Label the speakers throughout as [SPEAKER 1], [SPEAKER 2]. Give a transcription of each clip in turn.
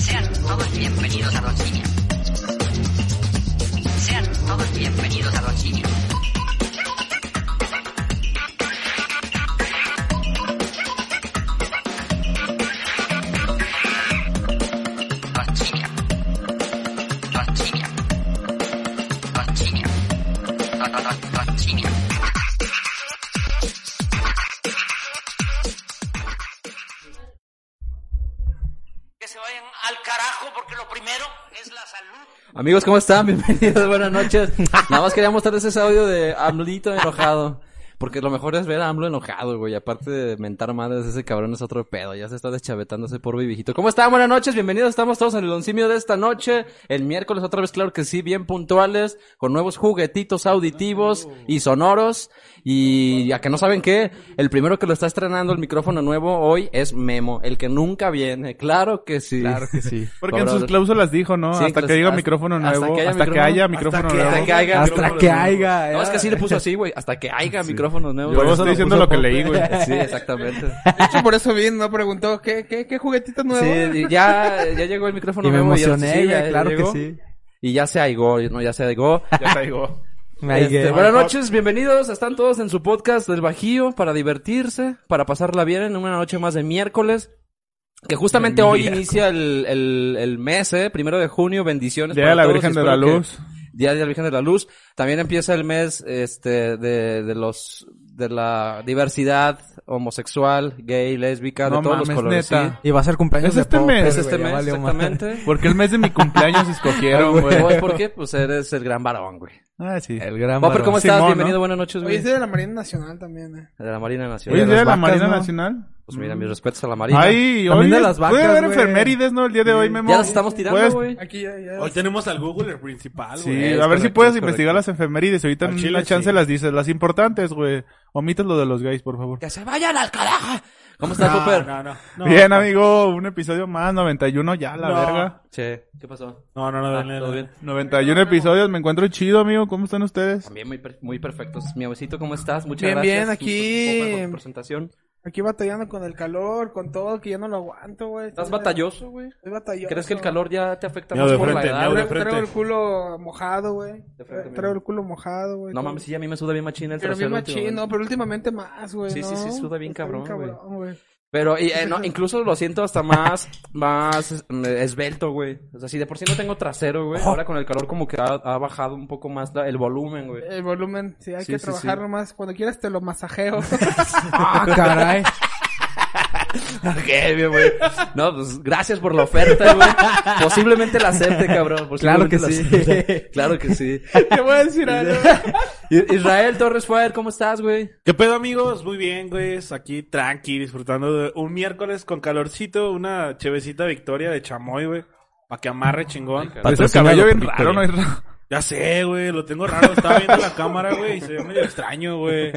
[SPEAKER 1] Sean todos bienvenidos a Doquinia. Sean todos bienvenidos a Doquinia. Doquinia. Doquinia. Doquinia. Do- do- do- Doquinia.
[SPEAKER 2] que se vayan al carajo porque lo primero es la salud.
[SPEAKER 3] Amigos, ¿cómo están? Bienvenidos, buenas noches. Nada más quería mostrarles ese audio de AMLito enojado. Porque lo mejor es ver a AMLO enojado, güey. Aparte de mentar madres, ese cabrón es otro pedo. Ya se está deschavetándose por viejito. ¿Cómo están? Buenas noches, bienvenidos. Estamos todos en el oncimio de esta noche. El miércoles, otra vez, claro que sí, bien puntuales. Con nuevos juguetitos auditivos y sonoros. Y a que no saben qué, el primero que lo está estrenando el micrófono nuevo hoy es Memo. El que nunca viene. Claro que sí.
[SPEAKER 4] Claro que sí.
[SPEAKER 5] Porque en
[SPEAKER 3] Cabrón.
[SPEAKER 5] sus cláusulas dijo, ¿no?
[SPEAKER 3] Sí,
[SPEAKER 5] hasta
[SPEAKER 3] claus-
[SPEAKER 5] que haya
[SPEAKER 3] hasta-
[SPEAKER 5] micrófono
[SPEAKER 3] hasta
[SPEAKER 5] nuevo,
[SPEAKER 3] que haya
[SPEAKER 5] hasta que
[SPEAKER 3] micrófono,
[SPEAKER 5] haya micrófono
[SPEAKER 4] hasta que-
[SPEAKER 5] nuevo.
[SPEAKER 3] Hasta que haya
[SPEAKER 4] Hasta
[SPEAKER 3] micrófonos
[SPEAKER 4] que
[SPEAKER 3] nuevos.
[SPEAKER 4] haya. ¿eh?
[SPEAKER 3] No, es que sí
[SPEAKER 4] sí
[SPEAKER 3] le puso así, güey. Hasta que haya micrófonos nuevos.
[SPEAKER 5] eh. Yo
[SPEAKER 4] Por eso
[SPEAKER 5] estoy
[SPEAKER 4] lo
[SPEAKER 5] diciendo
[SPEAKER 4] puso
[SPEAKER 5] lo que
[SPEAKER 4] poco.
[SPEAKER 5] leí, güey.
[SPEAKER 3] Sí, exactamente.
[SPEAKER 6] De hecho, por eso bien, ¿no? Preguntó, ¿qué, qué, qué juguetito nuevo?
[SPEAKER 3] Sí, y ya, ya llegó el micrófono
[SPEAKER 4] Y me
[SPEAKER 3] nuevo, ya-
[SPEAKER 4] emocioné,
[SPEAKER 3] sí,
[SPEAKER 4] güey,
[SPEAKER 3] ya
[SPEAKER 4] claro que
[SPEAKER 3] llegó.
[SPEAKER 4] sí.
[SPEAKER 3] Y ya se aigó, no, ya se aigó.
[SPEAKER 5] Ya traigo.
[SPEAKER 4] Me
[SPEAKER 3] Este,
[SPEAKER 4] aigué.
[SPEAKER 3] buenas noches, bienvenidos. Están todos en su podcast del Bajío para divertirse, para pasarla bien en una noche más de miércoles. Que justamente hoy inicia el, el, el mes, ¿eh? Primero de junio, bendiciones.
[SPEAKER 5] Día
[SPEAKER 3] para
[SPEAKER 5] de la
[SPEAKER 3] todos,
[SPEAKER 5] Virgen de la
[SPEAKER 3] espero que-
[SPEAKER 5] Luz.
[SPEAKER 3] Día de la Virgen de la Luz. También empieza el mes este de, de los de la diversidad homosexual, gay, lésbica, de
[SPEAKER 5] No
[SPEAKER 3] todos los
[SPEAKER 5] mames,
[SPEAKER 3] colores.
[SPEAKER 5] neta.
[SPEAKER 3] sí.
[SPEAKER 4] Y va a ser cumpleaños
[SPEAKER 5] Es
[SPEAKER 4] de
[SPEAKER 5] este
[SPEAKER 4] Popper,
[SPEAKER 5] mes.
[SPEAKER 3] Es
[SPEAKER 4] güey,
[SPEAKER 3] este
[SPEAKER 4] ya
[SPEAKER 3] mes,
[SPEAKER 4] valió madre.
[SPEAKER 3] exactamente.
[SPEAKER 5] Porque el mes de mi cumpleaños escogieron,
[SPEAKER 3] Pues,
[SPEAKER 5] güey.
[SPEAKER 3] ¿Por qué? Pues eres el gran varón, güey.
[SPEAKER 5] Ah, sí.
[SPEAKER 4] El gran
[SPEAKER 3] Popper,
[SPEAKER 4] varón.
[SPEAKER 3] ¿cómo estás?
[SPEAKER 5] Simón, ¿no?
[SPEAKER 3] Bienvenido, buenas noches,
[SPEAKER 6] Hoy
[SPEAKER 3] güey.
[SPEAKER 6] es Día de la Marina Nacional también, ¿eh?
[SPEAKER 3] De la Marina
[SPEAKER 5] Hoy es
[SPEAKER 3] Nacional.
[SPEAKER 5] Día de la
[SPEAKER 4] vacas,
[SPEAKER 5] Marina
[SPEAKER 4] ¿no?
[SPEAKER 5] Nacional.
[SPEAKER 3] Pues mira, mis respetos a la Marina.
[SPEAKER 5] Ay,
[SPEAKER 4] También
[SPEAKER 5] hoy
[SPEAKER 4] de
[SPEAKER 5] es-
[SPEAKER 4] las
[SPEAKER 5] puede
[SPEAKER 4] vacas,
[SPEAKER 5] haber
[SPEAKER 4] güey.
[SPEAKER 5] efemérides, ¿no? El día de hoy, Memo. Pues,
[SPEAKER 3] ya las estamos tirando,
[SPEAKER 5] Puedes-
[SPEAKER 3] güey.
[SPEAKER 6] Aquí ya, ya.
[SPEAKER 7] Hoy tenemos al Google el principal,
[SPEAKER 5] Sí,
[SPEAKER 7] güey.
[SPEAKER 3] es
[SPEAKER 5] a ver si
[SPEAKER 3] correcto,
[SPEAKER 5] puedes
[SPEAKER 3] es
[SPEAKER 5] investigar las efemérides. Ahorita
[SPEAKER 7] Al
[SPEAKER 5] en
[SPEAKER 7] chile,
[SPEAKER 5] una chance
[SPEAKER 7] sí.
[SPEAKER 5] las dices. Las importantes, güey. Omites lo de los gays, por favor.
[SPEAKER 3] Que se vayan al carajo. ¿Cómo estás, Popper?
[SPEAKER 7] No, no, no.
[SPEAKER 5] Bien, amigo. Un episodio más. 91 ya, la
[SPEAKER 7] No.
[SPEAKER 5] verga.
[SPEAKER 3] Che, ¿qué pasó?
[SPEAKER 7] No, no, no,
[SPEAKER 3] Ah,
[SPEAKER 7] no, no,
[SPEAKER 3] todo
[SPEAKER 7] no.
[SPEAKER 3] bien.
[SPEAKER 5] 91 episodios. Me encuentro chido, amigo. ¿Cómo están ustedes?
[SPEAKER 3] También muy, per- muy perfectos. Mi abuelito, ¿cómo estás? Muchas
[SPEAKER 6] Bien,
[SPEAKER 3] gracias.
[SPEAKER 6] bien, aquí.
[SPEAKER 3] Popper, por tu presentación.
[SPEAKER 6] Aquí batallando con el calor, con todo, que ya no lo aguanto, güey.
[SPEAKER 3] Estás batalloso, güey.
[SPEAKER 6] Estoy batalloso.
[SPEAKER 3] ¿Crees que el calor ya te afecta
[SPEAKER 7] Mira,
[SPEAKER 3] más
[SPEAKER 7] de
[SPEAKER 3] por
[SPEAKER 7] frente,
[SPEAKER 3] la
[SPEAKER 7] mira, de
[SPEAKER 3] edad?
[SPEAKER 6] Traigo,
[SPEAKER 7] frente.
[SPEAKER 6] traigo el culo mojado, güey.
[SPEAKER 3] De frente,
[SPEAKER 6] Traigo
[SPEAKER 3] mira.
[SPEAKER 6] el culo mojado, güey.
[SPEAKER 3] No mames, sí, a mí me suda bien machina el
[SPEAKER 6] Pero bien
[SPEAKER 3] trasero.
[SPEAKER 6] machín,
[SPEAKER 3] últimamente.
[SPEAKER 6] no, pero últimamente más, güey.
[SPEAKER 3] Sí, sí, sí,
[SPEAKER 6] ¿no?
[SPEAKER 3] suda bien
[SPEAKER 6] Está
[SPEAKER 3] cabrón, güey.
[SPEAKER 6] güey.
[SPEAKER 3] Pero y, eh, no, incluso lo siento hasta más, más es- mm, esbelto, güey. O sea, si de por sí no tengo trasero, güey. Ahora con el calor como que ha, ha bajado un poco más la- el volumen, güey.
[SPEAKER 6] El volumen, sí, hay
[SPEAKER 3] Sí,
[SPEAKER 6] que
[SPEAKER 3] sí,
[SPEAKER 6] trabajarlo más. Cuando quieras te lo masajeo.
[SPEAKER 4] Ah, caray.
[SPEAKER 3] Qué bien, güey. No, pues gracias por la oferta, güey. Posiblemente la acepte, cabrón.
[SPEAKER 4] Claro que
[SPEAKER 3] posiblemente la
[SPEAKER 4] sí.
[SPEAKER 3] acepte. Claro que sí.
[SPEAKER 6] te voy a decir algo.
[SPEAKER 3] I- Israel Torres Fuer, ¿cómo estás, güey?
[SPEAKER 7] ¿Qué pedo, amigos? Muy bien, güey. Aquí tranqui, disfrutando de un miércoles con calorcito, una chevecita victoria de chamoy, güey. Para que amarre chingón.
[SPEAKER 5] Parece el cabello bien raro, ¿no? Es
[SPEAKER 7] Ya sé, güey, lo tengo raro. Estaba viendo la cámara, güey, y se ve medio extraño, güey.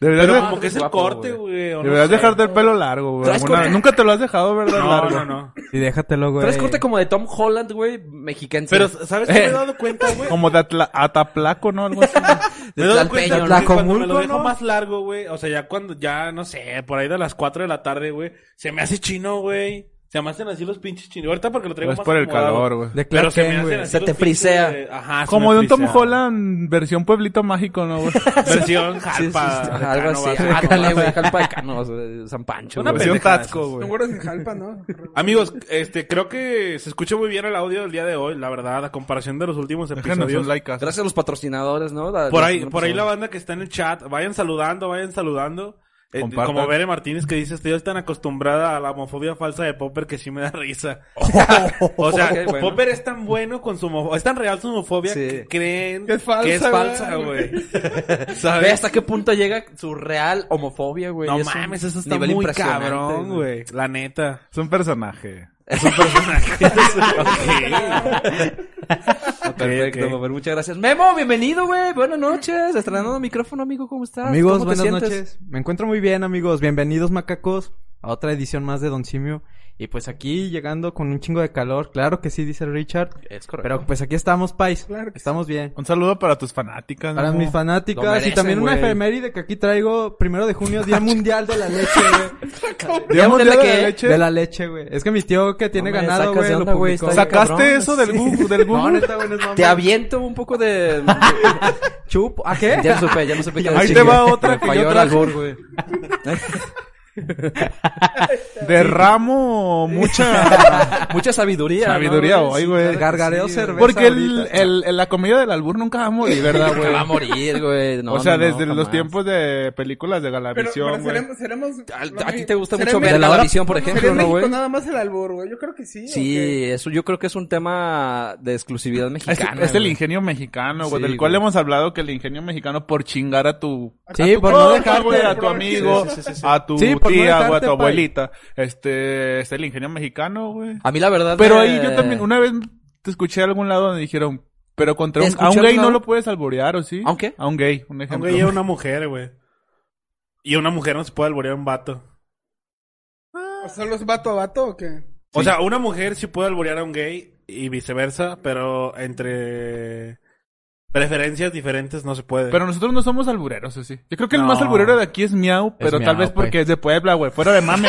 [SPEAKER 5] Deberías,
[SPEAKER 7] Pero
[SPEAKER 5] de-
[SPEAKER 7] como que es el
[SPEAKER 3] guapo,
[SPEAKER 7] corte,
[SPEAKER 3] güey.
[SPEAKER 7] güey. o no
[SPEAKER 5] deberías
[SPEAKER 7] sé.
[SPEAKER 5] dejarte el pelo largo, güey.
[SPEAKER 3] ¿Traes
[SPEAKER 5] alguna
[SPEAKER 3] corte?
[SPEAKER 5] vez. Nunca te lo has dejado, ¿verdad?
[SPEAKER 7] No,
[SPEAKER 5] largo.
[SPEAKER 7] no, no.
[SPEAKER 4] Y déjatelo, güey.
[SPEAKER 3] Tres corte como de Tom Holland, güey, mexicano.
[SPEAKER 7] Pero, ¿sabes qué me he dado cuenta, güey?
[SPEAKER 5] Como de atla- ataplaco, ¿no? Algo así.
[SPEAKER 7] Me doy
[SPEAKER 3] Tlalpeño,
[SPEAKER 7] cuenta
[SPEAKER 3] ¿no?
[SPEAKER 7] que
[SPEAKER 4] Tlajomulco,
[SPEAKER 7] cuando me lo dejo
[SPEAKER 4] ¿no?
[SPEAKER 7] más largo, güey. O sea, ya cuando, ya no sé, por ahí de las 4 de la tarde, güey. Se me hace chino, güey. Se me hacen así los pinches chinos. Ahorita porque lo traigo
[SPEAKER 5] es
[SPEAKER 7] más
[SPEAKER 5] por el
[SPEAKER 7] acomodado.
[SPEAKER 5] calor, güey.
[SPEAKER 4] De
[SPEAKER 7] Pero
[SPEAKER 4] Clark
[SPEAKER 7] se me
[SPEAKER 4] Kent,
[SPEAKER 7] hacen
[SPEAKER 4] güey.
[SPEAKER 7] así
[SPEAKER 3] Se
[SPEAKER 7] los
[SPEAKER 3] te
[SPEAKER 7] pinches,
[SPEAKER 3] frisea.
[SPEAKER 7] güey. Ajá, se
[SPEAKER 5] Como
[SPEAKER 7] me
[SPEAKER 5] de un Tom
[SPEAKER 7] frisea.
[SPEAKER 5] Holland versión Pueblito Mágico, ¿no, güey?
[SPEAKER 7] Versión
[SPEAKER 3] Sí, sí, sí,
[SPEAKER 7] jalpa.
[SPEAKER 3] ajá, algo así.
[SPEAKER 7] Cánovas.
[SPEAKER 3] Ah, no, güey, Jalpa de Canos, güey, San Pancho.
[SPEAKER 7] Una
[SPEAKER 3] güey.
[SPEAKER 5] Versión
[SPEAKER 7] pendejada
[SPEAKER 5] Taxco,
[SPEAKER 7] esas.
[SPEAKER 6] No
[SPEAKER 5] güey.
[SPEAKER 6] mueres en Jalpa, ¿no?
[SPEAKER 7] Amigos, este, creo que se escucha muy bien el audio del día de hoy, la verdad, a comparación de los últimos
[SPEAKER 5] Déjenos
[SPEAKER 7] episodios.
[SPEAKER 5] un like. así.
[SPEAKER 3] Gracias a los patrocinadores, ¿no? La-
[SPEAKER 7] Por
[SPEAKER 3] la
[SPEAKER 7] ahí,
[SPEAKER 3] semana
[SPEAKER 7] por ahí la
[SPEAKER 3] pasada.
[SPEAKER 7] banda que está en el chat, vayan saludando, vayan saludando. Eh,
[SPEAKER 5] Compartan.
[SPEAKER 7] como Bere Martínez que dice, estoy tan acostumbrada a la homofobia falsa de Popper que sí me da risa. o sea,
[SPEAKER 3] Oh, Ok, bueno.
[SPEAKER 7] Popper es tan bueno con su homofobia, es tan real su homofobia
[SPEAKER 3] Sí.
[SPEAKER 7] que creen
[SPEAKER 6] Que es falsa,
[SPEAKER 7] que es
[SPEAKER 6] güey.
[SPEAKER 7] falsa, güey.
[SPEAKER 3] Ve
[SPEAKER 7] ¿Sabes?
[SPEAKER 3] hasta qué punto llega su real homofobia, güey.
[SPEAKER 7] No
[SPEAKER 3] Es un
[SPEAKER 7] mames, eso está
[SPEAKER 3] nivel
[SPEAKER 7] muy
[SPEAKER 3] impresionante,
[SPEAKER 7] cabrón, güey. La neta.
[SPEAKER 5] Es un personaje.
[SPEAKER 3] Ah, Perfecto,
[SPEAKER 7] ok.
[SPEAKER 3] Popper, muchas gracias. Memo, bienvenido, güey. Buenas noches. Estrenando micrófono, amigo, ¿cómo estás?
[SPEAKER 4] Amigos,
[SPEAKER 3] Ah, ¿Cómo te
[SPEAKER 4] buenas
[SPEAKER 3] sientes?
[SPEAKER 4] noches. Me encuentro muy bien, amigos. Bienvenidos, macacos, a otra edición más de Don Simio. Y pues aquí llegando con un chingo de calor. Claro que sí, dice Richard.
[SPEAKER 3] Es correcto.
[SPEAKER 4] Pero pues aquí estamos, Pais.
[SPEAKER 6] Claro que
[SPEAKER 4] estamos bien.
[SPEAKER 5] Un saludo para tus fanáticas.
[SPEAKER 4] Para
[SPEAKER 5] Memo.
[SPEAKER 4] mis fanáticas
[SPEAKER 3] Lo merecen,
[SPEAKER 4] y también una
[SPEAKER 3] güey.
[SPEAKER 4] efeméride que aquí traigo, primero de junio, Día Mundial de la Leche, güey.
[SPEAKER 5] Día Mundial
[SPEAKER 3] ¿De
[SPEAKER 5] de
[SPEAKER 3] qué?
[SPEAKER 5] la leche.
[SPEAKER 4] De la leche, güey. Es que mi tío que tiene
[SPEAKER 3] No me
[SPEAKER 4] ganado,
[SPEAKER 3] sacas
[SPEAKER 4] güey,
[SPEAKER 3] de
[SPEAKER 4] lo
[SPEAKER 3] onda, güey,
[SPEAKER 4] publicó.
[SPEAKER 3] está
[SPEAKER 5] ¿Sacaste
[SPEAKER 3] Cabrón,
[SPEAKER 5] eso del Google? Del
[SPEAKER 4] No,
[SPEAKER 5] Google?
[SPEAKER 4] neta, güey, no es mame.
[SPEAKER 3] Te aviento un poco de.
[SPEAKER 4] Chupo. ¿A qué?
[SPEAKER 3] ya no supe, ya no supe qué
[SPEAKER 5] Ahí
[SPEAKER 3] decir,
[SPEAKER 5] te va
[SPEAKER 3] güey.
[SPEAKER 5] otra
[SPEAKER 3] Me
[SPEAKER 5] que
[SPEAKER 3] falló
[SPEAKER 5] yo
[SPEAKER 3] el
[SPEAKER 5] traje.
[SPEAKER 3] albur, güey.
[SPEAKER 5] Derramo mucha
[SPEAKER 3] Mucha sabiduría. ¿no?
[SPEAKER 5] sabiduría hoy, güey.
[SPEAKER 4] Gargareo cerveza
[SPEAKER 5] Porque el,
[SPEAKER 4] ahorita.
[SPEAKER 5] el, el- la comida del albur nunca va a morir, ¿verdad,
[SPEAKER 3] Nunca
[SPEAKER 5] güey?
[SPEAKER 3] Ah, va a morir, güey. No,
[SPEAKER 5] o sea,
[SPEAKER 3] no, no,
[SPEAKER 5] desde los
[SPEAKER 3] jamás.
[SPEAKER 5] tiempos de películas de
[SPEAKER 6] Pero, pero
[SPEAKER 5] Galavisión, güey.
[SPEAKER 6] seremos, seremos...
[SPEAKER 3] A-
[SPEAKER 6] no,
[SPEAKER 3] A ti
[SPEAKER 6] mi-
[SPEAKER 3] te gusta
[SPEAKER 6] será
[SPEAKER 3] mucho
[SPEAKER 6] en
[SPEAKER 3] ver
[SPEAKER 6] México-
[SPEAKER 3] la Galavisión, por
[SPEAKER 6] será
[SPEAKER 3] ejemplo,
[SPEAKER 6] en
[SPEAKER 3] ¿no,
[SPEAKER 6] México
[SPEAKER 3] güey?
[SPEAKER 6] nada más el albur, güey. Yo creo que sí. ¿o qué?
[SPEAKER 3] Sí, eso yo creo que es un tema de exclusividad
[SPEAKER 5] Es,
[SPEAKER 3] mexicana.
[SPEAKER 5] es el
[SPEAKER 3] güey.
[SPEAKER 5] ingenio mexicano, güey,
[SPEAKER 3] Sí,
[SPEAKER 5] del cual
[SPEAKER 3] güey.
[SPEAKER 5] hemos hablado que el ingenio mexicano por chingar a tu
[SPEAKER 4] Sí,
[SPEAKER 5] a tu
[SPEAKER 4] por no
[SPEAKER 5] compa,
[SPEAKER 4] dejarte,
[SPEAKER 5] güey, a tu
[SPEAKER 6] por-
[SPEAKER 5] amigo,
[SPEAKER 6] sí, sí, sí,
[SPEAKER 7] Ah,
[SPEAKER 6] sí.
[SPEAKER 5] a tu
[SPEAKER 4] Sí, por no
[SPEAKER 5] tía o a
[SPEAKER 4] dejarte,
[SPEAKER 5] tu
[SPEAKER 4] pa.
[SPEAKER 5] abuelita, este es el ingenio mexicano, güey.
[SPEAKER 3] A mí la verdad.
[SPEAKER 5] Pero
[SPEAKER 3] me-
[SPEAKER 5] ahí yo también una vez te escuché de algún lado donde dijeron, pero contra
[SPEAKER 3] ¿Te
[SPEAKER 5] un,
[SPEAKER 3] escuché
[SPEAKER 5] a un
[SPEAKER 3] algún
[SPEAKER 5] gay no
[SPEAKER 3] lado?
[SPEAKER 5] lo puedes alborear, ¿o sí?
[SPEAKER 3] ¿A un qué?
[SPEAKER 5] A un gay, un ejemplo.
[SPEAKER 7] Aunque ella es una mujer, güey. Y una mujer no se puede alborear a un vato.
[SPEAKER 6] ¿O solo es vato a vato o qué?
[SPEAKER 7] O sea, una mujer sí puede alborear a un gay y viceversa, pero entre preferencias diferentes no se puede.
[SPEAKER 5] Pero nosotros no somos albureros, ¿o sí? Yo creo que el
[SPEAKER 7] No.
[SPEAKER 5] más alburero de aquí es Miau, pero tal
[SPEAKER 4] Miau,
[SPEAKER 5] vez porque
[SPEAKER 4] güey.
[SPEAKER 5] es de Puebla, güey. Fuera de mame.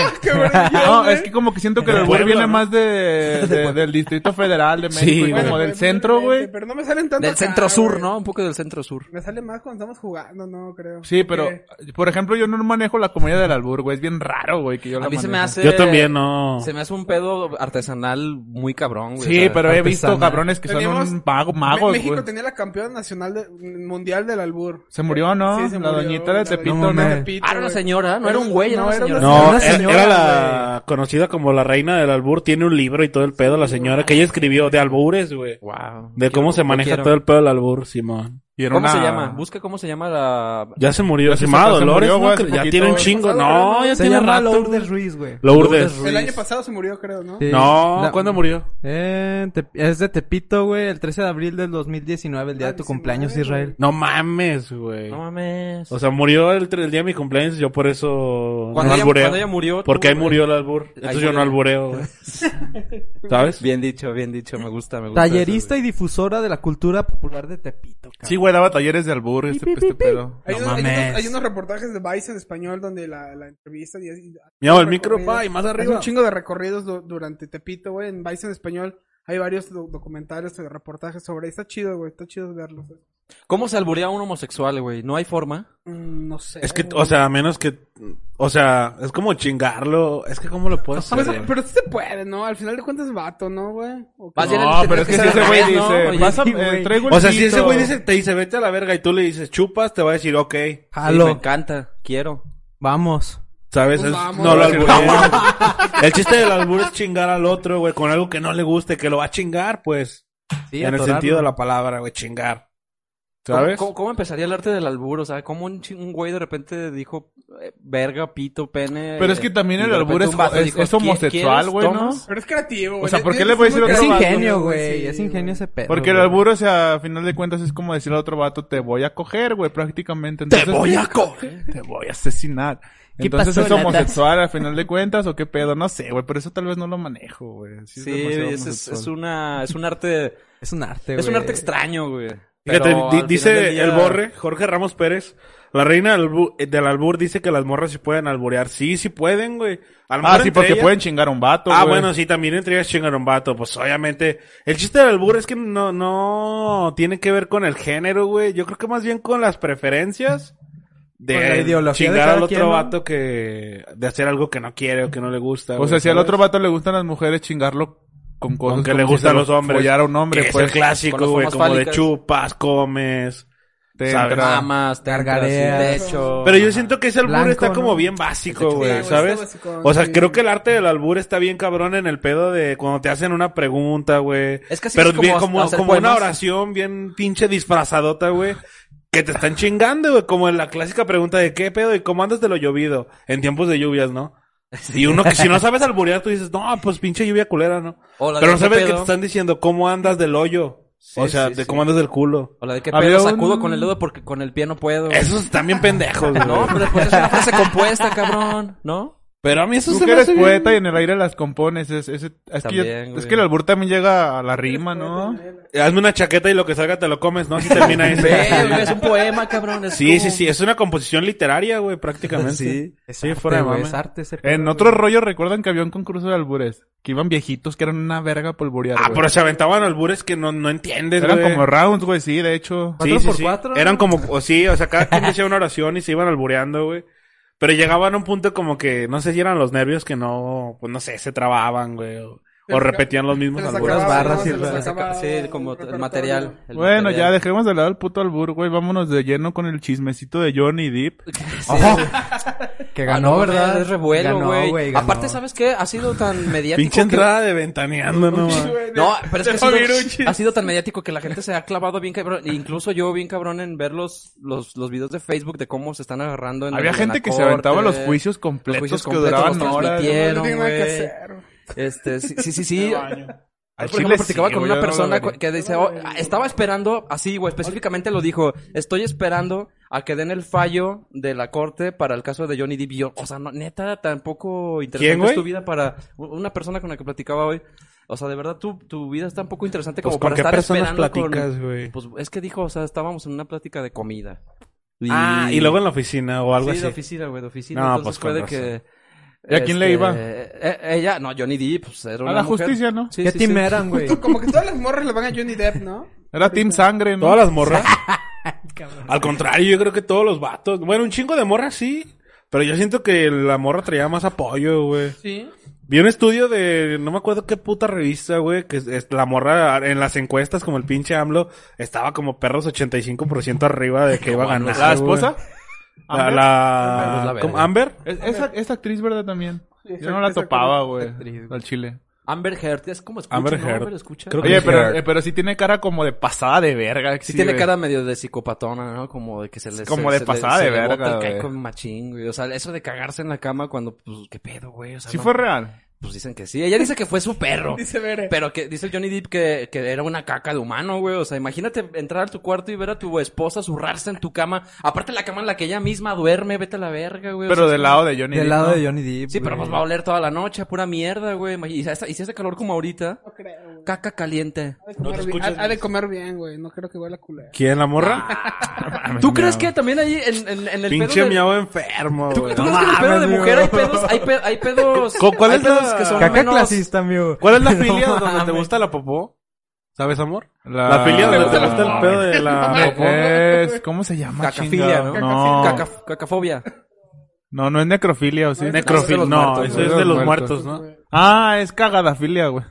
[SPEAKER 5] no, es que como que siento que el
[SPEAKER 7] De
[SPEAKER 5] albur
[SPEAKER 7] Puebla,
[SPEAKER 5] viene
[SPEAKER 7] ¿no?
[SPEAKER 5] más de, de- del Distrito Federal de México
[SPEAKER 7] Sí,
[SPEAKER 5] y
[SPEAKER 7] güey.
[SPEAKER 5] como del
[SPEAKER 6] pues,
[SPEAKER 5] centro, güey.
[SPEAKER 6] Pero no me salen tanto
[SPEAKER 3] Del
[SPEAKER 6] acá,
[SPEAKER 3] centro-sur,
[SPEAKER 6] güey.
[SPEAKER 3] ¿no? Un poco del centro-sur.
[SPEAKER 6] Me sale más cuando estamos jugando, no creo.
[SPEAKER 5] Sí, pero,
[SPEAKER 6] ¿Qué?
[SPEAKER 5] por ejemplo, yo no manejo la comida del albur, güey. Es bien raro, güey, que yo la
[SPEAKER 3] A mí se me
[SPEAKER 5] manejo.
[SPEAKER 3] hace.
[SPEAKER 7] Yo también no.
[SPEAKER 3] Se me hace un pedo artesanal muy cabrón, güey. O
[SPEAKER 5] Sí,
[SPEAKER 3] sea,
[SPEAKER 5] pero he visto
[SPEAKER 4] artesana.
[SPEAKER 5] cabrones que
[SPEAKER 6] Teníamos-
[SPEAKER 5] son un mago-
[SPEAKER 6] Me-
[SPEAKER 5] magos,
[SPEAKER 6] México
[SPEAKER 5] güey.
[SPEAKER 6] tenía la campeona nacional de- mundial del albur.
[SPEAKER 5] Se murió, ¿no?
[SPEAKER 6] Sí, se
[SPEAKER 5] la
[SPEAKER 6] murió,
[SPEAKER 5] doñita
[SPEAKER 6] la
[SPEAKER 5] de
[SPEAKER 6] doñita
[SPEAKER 5] Tepito,
[SPEAKER 4] de
[SPEAKER 5] ¿no?
[SPEAKER 4] Tepito.
[SPEAKER 3] Ah, era una
[SPEAKER 6] güey.
[SPEAKER 3] señora, no era un güey, era una
[SPEAKER 6] era
[SPEAKER 3] señora.
[SPEAKER 7] No,
[SPEAKER 4] Una
[SPEAKER 7] era-
[SPEAKER 4] señora,
[SPEAKER 7] era la conocida como la reina del albur, tiene un libro y todo el pedo, la señora que ella escribió de albures, güey.
[SPEAKER 3] Wow.
[SPEAKER 7] De cómo se maneja todo el pedo del albur, Simón.
[SPEAKER 5] Y era
[SPEAKER 3] ¿Cómo se
[SPEAKER 5] una-
[SPEAKER 3] llama? Busca cómo se llama la.
[SPEAKER 7] Ya se murió,
[SPEAKER 5] Ya se
[SPEAKER 7] se llama
[SPEAKER 5] sacó, se
[SPEAKER 7] Dolores,
[SPEAKER 5] murió,
[SPEAKER 7] ¿no?
[SPEAKER 5] güey,
[SPEAKER 7] Que
[SPEAKER 5] hace
[SPEAKER 7] ya
[SPEAKER 5] poquito.
[SPEAKER 7] tiene un chingo. No, ya
[SPEAKER 4] Se
[SPEAKER 7] tiene
[SPEAKER 4] llama
[SPEAKER 7] rato.
[SPEAKER 4] Lourdes Ruiz, güey.
[SPEAKER 7] Lourdes.
[SPEAKER 6] El año pasado se murió, creo, ¿no?
[SPEAKER 4] Sí.
[SPEAKER 7] No,
[SPEAKER 4] La-
[SPEAKER 7] ¿cuándo murió?
[SPEAKER 4] Eh, Te- es de Tepito, güey, el 13 de abril del 2019, el día de tu
[SPEAKER 6] 19,
[SPEAKER 4] cumpleaños,
[SPEAKER 6] güey.
[SPEAKER 4] Israel.
[SPEAKER 7] No mames, güey.
[SPEAKER 3] No mames.
[SPEAKER 7] O sea, murió el, el día de mi cumpleaños, yo por eso no
[SPEAKER 3] Cuando ella-
[SPEAKER 7] albureo.
[SPEAKER 3] cuando ella murió, tú,
[SPEAKER 7] Porque ahí
[SPEAKER 3] güey.
[SPEAKER 7] murió el albur. Entonces yo no
[SPEAKER 3] murió.
[SPEAKER 7] albureo, güey. ¿Sabes?
[SPEAKER 3] Bien dicho, bien dicho, me gusta, me gusta.
[SPEAKER 4] Tallerista y difusora de la cultura popular de Tepito, cabrón.
[SPEAKER 5] Sí, güey, daba talleres de albur, este, este pedo.
[SPEAKER 6] Hay,
[SPEAKER 7] No
[SPEAKER 6] unos, hay unos-
[SPEAKER 7] mames.
[SPEAKER 6] hay unos reportajes de Vice en español donde la, la entrevista y así-
[SPEAKER 7] Mira,
[SPEAKER 6] recorrido.
[SPEAKER 7] el micro, pa, y más
[SPEAKER 6] Hay
[SPEAKER 7] arriba.
[SPEAKER 6] un chingo de recorridos du- durante Tepito, güey, en Vice en español. Hay varios do- documentales, eh, reportajes sobre. Está chido, güey, está chido verlos. güey.
[SPEAKER 3] ¿Cómo se alburea un homosexual, güey? No hay forma.
[SPEAKER 6] Mm, No sé.
[SPEAKER 7] Es que,
[SPEAKER 6] güey.
[SPEAKER 7] o sea, a menos que. O sea, es como chingarlo. Es que, ¿cómo lo
[SPEAKER 3] Ah,
[SPEAKER 7] puedes
[SPEAKER 6] Pues,
[SPEAKER 7] hacer?
[SPEAKER 6] pero sí se puede, ¿no? Al final de cuentas es vato, ¿no, güey? ¿O qué?
[SPEAKER 3] Más bien
[SPEAKER 5] No,
[SPEAKER 3] el-
[SPEAKER 5] pero es que si ese güey
[SPEAKER 3] ¿no?
[SPEAKER 5] dice,
[SPEAKER 3] Oye,
[SPEAKER 5] vas a,
[SPEAKER 3] sí,
[SPEAKER 5] eh,
[SPEAKER 3] güey.
[SPEAKER 5] traigo el
[SPEAKER 7] O sea, si ese
[SPEAKER 5] pito.
[SPEAKER 7] güey dice, te dice, vete a la verga y tú le dices, chupas, te va a decir, ok.
[SPEAKER 3] Sí, me
[SPEAKER 4] Jalo,
[SPEAKER 3] encanta, quiero.
[SPEAKER 4] vamos.
[SPEAKER 7] ¿Sabes?
[SPEAKER 6] Pues
[SPEAKER 7] Es-
[SPEAKER 6] vamos.
[SPEAKER 7] no lo
[SPEAKER 6] Vamos.
[SPEAKER 7] alburees. El chiste del albur es chingar al otro, güey, con algo que no le guste, que lo va a chingar, pues.
[SPEAKER 4] Sí,
[SPEAKER 7] en el
[SPEAKER 4] atorarlo.
[SPEAKER 7] sentido de la palabra, güey, chingar.
[SPEAKER 3] ¿Cómo-
[SPEAKER 7] ¿Sabes?
[SPEAKER 3] ¿Cómo, cómo empezaría el arte del albur? O sea, ¿cómo un, chi- un güey de repente dijo eh, verga, pito, pene?
[SPEAKER 5] Pero es que también el albur es- es- es homosexual, güey, ¿no?
[SPEAKER 6] Pero es creativo, güey.
[SPEAKER 5] sea, ¿por
[SPEAKER 6] Es-
[SPEAKER 5] qué
[SPEAKER 6] es
[SPEAKER 5] le voy a
[SPEAKER 6] muy
[SPEAKER 5] decir otro
[SPEAKER 4] Es
[SPEAKER 5] vato,
[SPEAKER 4] ingenio,
[SPEAKER 6] sí,
[SPEAKER 4] güey, es ingenio
[SPEAKER 6] güey.
[SPEAKER 4] ese
[SPEAKER 7] Eh,
[SPEAKER 4] pedo.
[SPEAKER 5] Porque el
[SPEAKER 4] güey.
[SPEAKER 5] albur, o sea, a final de cuentas es como decirle a otro vato, te voy a coger, güey, prácticamente. Entonces,
[SPEAKER 7] ¡Te voy a coger!
[SPEAKER 5] Te voy a asesinar.
[SPEAKER 4] ¿Qué
[SPEAKER 5] Entonces
[SPEAKER 4] pasó,
[SPEAKER 5] es
[SPEAKER 4] Nata?
[SPEAKER 5] homosexual a final de cuentas o qué pedo, no sé, güey, pero eso tal vez no lo manejo, güey.
[SPEAKER 3] Sí,
[SPEAKER 5] demasiado
[SPEAKER 3] es, es-
[SPEAKER 5] homosexual.
[SPEAKER 3] es una, es un arte,
[SPEAKER 4] Es un arte, güey.
[SPEAKER 3] es un arte extraño, güey.
[SPEAKER 7] Fíjate,
[SPEAKER 3] Pero
[SPEAKER 7] di-
[SPEAKER 3] al final
[SPEAKER 7] dice
[SPEAKER 3] del día-
[SPEAKER 7] el borre, Jorge Ramos Pérez, la reina del, albu- eh, del albur dice que las morras sí pueden alburear. Sí, sí pueden, güey. A
[SPEAKER 5] Ah,
[SPEAKER 7] lo mejor
[SPEAKER 5] sí,
[SPEAKER 7] entre
[SPEAKER 5] porque
[SPEAKER 7] ellas-
[SPEAKER 5] pueden chingar a un vato,
[SPEAKER 7] Ah,
[SPEAKER 5] güey.
[SPEAKER 7] bueno, sí, también entre ellas chingar a un vato. Pues obviamente, el chiste del albur es que no, no tiene que ver con el género, güey. Yo creo que más bien con las preferencias de
[SPEAKER 4] Con la ideología de
[SPEAKER 7] chingar
[SPEAKER 4] cada
[SPEAKER 7] al otro
[SPEAKER 4] quien, ¿no?
[SPEAKER 7] vato que, de hacer algo que no quiere o que no le gusta.
[SPEAKER 5] O
[SPEAKER 7] güey,
[SPEAKER 5] sea, si al
[SPEAKER 7] ¿sabes?
[SPEAKER 5] otro vato le gustan las mujeres, chingarlo con cosas
[SPEAKER 7] Aunque
[SPEAKER 5] como
[SPEAKER 7] le
[SPEAKER 5] si
[SPEAKER 7] gustan
[SPEAKER 5] se lo
[SPEAKER 7] los hombres.
[SPEAKER 5] Follar a un hombre,
[SPEAKER 7] Que es
[SPEAKER 5] pues.
[SPEAKER 7] el clásico,
[SPEAKER 3] con las
[SPEAKER 7] güey,
[SPEAKER 3] formas
[SPEAKER 7] como de
[SPEAKER 3] fálicas.
[SPEAKER 7] chupas, comes.
[SPEAKER 5] Te
[SPEAKER 7] Sabe
[SPEAKER 5] entra-
[SPEAKER 3] Mamas, te entras
[SPEAKER 4] Gargareas.
[SPEAKER 3] sin techo.
[SPEAKER 7] Pero yo siento que ese albur
[SPEAKER 4] Blanco,
[SPEAKER 7] está
[SPEAKER 4] ¿no?
[SPEAKER 7] como bien básico,
[SPEAKER 6] Sí, güey,
[SPEAKER 7] güey,
[SPEAKER 6] está
[SPEAKER 7] ¿sabes?
[SPEAKER 6] basicón,
[SPEAKER 7] O sea,
[SPEAKER 6] sí.
[SPEAKER 7] creo que el arte del albur está bien cabrón en el pedo de cuando te hacen una pregunta, güey.
[SPEAKER 3] Es que así
[SPEAKER 7] Pero
[SPEAKER 3] es como
[SPEAKER 7] bien,
[SPEAKER 3] ha-
[SPEAKER 7] como,
[SPEAKER 3] hacer
[SPEAKER 7] como una
[SPEAKER 3] poemas.
[SPEAKER 7] oración bien pinche disfrazadota, güey. Que te están chingando, güey. Como en la clásica pregunta de qué pedo y cómo andas de lo llovido. En tiempos de lluvias, ¿no? Y uno que si no sabes alburear, tú dices, no, pues pinche lluvia culera, ¿no?
[SPEAKER 3] O la
[SPEAKER 7] Pero
[SPEAKER 3] de
[SPEAKER 7] no
[SPEAKER 3] qué
[SPEAKER 7] sabes que
[SPEAKER 3] pedo.
[SPEAKER 7] te están diciendo cómo andas del hoyo.
[SPEAKER 3] Sí,
[SPEAKER 7] o sea,
[SPEAKER 3] sí,
[SPEAKER 7] de
[SPEAKER 3] sí.
[SPEAKER 7] cómo andas del culo.
[SPEAKER 3] O la de que
[SPEAKER 5] Había
[SPEAKER 3] pedo sacudo
[SPEAKER 5] un-
[SPEAKER 3] con el dedo porque con el pie no puedo. güey.
[SPEAKER 7] Esos están bien pendejos, güey.
[SPEAKER 3] No, pero después es una frase compuesta, cabrón. ¿No?
[SPEAKER 7] Pero a mí eso
[SPEAKER 5] Tú
[SPEAKER 7] se
[SPEAKER 5] que
[SPEAKER 7] me
[SPEAKER 5] eres
[SPEAKER 7] hace bien-
[SPEAKER 5] poeta y en el aire las compones. Es, es, es que yo-
[SPEAKER 3] También, güey.
[SPEAKER 5] es que el albur también llega a la rima, ¿no?
[SPEAKER 7] Eh, Hazme una chaqueta y lo que salga te lo comes, ¿no? Si termina eso.
[SPEAKER 3] Verga, es un poema, cabrón. es
[SPEAKER 7] Sí,
[SPEAKER 3] como-
[SPEAKER 7] sí, sí. Es una composición literaria, güey, prácticamente.
[SPEAKER 3] Sí.
[SPEAKER 4] Es
[SPEAKER 7] Sí,
[SPEAKER 4] arte,
[SPEAKER 7] fuera de
[SPEAKER 4] güey,
[SPEAKER 7] mame.
[SPEAKER 4] es arte ese
[SPEAKER 5] En
[SPEAKER 4] pedo,
[SPEAKER 5] otro
[SPEAKER 4] güey.
[SPEAKER 5] rollo, ¿recuerdan que había un concurso de albures? Que iban viejitos, que eran una verga polvoreada.
[SPEAKER 7] Ah, pero se aventaban albures que no, no entiendes,
[SPEAKER 5] Eran
[SPEAKER 7] güey.
[SPEAKER 5] como rounds, güey, sí, de hecho.
[SPEAKER 7] Sí,
[SPEAKER 4] ¿Cuatro
[SPEAKER 7] sí,
[SPEAKER 4] por
[SPEAKER 7] sí.
[SPEAKER 4] cuatro, no?
[SPEAKER 7] Eran como... O sí, o sea, cada quien decía una oración y se iban albureando, güey. Pero llegaban a un punto como que... No sé si eran los nervios que no... Pues no sé, se trababan, güey. O, o repetían los mismos
[SPEAKER 6] Se les
[SPEAKER 7] albures.
[SPEAKER 4] Puras
[SPEAKER 6] acababa,
[SPEAKER 4] barras
[SPEAKER 6] ¿no?
[SPEAKER 4] y
[SPEAKER 6] Se les
[SPEAKER 4] barras.
[SPEAKER 6] acababa
[SPEAKER 3] Sí, como
[SPEAKER 6] el
[SPEAKER 3] el material. el
[SPEAKER 5] Bueno, ya
[SPEAKER 3] material.
[SPEAKER 5] dejemos de lado el puto albur, güey. Vámonos de lleno con el chismecito de Johnny Depp.
[SPEAKER 4] Que
[SPEAKER 3] Ah,
[SPEAKER 4] ganó,
[SPEAKER 3] no,
[SPEAKER 4] ¿verdad?
[SPEAKER 3] Es revuelo,
[SPEAKER 4] Ganó,
[SPEAKER 3] güey.
[SPEAKER 4] ganó.
[SPEAKER 3] Aparte, ¿sabes qué? Ha sido tan mediático.
[SPEAKER 7] Pinche
[SPEAKER 3] que-
[SPEAKER 7] entrada de ventaneando, no, mames.
[SPEAKER 3] No, pero es que ha
[SPEAKER 7] Te va a vir un
[SPEAKER 3] sido,
[SPEAKER 7] chiste.
[SPEAKER 3] ha sido tan mediático que la gente se ha clavado bien cabrón. e Incluso yo bien cabrón en ver los, los, los videos de Facebook de cómo se están agarrando en
[SPEAKER 5] Había
[SPEAKER 3] en
[SPEAKER 5] gente
[SPEAKER 3] la
[SPEAKER 5] que se
[SPEAKER 3] corte,
[SPEAKER 5] aventaba los juicios
[SPEAKER 3] los
[SPEAKER 5] completos
[SPEAKER 3] juicios
[SPEAKER 5] que
[SPEAKER 3] completos,
[SPEAKER 5] duraban
[SPEAKER 3] los
[SPEAKER 5] horas.
[SPEAKER 3] transmitieron,
[SPEAKER 6] No tengo nada que
[SPEAKER 3] güey.
[SPEAKER 6] hacer.
[SPEAKER 3] Este, sí, sí, sí. sí.
[SPEAKER 5] Al
[SPEAKER 3] Yo, por
[SPEAKER 5] chile
[SPEAKER 3] ejemplo, platicaba
[SPEAKER 5] sí,
[SPEAKER 3] con
[SPEAKER 5] güey,
[SPEAKER 3] una
[SPEAKER 5] yo no
[SPEAKER 3] persona
[SPEAKER 5] lo vería.
[SPEAKER 3] que dice, "Oh, estaba esperando, así, güey, específicamente lo dijo, estoy esperando a que den el fallo de la corte para el caso de Johnny Depp. Y yo, o sea, no, neta, tampoco
[SPEAKER 7] ¿Quién,
[SPEAKER 3] interesante
[SPEAKER 7] güey?
[SPEAKER 3] es tu vida para una persona con la que platicaba hoy. O sea, de verdad, tu, tu vida es tan poco interesante
[SPEAKER 7] Pues,
[SPEAKER 3] como
[SPEAKER 7] ¿con
[SPEAKER 3] para
[SPEAKER 7] qué
[SPEAKER 3] estar
[SPEAKER 7] personas
[SPEAKER 3] esperando
[SPEAKER 7] platicas,
[SPEAKER 3] con...
[SPEAKER 7] güey?
[SPEAKER 3] Pues es que dijo, o sea, estábamos en una plática de comida.
[SPEAKER 7] Ah, y luego en la oficina o algo
[SPEAKER 3] sí, de
[SPEAKER 7] así.
[SPEAKER 3] oficina, güey, de oficina.
[SPEAKER 7] No,
[SPEAKER 3] Entonces
[SPEAKER 7] pues, con
[SPEAKER 3] fue de
[SPEAKER 7] razón.
[SPEAKER 3] que...
[SPEAKER 5] ¿Y a quién le
[SPEAKER 3] este,
[SPEAKER 5] iba?
[SPEAKER 3] eh, ella, no, Johnny Depp, pues era
[SPEAKER 5] A
[SPEAKER 3] una
[SPEAKER 5] la
[SPEAKER 3] mujer.
[SPEAKER 5] justicia, ¿no?
[SPEAKER 3] Sí,
[SPEAKER 4] ¿Qué
[SPEAKER 3] sí,
[SPEAKER 4] team
[SPEAKER 3] sí.
[SPEAKER 4] eran, güey?
[SPEAKER 6] Como que todas las morras le van a Johnny Depp, ¿no?
[SPEAKER 5] Era Team Sangre, ¿no?
[SPEAKER 7] ¿Todas las morras? Al contrario, yo creo que todos los vatos. Bueno, un chingo de morras sí. Pero yo siento que la morra traía más apoyo, güey.
[SPEAKER 6] Sí.
[SPEAKER 7] Vi un estudio de, no me acuerdo qué puta revista, güey, que es- es- la morra en las encuestas, como el pinche AMLO, estaba como perros 85% arriba de que iba a ganar.
[SPEAKER 5] ¿La esposa?
[SPEAKER 7] güey. La,
[SPEAKER 5] ¿Amber?
[SPEAKER 7] la-
[SPEAKER 3] Amber es la
[SPEAKER 7] ¿cómo?
[SPEAKER 3] verga.
[SPEAKER 7] ¿Amber?
[SPEAKER 5] Es- esa, esa actriz, ¿verdad? También.
[SPEAKER 6] Sí,
[SPEAKER 5] Yo no la
[SPEAKER 6] esa- esa
[SPEAKER 5] topaba,
[SPEAKER 6] como-
[SPEAKER 5] güey.
[SPEAKER 4] actriz, güey.
[SPEAKER 5] Al chile.
[SPEAKER 3] Amber Heard, es como escucha,
[SPEAKER 7] Amber
[SPEAKER 3] ¿no?
[SPEAKER 7] Heard.
[SPEAKER 3] Amber escucha.
[SPEAKER 7] Creo que
[SPEAKER 5] Oye,
[SPEAKER 7] sí,
[SPEAKER 5] pero,
[SPEAKER 7] Heard.
[SPEAKER 5] eh, pero sí tiene cara como de pasada de verga.
[SPEAKER 3] Sí, tiene
[SPEAKER 5] güey.
[SPEAKER 3] cara medio de psicopatona, ¿no? Como de que se le...
[SPEAKER 5] Como
[SPEAKER 3] se- se
[SPEAKER 5] de
[SPEAKER 3] le-
[SPEAKER 5] pasada
[SPEAKER 3] se
[SPEAKER 5] de
[SPEAKER 3] le bota
[SPEAKER 5] verga,
[SPEAKER 3] el
[SPEAKER 5] güey.
[SPEAKER 3] caico machín, güey. O sea, eso de cagarse en la cama cuando... Pues, ¿qué pedo, güey? O sea,
[SPEAKER 5] Sí
[SPEAKER 3] no-
[SPEAKER 5] fue real.
[SPEAKER 3] Pues dicen que sí. Ella dice que fue su perro.
[SPEAKER 6] Dice Bere.
[SPEAKER 3] Pero que dice el Johnny Depp que, que era una caca de humano, güey. O sea, imagínate entrar a tu cuarto y ver a tu esposa zurrarse en tu cama. Aparte la cama en la que ella misma duerme, vete a la verga, güey. O
[SPEAKER 5] Pero
[SPEAKER 3] sea, es-
[SPEAKER 5] del lado de Johnny
[SPEAKER 4] Del
[SPEAKER 5] Depp,
[SPEAKER 4] lado
[SPEAKER 5] ¿no?
[SPEAKER 4] de Johnny Depp.
[SPEAKER 3] Sí, pero
[SPEAKER 4] güey.
[SPEAKER 3] pues va a oler toda la noche, a pura mierda, güey. Y si hace, y si hace calor como ahorita,
[SPEAKER 6] No creo, güey.
[SPEAKER 3] caca caliente.
[SPEAKER 6] Ha de comer bien- Ha ha de comer bien, güey. No creo que huela culero.
[SPEAKER 7] ¿Quién, la morra?
[SPEAKER 5] Ah,
[SPEAKER 3] ¿Tú crees que también ahí en, en, en Ah, el
[SPEAKER 7] Pinche
[SPEAKER 3] pedo de-
[SPEAKER 7] miau enfermo,
[SPEAKER 3] ¿Tú,
[SPEAKER 7] güey.
[SPEAKER 3] tú
[SPEAKER 7] No
[SPEAKER 3] crees que en el pedo de
[SPEAKER 4] mames,
[SPEAKER 3] mujer hay
[SPEAKER 4] güey.
[SPEAKER 3] pedos, hay pedos, hay pedos,
[SPEAKER 7] ¿Cu- cuál
[SPEAKER 3] hay
[SPEAKER 7] es
[SPEAKER 3] pedos
[SPEAKER 7] la-
[SPEAKER 3] que son
[SPEAKER 4] Caca
[SPEAKER 3] menos...
[SPEAKER 4] clasista, amigo.
[SPEAKER 7] ¿Cuál es la filia
[SPEAKER 4] No
[SPEAKER 7] donde te
[SPEAKER 4] mames.
[SPEAKER 7] gusta la popó? ¿Sabes, amor?
[SPEAKER 5] La,
[SPEAKER 7] La filia donde te
[SPEAKER 5] la-
[SPEAKER 7] gusta el pedo de la...
[SPEAKER 5] Es... ¿Cómo se llama?
[SPEAKER 3] Cacafilia,
[SPEAKER 5] Ah, chingado?
[SPEAKER 3] ¿no?
[SPEAKER 5] No.
[SPEAKER 3] Caca- cacafobia.
[SPEAKER 5] no, no es necrofilia, ¿o sí?
[SPEAKER 7] Necrofil, no, eso es de los muertos,
[SPEAKER 6] Pues,
[SPEAKER 7] ¿no?
[SPEAKER 5] Ah, es cagadafilia, güey.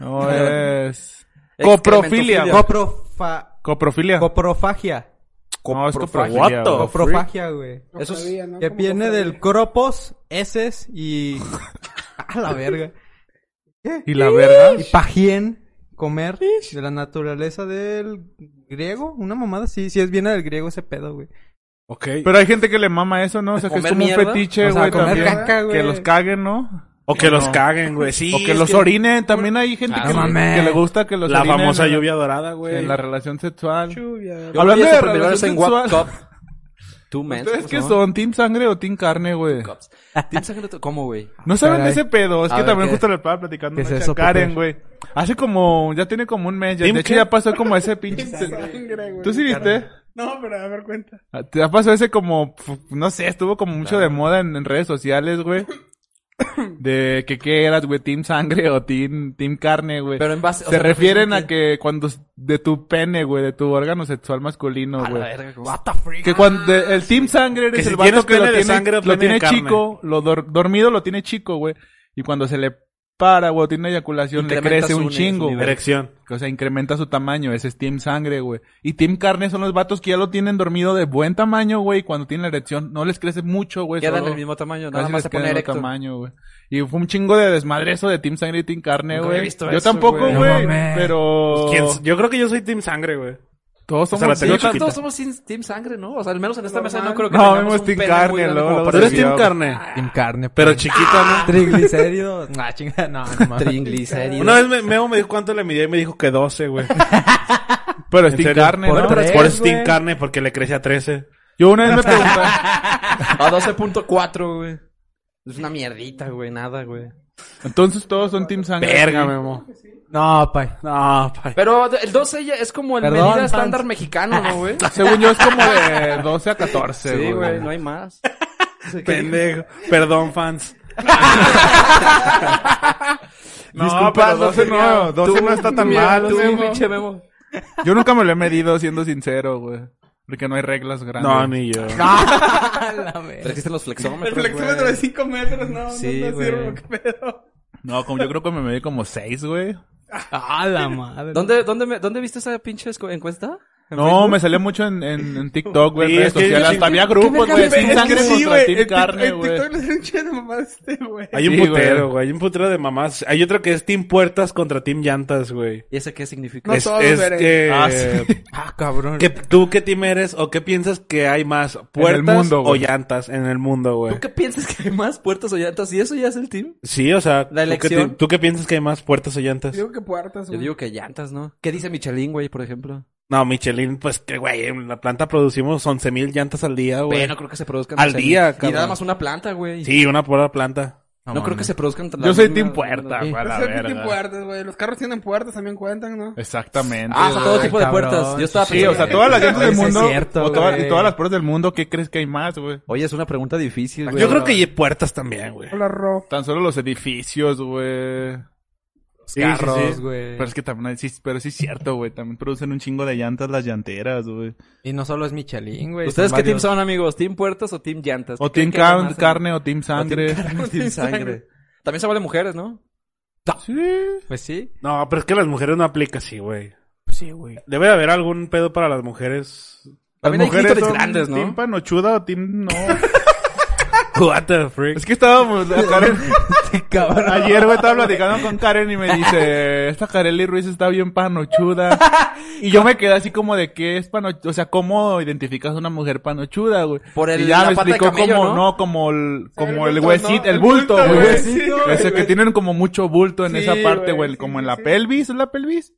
[SPEAKER 5] No, es...
[SPEAKER 3] Excrementofilia.
[SPEAKER 5] Coprofilia. güey.
[SPEAKER 4] Coprofa...
[SPEAKER 5] Coprofilia.
[SPEAKER 4] Coprofagia.
[SPEAKER 5] No, es
[SPEAKER 7] What
[SPEAKER 5] coprofilia.
[SPEAKER 7] the
[SPEAKER 5] güey.
[SPEAKER 7] fuck?
[SPEAKER 4] Coprofagia, güey.
[SPEAKER 6] No
[SPEAKER 3] Eso es-
[SPEAKER 6] sabía, ¿no?
[SPEAKER 4] Que
[SPEAKER 6] Como
[SPEAKER 4] viene
[SPEAKER 6] sabía.
[SPEAKER 4] del cropos, heces y... a la verga.
[SPEAKER 5] Y la verdad...
[SPEAKER 4] Y pagien, comer, de la naturaleza del griego. Una mamada, sí, sí, es viene del griego ese pedo, güey.
[SPEAKER 7] Ok.
[SPEAKER 5] Pero hay gente que le mama eso, ¿no? O sea, que es
[SPEAKER 3] ¿Comer
[SPEAKER 5] como un
[SPEAKER 3] mierda?
[SPEAKER 5] fetiche,
[SPEAKER 4] O sea,
[SPEAKER 5] güey,
[SPEAKER 4] comer
[SPEAKER 5] también.
[SPEAKER 4] caca, güey.
[SPEAKER 5] Que los caguen, ¿no?
[SPEAKER 7] O que los caguen, güey. Sí.
[SPEAKER 5] o que
[SPEAKER 7] es
[SPEAKER 5] los orinen. También hay gente
[SPEAKER 3] Ah,
[SPEAKER 5] que,
[SPEAKER 4] no mames.
[SPEAKER 5] que le gusta que los
[SPEAKER 7] La
[SPEAKER 5] orinen
[SPEAKER 7] famosa
[SPEAKER 5] en la-
[SPEAKER 7] lluvia dorada,
[SPEAKER 5] En
[SPEAKER 7] güey.
[SPEAKER 5] la relación sexual.
[SPEAKER 6] Lluvia.
[SPEAKER 3] Yo
[SPEAKER 5] Hablando
[SPEAKER 3] Hablando
[SPEAKER 5] de
[SPEAKER 3] de primeros
[SPEAKER 5] relación
[SPEAKER 3] en
[SPEAKER 5] sexual.
[SPEAKER 3] What Cup. Two men.
[SPEAKER 5] ¿Ustedes qué son? ¿Team sangre o team carne, güey?
[SPEAKER 3] ¿Cómo, güey?
[SPEAKER 5] No saben
[SPEAKER 4] Caray.
[SPEAKER 5] de ese pedo. Es
[SPEAKER 3] A
[SPEAKER 5] que
[SPEAKER 3] ver,
[SPEAKER 5] también
[SPEAKER 3] ¿qué?
[SPEAKER 5] justo le estaba platicando
[SPEAKER 4] ¿Qué es
[SPEAKER 5] una
[SPEAKER 4] eso,
[SPEAKER 5] chica, Karen,
[SPEAKER 4] Pepe?
[SPEAKER 5] güey. Hace como... Ya tiene como un mes. ya-
[SPEAKER 7] ¿Team
[SPEAKER 5] De hecho,
[SPEAKER 7] qué?
[SPEAKER 5] ya pasó como ese pinche...
[SPEAKER 6] Sangre, güey.
[SPEAKER 5] ¿Tú sí viste? Ah,
[SPEAKER 6] No, pero a ver, cuenta.
[SPEAKER 5] Te ha pasado ese como, pf, no sé, estuvo como mucho de moda en, en redes sociales, güey. De que qué eras, güey, team sangre o team, team carne, güey.
[SPEAKER 3] Pero en base- o
[SPEAKER 5] Se
[SPEAKER 3] sea,
[SPEAKER 5] refieren a
[SPEAKER 3] ¿refieren
[SPEAKER 5] que cuando, s- de tu pene, güey, de tu órgano sexual masculino,
[SPEAKER 3] A la
[SPEAKER 5] güey.
[SPEAKER 3] verga, güey. Pues
[SPEAKER 5] Que cuando, de- el team sangre
[SPEAKER 7] Que
[SPEAKER 5] eres
[SPEAKER 7] si
[SPEAKER 5] el
[SPEAKER 7] tienes
[SPEAKER 5] vato que
[SPEAKER 7] pene
[SPEAKER 5] lo
[SPEAKER 7] de
[SPEAKER 5] tiene,
[SPEAKER 7] sangre o
[SPEAKER 5] lo
[SPEAKER 7] pene de
[SPEAKER 5] tiene
[SPEAKER 7] carne.
[SPEAKER 5] chico, lo dor- dormido lo tiene chico, güey. Y cuando se le dispara, güey, tiene eyaculación, le
[SPEAKER 3] Incrementa
[SPEAKER 5] crece
[SPEAKER 3] su
[SPEAKER 5] un
[SPEAKER 3] nivel,
[SPEAKER 5] chingo,
[SPEAKER 3] su
[SPEAKER 5] güey.
[SPEAKER 7] Erección.
[SPEAKER 5] O sea, incrementa su tamaño, ese es Team Sangre, güey. Y Team Carne son los vatos que ya lo tienen dormido de buen tamaño, güey, y cuando tienen la erección no les crece mucho, güey.
[SPEAKER 3] Quedan
[SPEAKER 5] solo
[SPEAKER 3] del mismo tamaño, nada
[SPEAKER 5] Casi
[SPEAKER 3] más
[SPEAKER 5] les
[SPEAKER 3] se
[SPEAKER 5] queda
[SPEAKER 3] pone
[SPEAKER 5] el
[SPEAKER 3] erecto.
[SPEAKER 5] tamaño, güey. Y fue un chingo de desmadre eso de Team Sangre y Team Carne,
[SPEAKER 3] Nunca
[SPEAKER 5] güey.
[SPEAKER 3] había visto
[SPEAKER 5] Yo
[SPEAKER 3] eso,
[SPEAKER 5] tampoco,
[SPEAKER 3] güey. No
[SPEAKER 5] güey,
[SPEAKER 7] mames.
[SPEAKER 5] pero...
[SPEAKER 7] ¿Quién s- Yo creo que yo soy Team Sangre, güey.
[SPEAKER 5] Todos
[SPEAKER 7] sea,
[SPEAKER 5] somos...
[SPEAKER 7] la tengo
[SPEAKER 5] Yo creo-
[SPEAKER 7] chiquita.
[SPEAKER 3] Todos somos team- Team Sangre, ¿no? O sea, al menos en esta mesa no creo que
[SPEAKER 5] No,
[SPEAKER 3] tengamos
[SPEAKER 5] vemos
[SPEAKER 3] un
[SPEAKER 5] Team
[SPEAKER 3] pene muy
[SPEAKER 5] Carne,
[SPEAKER 3] grande
[SPEAKER 5] luego,
[SPEAKER 3] como
[SPEAKER 5] luego
[SPEAKER 3] para
[SPEAKER 7] Tú eres
[SPEAKER 5] sí,
[SPEAKER 7] Team
[SPEAKER 5] yo-
[SPEAKER 7] Carne.
[SPEAKER 4] Team carne.
[SPEAKER 7] Pero
[SPEAKER 4] pues.
[SPEAKER 7] chiquita, ¿no?
[SPEAKER 4] Triglicéridos. Ah, chingada, no, no mames.
[SPEAKER 3] Triglicéridos.
[SPEAKER 7] Una vez me, Memo me dijo cuánto le midía y me dijo que 12, güey.
[SPEAKER 5] Pero es
[SPEAKER 7] ¿En
[SPEAKER 5] Team
[SPEAKER 7] serio?
[SPEAKER 5] Carne,
[SPEAKER 7] Por,
[SPEAKER 5] ¿no?
[SPEAKER 7] por
[SPEAKER 4] Tres,
[SPEAKER 7] eso es Team
[SPEAKER 4] güey.
[SPEAKER 7] Carne, porque le crece a 13.
[SPEAKER 5] Yo una vez me pregunté...
[SPEAKER 3] A 12.4, güey. Es una mierdita, güey, nada, güey.
[SPEAKER 5] Entonces todos son Team Sangre.
[SPEAKER 7] Verga,
[SPEAKER 5] aquí.
[SPEAKER 7] Memo.
[SPEAKER 4] No, pay.
[SPEAKER 7] No, pa.
[SPEAKER 3] Pero el 12 ya es como el
[SPEAKER 4] Perdón,
[SPEAKER 3] medida
[SPEAKER 4] fans.
[SPEAKER 3] estándar mexicano, ¿no, güey?
[SPEAKER 5] Según yo es como de 12 a 14,
[SPEAKER 3] Sí,
[SPEAKER 5] güey.
[SPEAKER 3] güey, no hay más. Pues,
[SPEAKER 7] Pendejo. Perdón, fans.
[SPEAKER 5] No, pero 12 no, 12 no está tan mal.
[SPEAKER 3] Tú,
[SPEAKER 5] Memo.
[SPEAKER 3] pinche Memo.
[SPEAKER 5] Yo nunca me lo he medido, siendo sincero, güey. Porque no hay reglas grandes.
[SPEAKER 7] No, ni yo.
[SPEAKER 3] Trajiste los
[SPEAKER 6] El
[SPEAKER 3] flexómetros,
[SPEAKER 6] flexómetro de 5 metros, no,
[SPEAKER 3] Sí,
[SPEAKER 6] no, no
[SPEAKER 3] güey.
[SPEAKER 6] sirve, qué pedo.
[SPEAKER 5] No, como yo creo que me medí como 6, güey.
[SPEAKER 4] Ah, A la madre.
[SPEAKER 3] ¿Dónde, dónde, me- ¿Dónde viste esa pinche escu- encuesta? ¿En
[SPEAKER 5] No,
[SPEAKER 3] Facebook?
[SPEAKER 5] me salía mucho en, en, en TikTok, güey,
[SPEAKER 7] Sí,
[SPEAKER 5] en redes
[SPEAKER 7] es que-
[SPEAKER 5] sociales. Hasta había grupos,
[SPEAKER 6] Qué
[SPEAKER 5] güey.
[SPEAKER 6] verga,
[SPEAKER 5] Team
[SPEAKER 6] es
[SPEAKER 5] sangre
[SPEAKER 6] que sí,
[SPEAKER 5] contra
[SPEAKER 6] güey,
[SPEAKER 5] Team
[SPEAKER 6] en Tik-
[SPEAKER 5] carne,
[SPEAKER 6] en
[SPEAKER 5] güey.
[SPEAKER 6] TikTok le hacen un chingo de mamadas a este, güey.
[SPEAKER 7] Hay un
[SPEAKER 5] Sí, güey.
[SPEAKER 7] putero, güey. Hay un putero de mamás. Hay otro que es Team Puertas contra Team Llantas, güey.
[SPEAKER 3] ¿Y ese qué significa?
[SPEAKER 6] No
[SPEAKER 7] es
[SPEAKER 6] todos,
[SPEAKER 7] es
[SPEAKER 6] veré.
[SPEAKER 7] que,
[SPEAKER 5] Ah, sí.
[SPEAKER 4] Ah, cabrón.
[SPEAKER 7] que tú qué team eres o qué piensas que hay más puertas
[SPEAKER 5] mundo,
[SPEAKER 7] o
[SPEAKER 5] güey.
[SPEAKER 7] llantas en el mundo, güey.
[SPEAKER 3] ¿Tú qué piensas que hay más puertas o llantas? ¿Y eso ya es el team?
[SPEAKER 7] Sí, o sea,
[SPEAKER 3] La
[SPEAKER 7] ¿tú qué
[SPEAKER 3] elección.
[SPEAKER 7] te- ¿tú qué piensas que hay más puertas o llantas?
[SPEAKER 6] Digo que puertas,
[SPEAKER 3] Yo
[SPEAKER 6] güey.
[SPEAKER 3] digo que llantas, ¿no? ¿Qué dice Michelin, güey, por ejemplo?
[SPEAKER 7] No, Michelin, pues que, güey, en la planta producimos 11.000 llantas al día, güey.
[SPEAKER 3] Bueno, creo que se produzcan.
[SPEAKER 7] Al
[SPEAKER 3] Michelin.
[SPEAKER 7] día,
[SPEAKER 3] Y
[SPEAKER 7] cabrón.
[SPEAKER 3] nada más una planta, güey.
[SPEAKER 7] Sí, una pura planta.
[SPEAKER 3] No, creo que se produzcan. las
[SPEAKER 5] Yo soy
[SPEAKER 3] mismas-
[SPEAKER 5] Team Puerta, güey, a
[SPEAKER 6] Los
[SPEAKER 5] la
[SPEAKER 6] carros tienen
[SPEAKER 5] verga.
[SPEAKER 6] puertas, güey. Los carros tienen puertas, también cuentan, ¿no?
[SPEAKER 5] Exactamente.
[SPEAKER 3] Ah, o sea, todo
[SPEAKER 4] Ay,
[SPEAKER 3] tipo de
[SPEAKER 4] cabrón.
[SPEAKER 3] puertas. Yo estaba
[SPEAKER 5] Sí, o sea, todas las llantas del
[SPEAKER 4] Eso es
[SPEAKER 5] mundo.
[SPEAKER 4] cierto,
[SPEAKER 5] o todas-
[SPEAKER 4] güey.
[SPEAKER 5] y todas las puertas del mundo, ¿qué crees que hay más, güey?
[SPEAKER 3] Oye, es una pregunta difícil, güey.
[SPEAKER 7] Yo creo que hay puertas también, güey.
[SPEAKER 6] Hola, Ro.
[SPEAKER 5] Tan solo los edificios, güey.
[SPEAKER 4] Los
[SPEAKER 7] sí, sí,
[SPEAKER 4] carros,
[SPEAKER 7] sí.
[SPEAKER 4] güey.
[SPEAKER 5] Pero es que también, hay- sí, pero sí es cierto, güey. También producen un chingo de llantas las llanteras, güey.
[SPEAKER 4] Y no solo es Michelin, güey.
[SPEAKER 3] ¿Ustedes
[SPEAKER 4] son
[SPEAKER 3] qué team
[SPEAKER 4] varios.
[SPEAKER 3] son, amigos? ¿Team Puertas o team Llantas?
[SPEAKER 5] O
[SPEAKER 3] ¿Qué creen
[SPEAKER 5] Team
[SPEAKER 3] que
[SPEAKER 5] Car-
[SPEAKER 3] más hacen?
[SPEAKER 5] Carne o Team
[SPEAKER 3] O team
[SPEAKER 5] Sangre.
[SPEAKER 3] carne o team Sangre. También se vale mujeres, ¿no?
[SPEAKER 5] Sí.
[SPEAKER 4] Pues sí.
[SPEAKER 7] No, pero es que las mujeres no aplica así, güey.
[SPEAKER 4] Sí, güey.
[SPEAKER 7] Debe de haber algún pedo para las mujeres.
[SPEAKER 3] También hay clítoris grandes, ¿no?
[SPEAKER 5] Team panochuda o team no.
[SPEAKER 7] What the freak.
[SPEAKER 5] es que estábamos Karen-
[SPEAKER 4] Cabrón.
[SPEAKER 5] ayer güey estaba platicando con Karen y me dice, "Esta Kareli Ruiz está bien panochuda." Y yo me quedé así como de qué es panochuda, o sea, ¿cómo identificas a una mujer panochuda, güey?
[SPEAKER 3] Por el-
[SPEAKER 5] y ya
[SPEAKER 3] la
[SPEAKER 5] me
[SPEAKER 3] pata de
[SPEAKER 5] explicó
[SPEAKER 3] camello,
[SPEAKER 5] como
[SPEAKER 3] ¿no?
[SPEAKER 5] ¿no? como el como el
[SPEAKER 6] bulto,
[SPEAKER 5] huesito,
[SPEAKER 6] ¿no?
[SPEAKER 5] el bulto,
[SPEAKER 6] El
[SPEAKER 5] güey.
[SPEAKER 6] huesito, güey.
[SPEAKER 5] Ese que tienen como mucho bulto en
[SPEAKER 6] Sí,
[SPEAKER 5] esa parte,
[SPEAKER 6] güey,
[SPEAKER 5] güey,
[SPEAKER 6] sí,
[SPEAKER 5] como en
[SPEAKER 6] sí,
[SPEAKER 5] la
[SPEAKER 6] sí.
[SPEAKER 5] pelvis, ¿es la pelvis?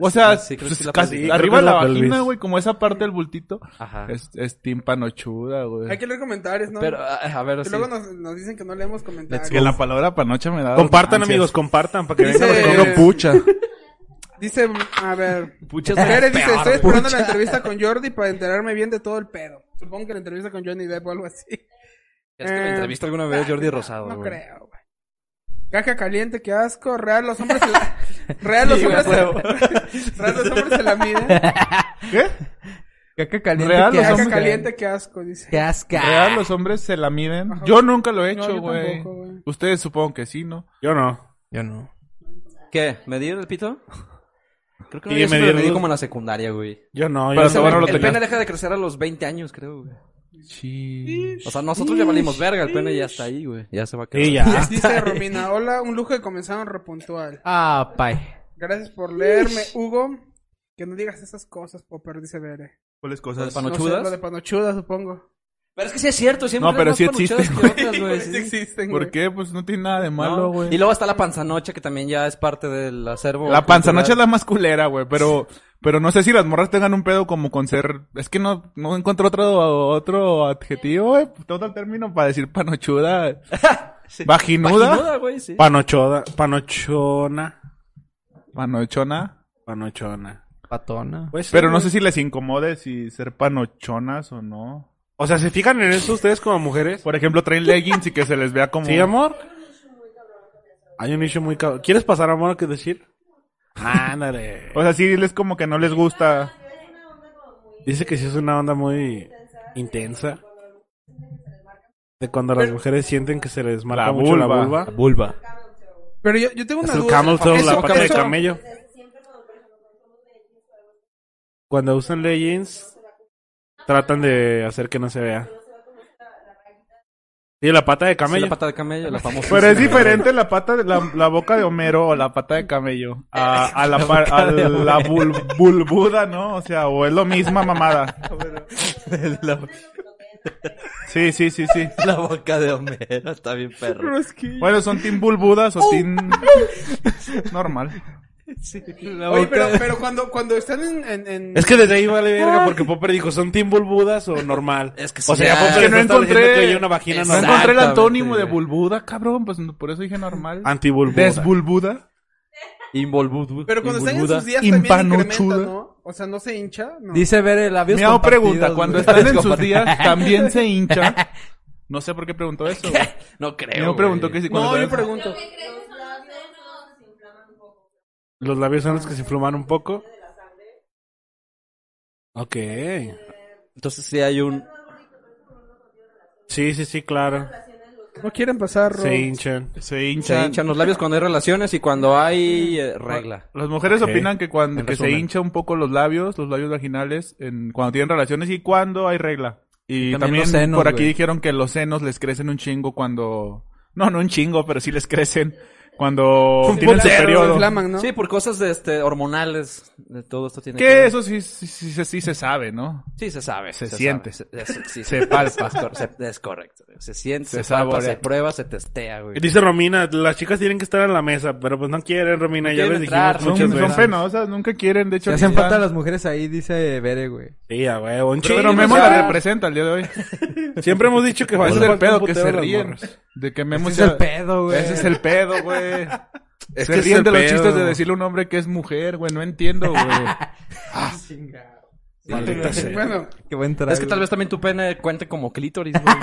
[SPEAKER 5] O sea,
[SPEAKER 3] Eh, Sí, creo que
[SPEAKER 5] pues,
[SPEAKER 3] sí la
[SPEAKER 5] casi
[SPEAKER 3] pelvis.
[SPEAKER 5] arriba de la,
[SPEAKER 7] Creo que es la
[SPEAKER 5] vagina,
[SPEAKER 7] pelvis.
[SPEAKER 5] güey, como esa parte del bultito.
[SPEAKER 3] Ajá.
[SPEAKER 5] Es, es team panochuda, güey.
[SPEAKER 6] Hay que leer comentarios, ¿no?
[SPEAKER 3] Pero, a, a ver,
[SPEAKER 6] y
[SPEAKER 3] sí.
[SPEAKER 6] luego nos, nos dicen que no leemos comentarios.
[SPEAKER 5] Que la palabra panocha me da.
[SPEAKER 7] Compartan,
[SPEAKER 5] ansias.
[SPEAKER 7] amigos, compartan para que
[SPEAKER 6] Dice-
[SPEAKER 7] vengan los
[SPEAKER 6] Eh,
[SPEAKER 5] Tengo pucha.
[SPEAKER 6] Dice, a ver.
[SPEAKER 3] Puchas
[SPEAKER 6] Jerez
[SPEAKER 3] mujeres
[SPEAKER 6] dice, estoy esperando la entrevista con Jordi para enterarme bien de todo el pedo. Supongo que la entrevista con Johnny Depp o algo así.
[SPEAKER 3] ¿Has que me entrevista alguna vez Jordi Rosado,
[SPEAKER 6] Eh, ah, No
[SPEAKER 3] Ah, güey?
[SPEAKER 6] creo, güey. Caja caliente, qué asco. Real, los hombres se la... Real, los hombres se... Real, los hombres se la miden.
[SPEAKER 4] Caca caliente.
[SPEAKER 5] Real,
[SPEAKER 4] qué
[SPEAKER 5] los
[SPEAKER 6] Caja
[SPEAKER 4] asco.
[SPEAKER 5] hombres-
[SPEAKER 6] caliente, qué asco, dice.
[SPEAKER 4] Qué asca.
[SPEAKER 5] Real, los hombres se la miden. Yo nunca lo he
[SPEAKER 6] No, yo
[SPEAKER 5] hecho, güey.
[SPEAKER 6] tampoco, güey.
[SPEAKER 5] Ustedes supongo que sí, ¿no?
[SPEAKER 7] Yo no.
[SPEAKER 4] Yo no.
[SPEAKER 3] ¿Qué? ¿Medir el pito? Creo que no,
[SPEAKER 7] Sí,
[SPEAKER 3] yo siempre
[SPEAKER 7] medir
[SPEAKER 3] lo medí
[SPEAKER 7] los-
[SPEAKER 3] como en la secundaria, güey.
[SPEAKER 7] Yo no.
[SPEAKER 5] Pero
[SPEAKER 7] Yo
[SPEAKER 5] se
[SPEAKER 7] no.
[SPEAKER 5] van a lo
[SPEAKER 3] el
[SPEAKER 5] tenías.
[SPEAKER 3] pene deja de crecer a los 20 años, creo, güey.
[SPEAKER 5] Sí.
[SPEAKER 3] O sea, nosotros ya valimos verga, el pene ya está ahí, güey. Ya se va a quedar.
[SPEAKER 7] Sí, ya.
[SPEAKER 6] Dice Romina, hola, un lujo que comenzaron repuntual.
[SPEAKER 4] Ah, pay.
[SPEAKER 6] Gracias por leerme, Hugo. Que no digas esas cosas, Popper, dice Bere.
[SPEAKER 5] ¿Cuáles
[SPEAKER 3] Las
[SPEAKER 5] cosas?
[SPEAKER 6] No sé,
[SPEAKER 3] panochudas.
[SPEAKER 6] lo de panochuda, supongo.
[SPEAKER 3] Pero es que sí es cierto, siempre
[SPEAKER 5] No, pero
[SPEAKER 3] hay
[SPEAKER 5] sí
[SPEAKER 3] más panochudas
[SPEAKER 5] existen,
[SPEAKER 3] que otras, güey.
[SPEAKER 6] Sí
[SPEAKER 3] Pues sí.
[SPEAKER 6] existen,
[SPEAKER 5] ¿Por
[SPEAKER 6] güey.
[SPEAKER 5] qué? Pues no tiene nada de
[SPEAKER 3] ¿No?
[SPEAKER 5] malo, güey.
[SPEAKER 3] Y luego está la panzanocha, que también ya es parte del acervo.
[SPEAKER 5] La panzanocha es
[SPEAKER 3] cultural.
[SPEAKER 5] la más culera, güey, pero... Pero no sé si las morras tengan un pedo como con ser... Es que no, no encuentro otro, otro adjetivo, güey. Todo término para decir panochuda. Vaginuda.
[SPEAKER 3] Vaginuda, güey, sí.
[SPEAKER 7] Panochoda. Panochona.
[SPEAKER 5] Panochona.
[SPEAKER 7] Panochona.
[SPEAKER 4] Patona.
[SPEAKER 7] Pues sí,
[SPEAKER 5] Pero no
[SPEAKER 7] güey.
[SPEAKER 5] sé si les incomode si ser panochonas o no.
[SPEAKER 7] O sea, ¿se fijan en eso ustedes como mujeres?
[SPEAKER 5] Por ejemplo, traen leggings y que se les vea como...
[SPEAKER 7] ¿Sí, amor? Hay un issue muy cabrón. ¿Quieres pasar, amor, a qué decir? Ándale.
[SPEAKER 5] O sea, sí, les como que no les gusta.
[SPEAKER 7] Dice que sí es una onda muy intensa. De cuando las mujeres sienten que se les marca
[SPEAKER 5] La
[SPEAKER 7] mucho la
[SPEAKER 5] vulva.
[SPEAKER 7] vulva.
[SPEAKER 4] Vulva.
[SPEAKER 6] Pero yo, yo tengo una
[SPEAKER 7] Es el
[SPEAKER 6] duda.
[SPEAKER 7] camel toe,
[SPEAKER 6] Eso-
[SPEAKER 7] la pata de
[SPEAKER 6] eso-
[SPEAKER 7] camello. Cuando usan leggings, tratan de hacer que no se vea. Y la pata de
[SPEAKER 3] Sí,
[SPEAKER 7] camello.
[SPEAKER 3] la pata de camello, la famosa.
[SPEAKER 5] Pero es diferente la pata de, la, la boca de Homero o la pata de camello a, a la, par- a la bul- bulbuda, ¿no? O sea, o es lo misma mamada. Sí, sí, sí, sí.
[SPEAKER 3] La boca de Homero, está bien perro.
[SPEAKER 6] Pero es que-
[SPEAKER 5] Bueno, son team bulbudas o team normal.
[SPEAKER 6] Oye, pero, pero cuando, cuando están en... en, en-
[SPEAKER 7] Es que desde ahí vale verga porque Popper dijo, ¿son team bulbudas o normal?
[SPEAKER 3] Es que
[SPEAKER 7] o
[SPEAKER 3] sí, ya.
[SPEAKER 7] sea,
[SPEAKER 5] Es
[SPEAKER 7] Popper
[SPEAKER 5] que no
[SPEAKER 7] no encontré
[SPEAKER 5] encontré-
[SPEAKER 7] que hay una vagina
[SPEAKER 5] No
[SPEAKER 3] Exacto.
[SPEAKER 7] normal.
[SPEAKER 5] encontré el antónimo de
[SPEAKER 3] güey.
[SPEAKER 5] bulbuda, cabrón, pues por eso dije normal.
[SPEAKER 7] Antibulbuda.
[SPEAKER 5] Desbulbuda.
[SPEAKER 3] Involvudo.
[SPEAKER 6] Pero cuando están en
[SPEAKER 3] involvuda.
[SPEAKER 6] sus días también
[SPEAKER 5] impanochuda.
[SPEAKER 6] incrementa, ¿no? O sea, no se hincha. No.
[SPEAKER 4] Dice ver el labios
[SPEAKER 5] Miau
[SPEAKER 4] compartidos,
[SPEAKER 5] pregunta, cuando
[SPEAKER 4] güey.
[SPEAKER 5] están en sus días, ¿también se hincha? No sé por qué preguntó eso. güey.
[SPEAKER 3] No creo.
[SPEAKER 5] Miau preguntó
[SPEAKER 3] güey.
[SPEAKER 5] que si cuando
[SPEAKER 6] No, yo
[SPEAKER 5] están en-
[SPEAKER 6] pregunto.
[SPEAKER 7] Los labios son los que se inflaman un poco. Ok.
[SPEAKER 3] Entonces sí hay un.
[SPEAKER 7] Sí, sí, sí, claro.
[SPEAKER 6] No quieren pasar, Rob.
[SPEAKER 7] Se hinchan.
[SPEAKER 5] Se
[SPEAKER 3] Se
[SPEAKER 5] hincha.
[SPEAKER 3] hinchan los labios cuando hay relaciones y cuando hay eh, regla.
[SPEAKER 5] Las mujeres
[SPEAKER 7] Ok.
[SPEAKER 5] opinan que cuando
[SPEAKER 3] En
[SPEAKER 5] que se
[SPEAKER 3] resumen.
[SPEAKER 5] hincha un poco los labios, los labios vaginales, en, cuando tienen relaciones y cuando hay regla. Y,
[SPEAKER 4] Y también
[SPEAKER 5] también,
[SPEAKER 4] los senos,
[SPEAKER 5] por aquí
[SPEAKER 4] güey.
[SPEAKER 5] dijeron que los senos les crecen un chingo cuando... No, no un chingo, pero sí les crecen cuando tienen su
[SPEAKER 6] Pero se
[SPEAKER 5] periodo.
[SPEAKER 6] inflaman, ¿no?
[SPEAKER 3] Sí, por cosas de este hormonales, de todo esto tiene
[SPEAKER 5] Que
[SPEAKER 3] ver.
[SPEAKER 5] eso sí, sí, sí, sí- sí se sabe, ¿no?
[SPEAKER 3] Sí, se sabe.
[SPEAKER 5] Se siente.
[SPEAKER 3] sabe, se- es- sí,
[SPEAKER 5] Se palpa.
[SPEAKER 3] Es, cor- se- es correcto. Se siente,
[SPEAKER 5] Se
[SPEAKER 3] se, palpa,
[SPEAKER 5] saborea.
[SPEAKER 3] se prueba, se testea, güey.
[SPEAKER 7] Dice Romina, las chicas tienen que estar en la mesa, pero pues no quieren, Romina,
[SPEAKER 3] No
[SPEAKER 7] ya
[SPEAKER 3] quieren
[SPEAKER 7] les dijimos
[SPEAKER 3] entrar,
[SPEAKER 5] Son,
[SPEAKER 7] muchas
[SPEAKER 5] son
[SPEAKER 7] veces.
[SPEAKER 5] penosas, nunca quieren, de hecho...
[SPEAKER 4] Si hacen
[SPEAKER 5] ni
[SPEAKER 4] falta
[SPEAKER 5] están.
[SPEAKER 4] las mujeres ahí, dice Bere, güey.
[SPEAKER 7] Sí, a huevo, un
[SPEAKER 5] Pero,
[SPEAKER 7] chingo,
[SPEAKER 5] Memo
[SPEAKER 7] o sea,
[SPEAKER 5] la representa el día de hoy.
[SPEAKER 7] Siempre hemos dicho que
[SPEAKER 5] Ese
[SPEAKER 7] hace
[SPEAKER 5] es el
[SPEAKER 7] falta un
[SPEAKER 5] pedo que
[SPEAKER 7] putero
[SPEAKER 5] se
[SPEAKER 7] de las
[SPEAKER 5] ríen.
[SPEAKER 7] morras.
[SPEAKER 5] De que Memo
[SPEAKER 4] Pues Ese es
[SPEAKER 5] sea-
[SPEAKER 4] el pedo, güey.
[SPEAKER 5] Ese es el pedo, güey.
[SPEAKER 7] Es
[SPEAKER 5] se
[SPEAKER 7] que
[SPEAKER 5] ríen
[SPEAKER 7] ese es
[SPEAKER 5] de
[SPEAKER 7] el
[SPEAKER 5] los
[SPEAKER 7] pedo.
[SPEAKER 5] chistes de decirle a un hombre que es mujer, güey. No entiendo, güey.
[SPEAKER 7] Maldita sea.
[SPEAKER 6] Bueno,
[SPEAKER 4] Qué buen trago.
[SPEAKER 3] es que tal vez también tu pene cuente como clítoris, güey.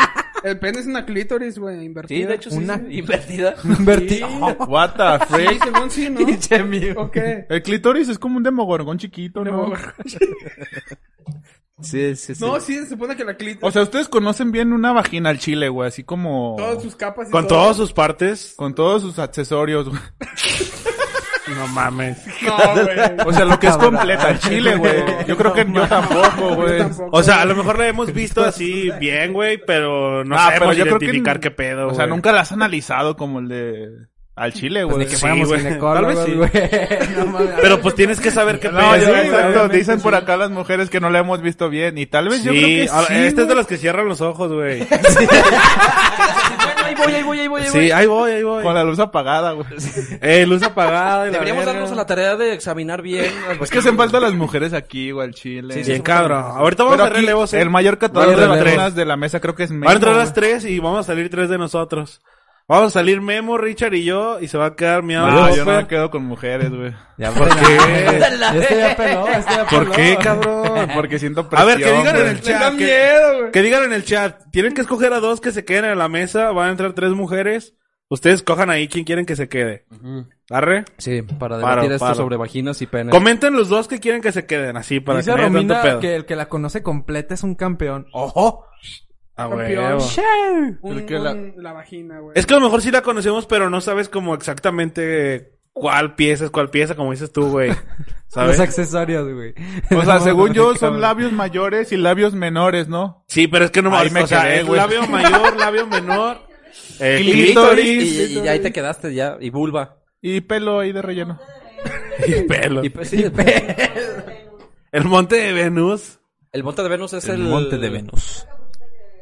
[SPEAKER 6] el pene es una clítoris, güey, invertida.
[SPEAKER 3] sí, de hecho, sí.
[SPEAKER 4] Una-
[SPEAKER 3] sí, Invertida.
[SPEAKER 4] Invertí.
[SPEAKER 5] What the
[SPEAKER 6] Sí,
[SPEAKER 5] freak.
[SPEAKER 6] según sí, ¿no? ¿O qué?
[SPEAKER 5] El clítoris es como un demogorgón chiquito, ¿no?
[SPEAKER 3] Sí, sí, sí.
[SPEAKER 6] No, sí, se supone que la clítoris...
[SPEAKER 5] O sea, ustedes conocen bien una vagina al chile, güey. Así como...
[SPEAKER 6] todas sus capas y
[SPEAKER 7] Con
[SPEAKER 6] todo.
[SPEAKER 7] todas sus partes.
[SPEAKER 5] Con todos sus accesorios, güey.
[SPEAKER 7] No mames.
[SPEAKER 6] No, güey.
[SPEAKER 5] O sea, lo que es completa al chile, güey. Yo creo que yo tampoco,
[SPEAKER 6] Yo
[SPEAKER 5] güey.
[SPEAKER 6] tampoco.
[SPEAKER 7] O sea, a lo mejor la hemos visto así bien, güey, pero no
[SPEAKER 5] Ah,
[SPEAKER 7] sabemos
[SPEAKER 5] yo creo que-
[SPEAKER 7] identificar qué pedo,
[SPEAKER 5] O sea,
[SPEAKER 7] güey. Pues
[SPEAKER 5] nunca las has analizado como el de... Al chile, güey.
[SPEAKER 7] que
[SPEAKER 4] Que
[SPEAKER 7] Sí,
[SPEAKER 4] fuéramos
[SPEAKER 7] güey. Tal
[SPEAKER 4] ginecólogos,
[SPEAKER 7] vez sí.
[SPEAKER 4] güey. No mames.
[SPEAKER 7] Pero pues tienes que saber qué
[SPEAKER 5] No,
[SPEAKER 7] pedo.
[SPEAKER 5] yo-
[SPEAKER 7] güey.
[SPEAKER 5] exacto. Dicen por acá las mujeres que no la hemos visto bien. Y tal vez
[SPEAKER 7] Sí,
[SPEAKER 5] yo creo que
[SPEAKER 7] ahora,
[SPEAKER 5] sí,
[SPEAKER 7] este es de
[SPEAKER 5] güey.
[SPEAKER 7] los que cierran los ojos, güey.
[SPEAKER 3] Ahí voy, ahí voy, ahí voy, ahí voy.
[SPEAKER 7] Sí, ahí voy, ahí voy.
[SPEAKER 5] Con la luz apagada, güey.
[SPEAKER 7] Eh, luz apagada. y la
[SPEAKER 3] Deberíamos
[SPEAKER 7] verga.
[SPEAKER 3] darnos a la tarea de examinar bien.
[SPEAKER 5] Es que hacen falta las mujeres aquí, güey, al chile.
[SPEAKER 3] Sí, sí,
[SPEAKER 7] Pues Bien cabrón. Ahorita vamos
[SPEAKER 5] Pero
[SPEAKER 7] a
[SPEAKER 5] aquí,
[SPEAKER 7] relevos. eh.
[SPEAKER 5] el mayor
[SPEAKER 7] Van
[SPEAKER 5] catador
[SPEAKER 7] a
[SPEAKER 5] de
[SPEAKER 7] entrar
[SPEAKER 5] vacunas
[SPEAKER 7] tres.
[SPEAKER 5] de la mesa creo que es Memo.
[SPEAKER 7] Van a entrar las
[SPEAKER 5] güey.
[SPEAKER 7] tres y vamos a salir tres de nosotros. Vamos a salir Memo, Richard y yo y se va a quedar mi amigo
[SPEAKER 5] No, yo no
[SPEAKER 7] Popper.
[SPEAKER 5] me quedo con mujeres, güey.
[SPEAKER 4] Ya, ¿Por qué? Este ya peló, este ya peló.
[SPEAKER 5] ¿Por qué, cabrón? Porque siento
[SPEAKER 7] A
[SPEAKER 5] presión.
[SPEAKER 7] ver, que digan en
[SPEAKER 5] güey.
[SPEAKER 7] el chat. que- Que digan en el chat. Tienen que escoger a dos que se queden en la mesa. Van a entrar tres mujeres. Ustedes cojan ahí quién quieren que se quede. Arre.
[SPEAKER 3] Sí, para
[SPEAKER 7] Paro,
[SPEAKER 3] debatir esto
[SPEAKER 7] paro.
[SPEAKER 3] sobre vaginas y penes.
[SPEAKER 7] Comenten los dos que quieren que se queden así para
[SPEAKER 4] Dice
[SPEAKER 7] que no haya tanto
[SPEAKER 4] Romina
[SPEAKER 7] pedo.
[SPEAKER 4] que el que la conoce completa es un campeón. ¡Ojo!
[SPEAKER 7] Ah,
[SPEAKER 6] Campeón.
[SPEAKER 7] huevo.
[SPEAKER 6] Un-
[SPEAKER 5] que la-
[SPEAKER 6] un- la vagina, güey.
[SPEAKER 7] Es que a lo mejor sí la conocemos, pero no sabes como exactamente cuál pieza es cuál pieza, como dices tú, güey.
[SPEAKER 4] Los
[SPEAKER 7] ¿Sabes?
[SPEAKER 4] accesorios, güey.
[SPEAKER 5] O sea,
[SPEAKER 4] No,
[SPEAKER 5] según yo,
[SPEAKER 4] qué
[SPEAKER 5] son
[SPEAKER 4] cabrón.
[SPEAKER 5] labios mayores y labios menores, ¿no?
[SPEAKER 7] Sí, pero es que no
[SPEAKER 5] Ahí me
[SPEAKER 7] o sea,
[SPEAKER 5] quedé,
[SPEAKER 7] es
[SPEAKER 5] güey.
[SPEAKER 7] labio mayor, labio menor, eh,
[SPEAKER 5] Clítoris.
[SPEAKER 7] clítoris
[SPEAKER 3] Y, y- y ahí te quedaste ya. Y vulva.
[SPEAKER 5] Y pelo ahí de relleno.
[SPEAKER 7] y pelo.
[SPEAKER 3] Y, pues, sí, el
[SPEAKER 7] El monte de Venus,
[SPEAKER 3] monte de Venus es el...
[SPEAKER 4] Venus.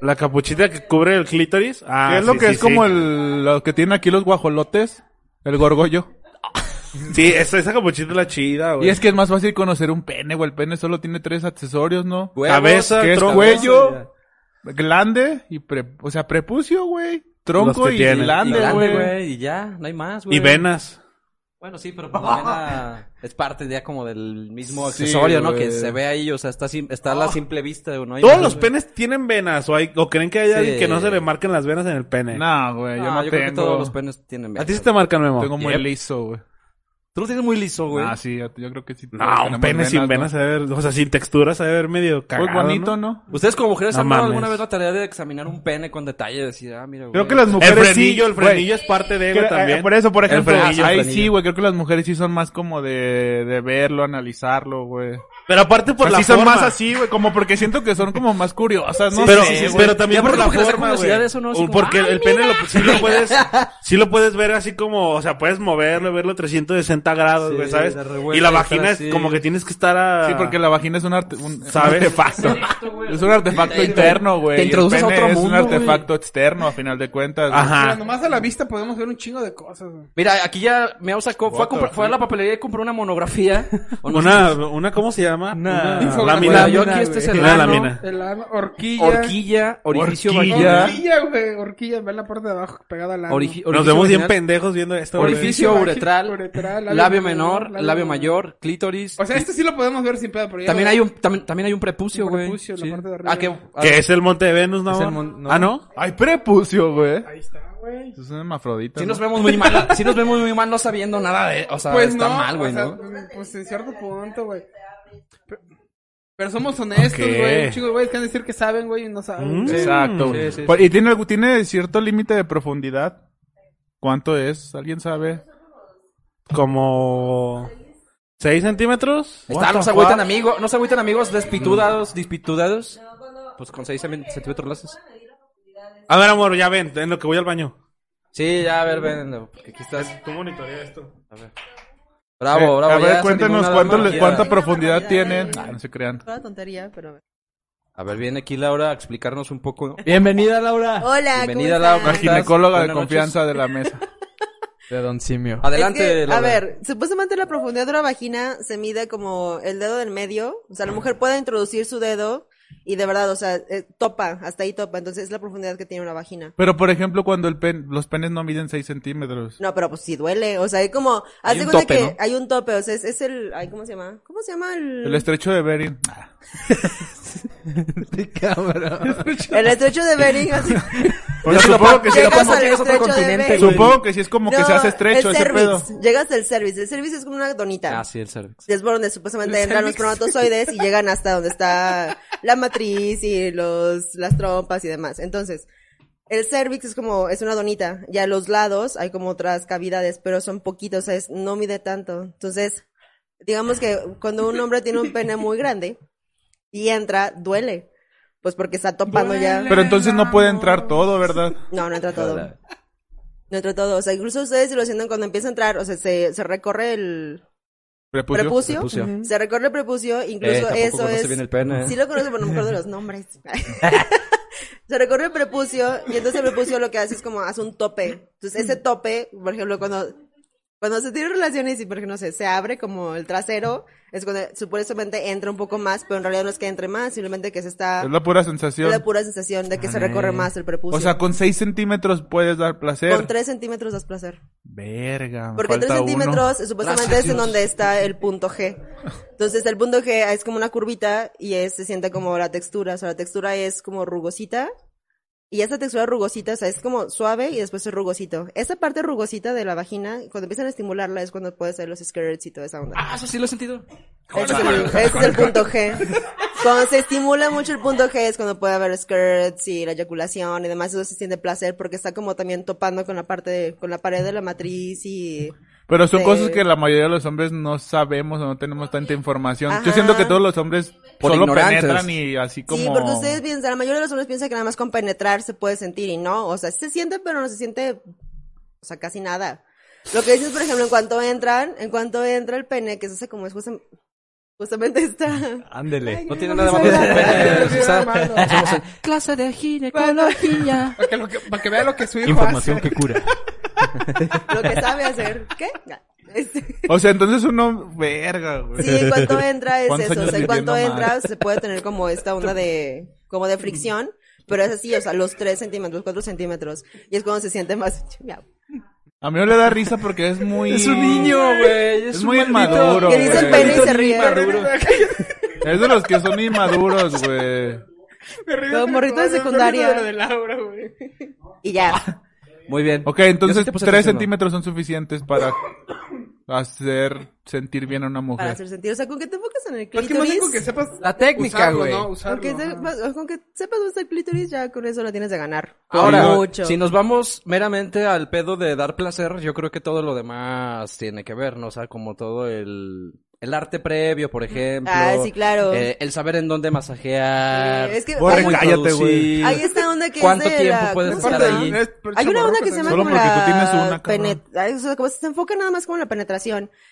[SPEAKER 7] la capuchita que cubre el clítoris. Ah,
[SPEAKER 5] ¿Qué es lo
[SPEAKER 7] sí,
[SPEAKER 5] que
[SPEAKER 7] sí,
[SPEAKER 5] es como
[SPEAKER 7] sí.
[SPEAKER 5] el... Lo que tienen aquí los guajolotes? El gorgollo.
[SPEAKER 7] Sí, esa, esa capuchita es la chida, güey.
[SPEAKER 5] Y es que es más fácil conocer un pene, güey. El pene solo tiene tres accesorios, ¿no?
[SPEAKER 3] Huevos,
[SPEAKER 7] Cabeza,
[SPEAKER 5] que es
[SPEAKER 7] tronco.
[SPEAKER 5] cuello, glande y pre- o sea, prepucio, güey. Tronco
[SPEAKER 7] Los que
[SPEAKER 5] y
[SPEAKER 7] tienen.
[SPEAKER 3] Y
[SPEAKER 5] glande,
[SPEAKER 3] grande,
[SPEAKER 5] güey.
[SPEAKER 3] güey. Y ya, no hay más, güey.
[SPEAKER 7] Y venas.
[SPEAKER 3] Bueno, sí, pero pues la vena es parte ya como del mismo
[SPEAKER 5] Sí,
[SPEAKER 3] accesorio, ¿no?
[SPEAKER 5] güey.
[SPEAKER 3] Que se ve ahí, o sea, está, sim- está a la simple vista, güey, ¿no? hay
[SPEAKER 7] Todos
[SPEAKER 3] más,
[SPEAKER 7] los
[SPEAKER 3] güey.
[SPEAKER 7] penes tienen venas, o, hay, o creen que hay alguien
[SPEAKER 3] Sí.
[SPEAKER 7] que no se le marquen las venas en el pene.
[SPEAKER 5] No, güey, yo
[SPEAKER 3] No,
[SPEAKER 5] no
[SPEAKER 3] yo creo que
[SPEAKER 5] Ah, tengo.
[SPEAKER 3] todos los penes tienen
[SPEAKER 7] A ti se
[SPEAKER 3] venas.
[SPEAKER 7] te marcan, Memo.
[SPEAKER 5] Tengo muy
[SPEAKER 7] Yep.
[SPEAKER 5] liso, güey.
[SPEAKER 3] Tú lo tienes muy liso, güey.
[SPEAKER 5] Ah, sí, yo, yo creo que sí.
[SPEAKER 7] No, un pene sin venas, a ver, o sea, sin textura, se debe ver medio
[SPEAKER 5] Muy
[SPEAKER 7] cagado,
[SPEAKER 5] Pues bonito, ¿no?
[SPEAKER 3] ¿Ustedes como mujeres
[SPEAKER 7] No
[SPEAKER 3] han dado
[SPEAKER 7] mames.
[SPEAKER 3] alguna vez la tarea de examinar un pene con detalle? Decir, ah, mira, güey.
[SPEAKER 5] Creo que las
[SPEAKER 7] El
[SPEAKER 5] mujeres sí.
[SPEAKER 7] frenillo, el
[SPEAKER 5] güey.
[SPEAKER 7] frenillo es parte de
[SPEAKER 5] Creo-
[SPEAKER 7] él también.
[SPEAKER 5] eh, Por eso, por
[SPEAKER 7] El
[SPEAKER 5] ejemplo,
[SPEAKER 7] frenillo, el
[SPEAKER 5] ahí
[SPEAKER 7] frenillo.
[SPEAKER 5] sí, güey, creo que las mujeres sí son más como de, de verlo, analizarlo, güey.
[SPEAKER 7] Pero aparte por
[SPEAKER 5] Pues
[SPEAKER 7] la
[SPEAKER 5] sí son
[SPEAKER 7] forma.
[SPEAKER 5] más así, güey, como porque siento que son como más curiosas, ¿no?
[SPEAKER 7] pero,
[SPEAKER 5] sé,
[SPEAKER 7] sí,
[SPEAKER 5] güey.
[SPEAKER 7] pero también
[SPEAKER 3] Ya
[SPEAKER 7] por
[SPEAKER 3] porque
[SPEAKER 7] la
[SPEAKER 3] como que les da
[SPEAKER 7] forma,
[SPEAKER 3] curiosidad
[SPEAKER 7] güey.
[SPEAKER 3] eso, ¿no?
[SPEAKER 7] O
[SPEAKER 3] Así como,
[SPEAKER 7] Porque
[SPEAKER 3] ¡ay,
[SPEAKER 7] el pene
[SPEAKER 3] mira!
[SPEAKER 7] lo, pues, sí lo puedes, sí lo puedes ver así como, o sea, puedes moverlo, verlo 360 grados,
[SPEAKER 3] Sí,
[SPEAKER 7] güey, ¿sabes?
[SPEAKER 3] la revuelta
[SPEAKER 7] Y la
[SPEAKER 3] y
[SPEAKER 7] vagina
[SPEAKER 3] estar
[SPEAKER 7] es
[SPEAKER 3] así.
[SPEAKER 7] como que tienes que estar a...
[SPEAKER 5] Sí, porque la vagina es un, arte, un, un
[SPEAKER 7] ¿Sabes?
[SPEAKER 5] artefacto. Es un artefacto interno, güey.
[SPEAKER 3] Te
[SPEAKER 5] y el
[SPEAKER 3] introduces a
[SPEAKER 5] pene
[SPEAKER 3] otro
[SPEAKER 5] Es un
[SPEAKER 3] mundo, güey.
[SPEAKER 5] artefacto externo, a final de cuentas. güey.
[SPEAKER 7] Ajá.
[SPEAKER 6] Mira, nomás a la vista podemos ver un chingo de cosas, güey.
[SPEAKER 3] Mira, aquí ya Meao sacó, fue a,
[SPEAKER 5] Voto,
[SPEAKER 3] comprar- fue a la papelería y compró una monografía. O no sé
[SPEAKER 7] Una, una, ¿cómo se llama?
[SPEAKER 4] Una-
[SPEAKER 7] Una
[SPEAKER 3] Bueno,
[SPEAKER 7] lámina.
[SPEAKER 3] yo
[SPEAKER 4] Lámina,
[SPEAKER 3] aquí este es el
[SPEAKER 7] güey. Una
[SPEAKER 3] ano,
[SPEAKER 7] lámina.
[SPEAKER 6] El ano, horquilla.
[SPEAKER 3] horquilla, orificio
[SPEAKER 5] Horquilla.
[SPEAKER 3] vaginal,
[SPEAKER 6] Horquilla, güey. Horquilla, ve la parte de abajo pegada al ano.
[SPEAKER 3] origi- orificio
[SPEAKER 7] Nos vemos bien
[SPEAKER 3] vaginal,
[SPEAKER 7] pendejos viendo esto, güey.
[SPEAKER 3] orificio
[SPEAKER 6] Orificio
[SPEAKER 3] uretral,
[SPEAKER 6] uretral,
[SPEAKER 3] labio,
[SPEAKER 6] labio
[SPEAKER 3] menor,
[SPEAKER 6] menor,
[SPEAKER 3] labio,
[SPEAKER 6] labio
[SPEAKER 3] mayor, clítoris.
[SPEAKER 6] O sea, este sí lo podemos ver sin pedo, pero ya
[SPEAKER 3] también
[SPEAKER 6] lo-
[SPEAKER 3] hay un también, también hay un prepucio,
[SPEAKER 6] Un
[SPEAKER 3] güey.
[SPEAKER 6] prepucio en la parte de arriba.
[SPEAKER 3] Ah, que ah,
[SPEAKER 7] Que es el Monte de Venus, ¿no?
[SPEAKER 4] Es el mon- no.
[SPEAKER 7] Ah, ¿no?
[SPEAKER 5] Ay, prepucio, güey.
[SPEAKER 6] Ahí está, güey.
[SPEAKER 5] Es un hermafrodita.
[SPEAKER 3] sí
[SPEAKER 5] ¿no?
[SPEAKER 3] nos vemos muy mal, sí nos vemos muy mal no sabiendo nada de, o sea,
[SPEAKER 6] Pues
[SPEAKER 3] está
[SPEAKER 6] no,
[SPEAKER 3] mal, güey,
[SPEAKER 6] o sea,
[SPEAKER 3] ¿no?
[SPEAKER 6] Pues en cierto punto, güey. Pero- Pero somos honestos,
[SPEAKER 7] Ok.
[SPEAKER 6] güey. Un chingo de güeyes que han de decir que saben, güey, y no saben.
[SPEAKER 7] Mm.
[SPEAKER 6] güey.
[SPEAKER 5] Exacto.
[SPEAKER 3] sí,
[SPEAKER 5] güey.
[SPEAKER 3] sí.
[SPEAKER 5] Por- ¿Y tiene, algún- tiene cierto límite de profundidad? ¿Cuánto es? ¿Alguien sabe?
[SPEAKER 7] Como... ¿6 centímetros?
[SPEAKER 3] Está, no se agüitan amigos, no se agüitan amigos
[SPEAKER 7] Mm.
[SPEAKER 3] despitudados, dispitudados. Pues con 6 centímetros lo haces.
[SPEAKER 7] A ver, amor, ya ven, en lo que voy al baño.
[SPEAKER 3] Sí, ya, a ver, ven, no, porque aquí estás.
[SPEAKER 7] Tú monitorea esto.
[SPEAKER 3] Bravo,
[SPEAKER 5] Eh,
[SPEAKER 3] bravo.
[SPEAKER 5] a
[SPEAKER 3] ya
[SPEAKER 5] ver,
[SPEAKER 3] se
[SPEAKER 5] cuéntanos
[SPEAKER 3] animó una
[SPEAKER 5] cuánto
[SPEAKER 3] dama,
[SPEAKER 5] le-
[SPEAKER 3] ya.
[SPEAKER 5] cuánta profundidad tienen. Ay, no se crean.
[SPEAKER 8] Fue una tontería, pero a ver.
[SPEAKER 3] A ver, viene aquí Laura a explicarnos un poco.
[SPEAKER 4] Bienvenida, Laura.
[SPEAKER 8] Hola,
[SPEAKER 3] Bienvenida,
[SPEAKER 8] ¿cómo
[SPEAKER 3] Laura.
[SPEAKER 8] están?
[SPEAKER 5] La ginecóloga de
[SPEAKER 3] Buenas noches.
[SPEAKER 5] confianza de la mesa.
[SPEAKER 4] De Don Simio.
[SPEAKER 8] Es
[SPEAKER 3] Adelante,
[SPEAKER 8] que,
[SPEAKER 3] Laura.
[SPEAKER 8] a ver, supuestamente la profundidad de una vagina se mide como el dedo del medio. O sea, la mujer puede introducir su dedo y de verdad, o sea, eh, topa, hasta ahí topa. Entonces es la profundidad que tiene una vagina.
[SPEAKER 5] Pero, por ejemplo, cuando el pen, los penes no miden 6 centímetros.
[SPEAKER 8] No, pero pues sí duele. O sea, hay como, haz
[SPEAKER 3] Hay
[SPEAKER 8] de
[SPEAKER 3] un tope,
[SPEAKER 8] cuenta que
[SPEAKER 3] ¿no?
[SPEAKER 8] hay un tope. O sea, es, es el, ay, ¿cómo se llama? ¿Cómo se llama
[SPEAKER 5] El estrecho de Bering. Ah,
[SPEAKER 8] El estrecho de Bering. así-
[SPEAKER 5] Pero supongo que, sí,
[SPEAKER 8] Llegas
[SPEAKER 5] supongo-
[SPEAKER 8] al estrecho de Bering.
[SPEAKER 5] supongo que sí es como que
[SPEAKER 8] No,
[SPEAKER 5] se hace estrecho
[SPEAKER 8] el
[SPEAKER 5] ese pedo.
[SPEAKER 8] cervix. Llegas al cervix. El cervix es como una donita.
[SPEAKER 3] Ah, sí, el cervix.
[SPEAKER 8] Es por donde supuestamente entran los espermatozoides y llegan hasta donde está la matriz y los, las trompas y demás. Entonces, el cervix es como, es una donita. Y a los lados hay como otras cavidades, pero son poquitos, o sea, es- no mide tanto. Entonces, digamos que cuando un hombre tiene un pene muy grande y entra, duele. Pues porque está topando ya.
[SPEAKER 5] Pero entonces no puede entrar todo, ¿verdad?
[SPEAKER 8] No, no entra todo. No entra todo. O sea, incluso ustedes si lo sienten cuando empieza a entrar, o sea, se, se recorre el
[SPEAKER 5] Prepucio.
[SPEAKER 8] prepucio.
[SPEAKER 3] Prepucio.
[SPEAKER 8] Ujú. Se recorre el prepucio,
[SPEAKER 3] Eh,
[SPEAKER 8] incluso
[SPEAKER 3] tampoco
[SPEAKER 8] eso
[SPEAKER 3] conoce
[SPEAKER 8] es.
[SPEAKER 3] bien el pene.
[SPEAKER 8] Sí lo conozco, pero no me acuerdo de los nombres. Se recorre el prepucio y entonces el prepucio lo que hace es como hace un tope. Entonces ese tope, por ejemplo, cuando, cuando se tiene relaciones y, por ejemplo, no sé, se abre como el trasero, es cuando supuestamente entra un poco más, pero en realidad no es que entre más, simplemente que se está...
[SPEAKER 5] Es la pura
[SPEAKER 8] Ah. es
[SPEAKER 5] sensación.
[SPEAKER 8] la pura sensación de que se recorre más el prepucio.
[SPEAKER 5] O sea, con 6 centímetros puedes dar placer.
[SPEAKER 8] con 3 centímetros das placer.
[SPEAKER 5] Verga. me
[SPEAKER 8] Porque 3
[SPEAKER 5] falta uno.
[SPEAKER 8] centímetros supuestamente es en donde está el punto G. Entonces el punto G es como una curvita y es, se siente como la textura. O sea, la textura es como rugosita. Y esa textura rugosita, o sea, es como suave y después es rugosito. Esa parte rugosita de la vagina, cuando empiezan a estimularla es cuando puedes hacer los squirts y toda esa onda.
[SPEAKER 3] Ah, eso sí lo he sentido.
[SPEAKER 8] Ese es el, ese es el punto G. Cuando se estimula mucho el punto G es cuando puede haber skirts y la eyaculación y demás. Eso se siente placer porque está como también topando con la parte, de- con la pared de la matriz y...
[SPEAKER 5] Pero son
[SPEAKER 8] Sí.
[SPEAKER 5] cosas que la mayoría de los hombres no sabemos o no tenemos tanta información. Yo
[SPEAKER 8] Ajá.
[SPEAKER 5] siento que todos los hombres
[SPEAKER 3] Por
[SPEAKER 5] solo
[SPEAKER 3] ignorantes.
[SPEAKER 5] penetran y así como...
[SPEAKER 8] Sí, porque ustedes piensan, la mayoría de los hombres piensan que nada más con penetrar se puede sentir y no, o sea, sí se siente, pero no se siente, o sea, casi nada. Lo que dices, por ejemplo, en cuanto entran, en cuanto entra el pene, que se hace como es justam- justamente esta
[SPEAKER 4] Ándele.
[SPEAKER 3] No tiene nada malo el pene.
[SPEAKER 6] Sí,
[SPEAKER 3] Susana.
[SPEAKER 6] malo.
[SPEAKER 3] Hacemos el-
[SPEAKER 6] Para que, lo que- para que vea lo que su hijo
[SPEAKER 4] Información
[SPEAKER 6] hace.
[SPEAKER 4] que cura.
[SPEAKER 8] lo que sabe hacer, ¿qué? Nah, este,
[SPEAKER 5] O sea, entonces uno... Verga, güey.
[SPEAKER 8] sí, en cuanto entra es
[SPEAKER 5] ¿Cuántos
[SPEAKER 8] eso, o
[SPEAKER 5] años
[SPEAKER 8] sea, en cuanto
[SPEAKER 5] viviendo mal?
[SPEAKER 8] entra se puede tener como esta onda de, como de fricción, pero es así, o sea, los 3 centímetros, 4 centímetros, y es cuando se siente más, ya,
[SPEAKER 5] A mí no le da risa porque es muy...
[SPEAKER 3] Es un niño, güey. Es,
[SPEAKER 5] Es
[SPEAKER 3] un
[SPEAKER 5] muy
[SPEAKER 3] maldito-
[SPEAKER 5] inmaduro,
[SPEAKER 8] Que dice el
[SPEAKER 5] güey.
[SPEAKER 8] pene y se ríe.
[SPEAKER 5] Es de los que son inmaduros, güey.
[SPEAKER 6] Me río
[SPEAKER 8] Todo
[SPEAKER 6] que
[SPEAKER 8] morrito de
[SPEAKER 6] me río
[SPEAKER 8] secundaria.
[SPEAKER 6] de lo de Laura, güey.
[SPEAKER 8] y ya.
[SPEAKER 3] Muy bien.
[SPEAKER 5] Ok,
[SPEAKER 3] Yo sí
[SPEAKER 5] entonces pues,
[SPEAKER 3] te puse
[SPEAKER 5] tres
[SPEAKER 3] atención, ¿no?
[SPEAKER 5] centímetros son suficientes para... hacer sentir bien a una
[SPEAKER 8] Para
[SPEAKER 5] mujer.
[SPEAKER 8] hacer sentir. O sea, con que te enfocas en el
[SPEAKER 6] Pues que más
[SPEAKER 8] clítoris.
[SPEAKER 6] bien con que sepas.
[SPEAKER 4] La técnica,
[SPEAKER 6] usarlo,
[SPEAKER 4] güey.
[SPEAKER 6] ¿no? Usarlo,
[SPEAKER 8] con, que
[SPEAKER 6] ajá.
[SPEAKER 8] sepas, con que sepas dónde está el clítoris, ya con eso la tienes de ganar. Por
[SPEAKER 3] Ahora,
[SPEAKER 8] mucho.
[SPEAKER 3] si nos vamos meramente al pedo de dar placer, yo creo que todo lo demás tiene que ver, ¿no? O sea, como todo el, el arte previo, por ejemplo.
[SPEAKER 8] Ah, sí, claro.
[SPEAKER 3] eh, el saber en dónde masajear.
[SPEAKER 8] Sí, es que
[SPEAKER 5] Borre,
[SPEAKER 8] hay,
[SPEAKER 5] cállate, güey.
[SPEAKER 3] producir.
[SPEAKER 8] hay esta onda que
[SPEAKER 3] ¿Cuánto
[SPEAKER 8] es de
[SPEAKER 3] tiempo
[SPEAKER 8] la-
[SPEAKER 3] puedes
[SPEAKER 8] ¿cómo
[SPEAKER 6] Es
[SPEAKER 8] se
[SPEAKER 3] estar
[SPEAKER 6] parte
[SPEAKER 8] llama?
[SPEAKER 3] ahí?
[SPEAKER 6] de- es por
[SPEAKER 8] Hay una
[SPEAKER 6] chamarroca
[SPEAKER 8] onda que se
[SPEAKER 6] también.
[SPEAKER 8] llama
[SPEAKER 5] Solo
[SPEAKER 8] como
[SPEAKER 5] porque tú tienes
[SPEAKER 8] la
[SPEAKER 5] una, cabrón.
[SPEAKER 8] penet- ay, o sea, como se enfoca nada más como en la penetración.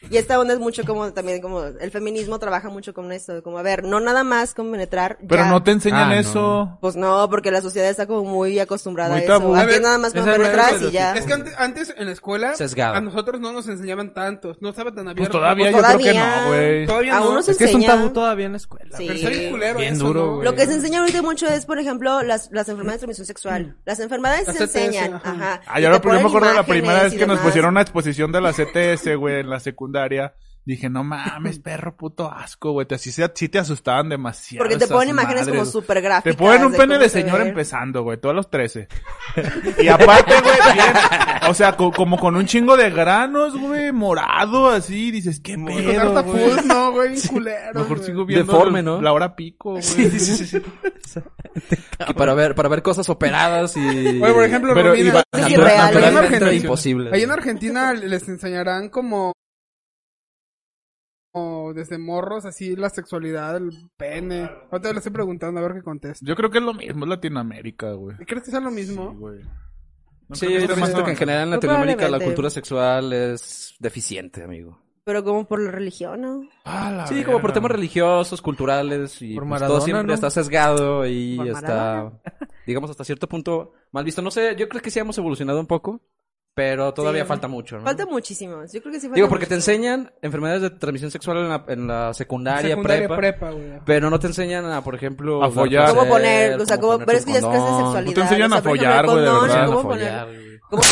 [SPEAKER 8] Y esta onda es mucho como también como el feminismo trabaja mucho con esto, de como a ver, no nada más con penetrar.
[SPEAKER 5] Pero
[SPEAKER 8] ya.
[SPEAKER 5] no te enseñan
[SPEAKER 4] Ah, no.
[SPEAKER 5] eso.
[SPEAKER 8] Pues no, porque la sociedad está como muy acostumbrada
[SPEAKER 5] Muy
[SPEAKER 8] a eso.
[SPEAKER 5] tabú.
[SPEAKER 8] Aquí
[SPEAKER 5] A ver,
[SPEAKER 8] es nada más como
[SPEAKER 3] esa es la
[SPEAKER 8] penetras
[SPEAKER 3] verdad.
[SPEAKER 8] y ya.
[SPEAKER 6] Es que antes, antes en la escuela
[SPEAKER 3] Sesgado.
[SPEAKER 6] a nosotros no nos enseñaban tanto, no estaba tan
[SPEAKER 5] Pues
[SPEAKER 6] abierto.
[SPEAKER 5] todavía
[SPEAKER 8] Pues
[SPEAKER 5] yo creo que
[SPEAKER 8] todavía.
[SPEAKER 5] no, güey.
[SPEAKER 6] Todavía
[SPEAKER 8] Aún
[SPEAKER 6] no.
[SPEAKER 8] no se
[SPEAKER 4] Es que es un
[SPEAKER 8] enseña.
[SPEAKER 4] tabú todavía en la escuela.
[SPEAKER 8] Sí.
[SPEAKER 6] Pero está bien culero
[SPEAKER 4] Bien
[SPEAKER 6] eso,
[SPEAKER 4] duro,
[SPEAKER 6] ¿no?
[SPEAKER 4] güey.
[SPEAKER 8] Lo que se enseña ahorita mucho es, por ejemplo, las, las enfermedades de transmisión
[SPEAKER 5] Mm.
[SPEAKER 8] sexual. Las enfermedades
[SPEAKER 6] Las
[SPEAKER 8] se
[SPEAKER 6] TTS,
[SPEAKER 8] enseñan.
[SPEAKER 6] ajá.
[SPEAKER 8] Ajá.
[SPEAKER 5] Ah,
[SPEAKER 8] Y
[SPEAKER 5] yo, la- yo
[SPEAKER 8] te
[SPEAKER 5] me
[SPEAKER 8] ponen
[SPEAKER 5] acuerdo de la
[SPEAKER 8] imágenes
[SPEAKER 5] primera vez
[SPEAKER 8] y
[SPEAKER 5] que nos
[SPEAKER 8] demás.
[SPEAKER 5] pusieron una exposición de la CTS, güey, en la secundaria. Dije, no mames, perro, puto asco, güey. Te, sí, se- sí te asustaban demasiado.
[SPEAKER 8] Porque te
[SPEAKER 5] esas
[SPEAKER 8] ponen imágenes
[SPEAKER 5] madres,
[SPEAKER 8] como
[SPEAKER 5] güey.
[SPEAKER 8] súper gráficas.
[SPEAKER 5] Te ponen un
[SPEAKER 8] de
[SPEAKER 5] pene
[SPEAKER 8] cómo
[SPEAKER 5] de
[SPEAKER 8] se
[SPEAKER 5] señor
[SPEAKER 8] ve.
[SPEAKER 5] empezando, güey, todos los 13. Y aparte, güey, bien, o sea, co- como con un chingo de granos, güey, morado, así, dices, qué
[SPEAKER 6] Con
[SPEAKER 5] pedo,
[SPEAKER 6] harta
[SPEAKER 5] güey.
[SPEAKER 6] pus, Pues, no, güey, culero.
[SPEAKER 5] Mejor
[SPEAKER 6] güey.
[SPEAKER 5] sigo viendo
[SPEAKER 3] Deforme,
[SPEAKER 5] el-
[SPEAKER 3] ¿no?
[SPEAKER 5] la hora pico, güey.
[SPEAKER 3] Que para ver, para ver cosas operadas y...
[SPEAKER 6] Güey, por ejemplo,
[SPEAKER 5] Pero
[SPEAKER 6] Romina,
[SPEAKER 5] iba-
[SPEAKER 8] Sí,
[SPEAKER 3] Natural-
[SPEAKER 8] real,
[SPEAKER 3] naturalmente
[SPEAKER 6] ¿no?
[SPEAKER 3] imposible.
[SPEAKER 6] ahí en Argentina les enseñarán como como desde morros así la sexualidad, el pene. Ahorita le estoy preguntando a ver qué contesta.
[SPEAKER 5] Yo creo que es lo mismo, es Latinoamérica, güey.
[SPEAKER 6] ¿Crees que sea lo mismo?
[SPEAKER 5] güey. No
[SPEAKER 3] Sí,
[SPEAKER 5] creo
[SPEAKER 3] yo
[SPEAKER 5] esté
[SPEAKER 3] también
[SPEAKER 5] más
[SPEAKER 3] siento que en
[SPEAKER 5] avanzado.
[SPEAKER 3] general en
[SPEAKER 8] Pues
[SPEAKER 3] Latinoamérica la
[SPEAKER 8] probablemente.
[SPEAKER 3] cultura sexual es deficiente, amigo.
[SPEAKER 8] Pero como por la religión, ¿no?
[SPEAKER 5] Ah, la
[SPEAKER 3] Sí, como por
[SPEAKER 5] verga.
[SPEAKER 3] temas religiosos, culturales y
[SPEAKER 4] Por
[SPEAKER 3] pues,
[SPEAKER 4] Maradona,
[SPEAKER 3] todo siempre
[SPEAKER 4] ¿no?
[SPEAKER 3] está sesgado y
[SPEAKER 8] Por
[SPEAKER 3] está,
[SPEAKER 8] Maradona.
[SPEAKER 3] digamos, hasta cierto punto mal visto. No sé, yo creo que sí hemos evolucionado un poco, pero todavía
[SPEAKER 8] Sí.
[SPEAKER 3] falta mucho, ¿no?
[SPEAKER 8] Falta muchísimo. Yo creo que sí falta
[SPEAKER 3] Digo, porque te
[SPEAKER 8] mucho.
[SPEAKER 3] enseñan enfermedades de transmisión sexual en la, en la
[SPEAKER 5] Ah,
[SPEAKER 3] secundaria,
[SPEAKER 6] Secundaria
[SPEAKER 3] prepa,
[SPEAKER 6] prepa, güey.
[SPEAKER 3] pero no te enseñan a, por ejemplo,
[SPEAKER 5] A
[SPEAKER 3] usar
[SPEAKER 5] follar.
[SPEAKER 3] placer,
[SPEAKER 8] Cómo poner, o sea,
[SPEAKER 3] cómo
[SPEAKER 8] cómo, pero
[SPEAKER 3] ponerse
[SPEAKER 8] es que ya es
[SPEAKER 3] un
[SPEAKER 8] clase de
[SPEAKER 3] condón,
[SPEAKER 5] Pues
[SPEAKER 8] sexualidad.
[SPEAKER 5] Te enseñan
[SPEAKER 8] o sea,
[SPEAKER 5] a
[SPEAKER 8] por ejemplo,
[SPEAKER 5] follar,
[SPEAKER 8] el
[SPEAKER 5] güey, de
[SPEAKER 8] condón,
[SPEAKER 3] te enseñan
[SPEAKER 5] verdad.
[SPEAKER 3] a
[SPEAKER 8] ¿cómo poner-
[SPEAKER 3] follar, güey.
[SPEAKER 8] cómo-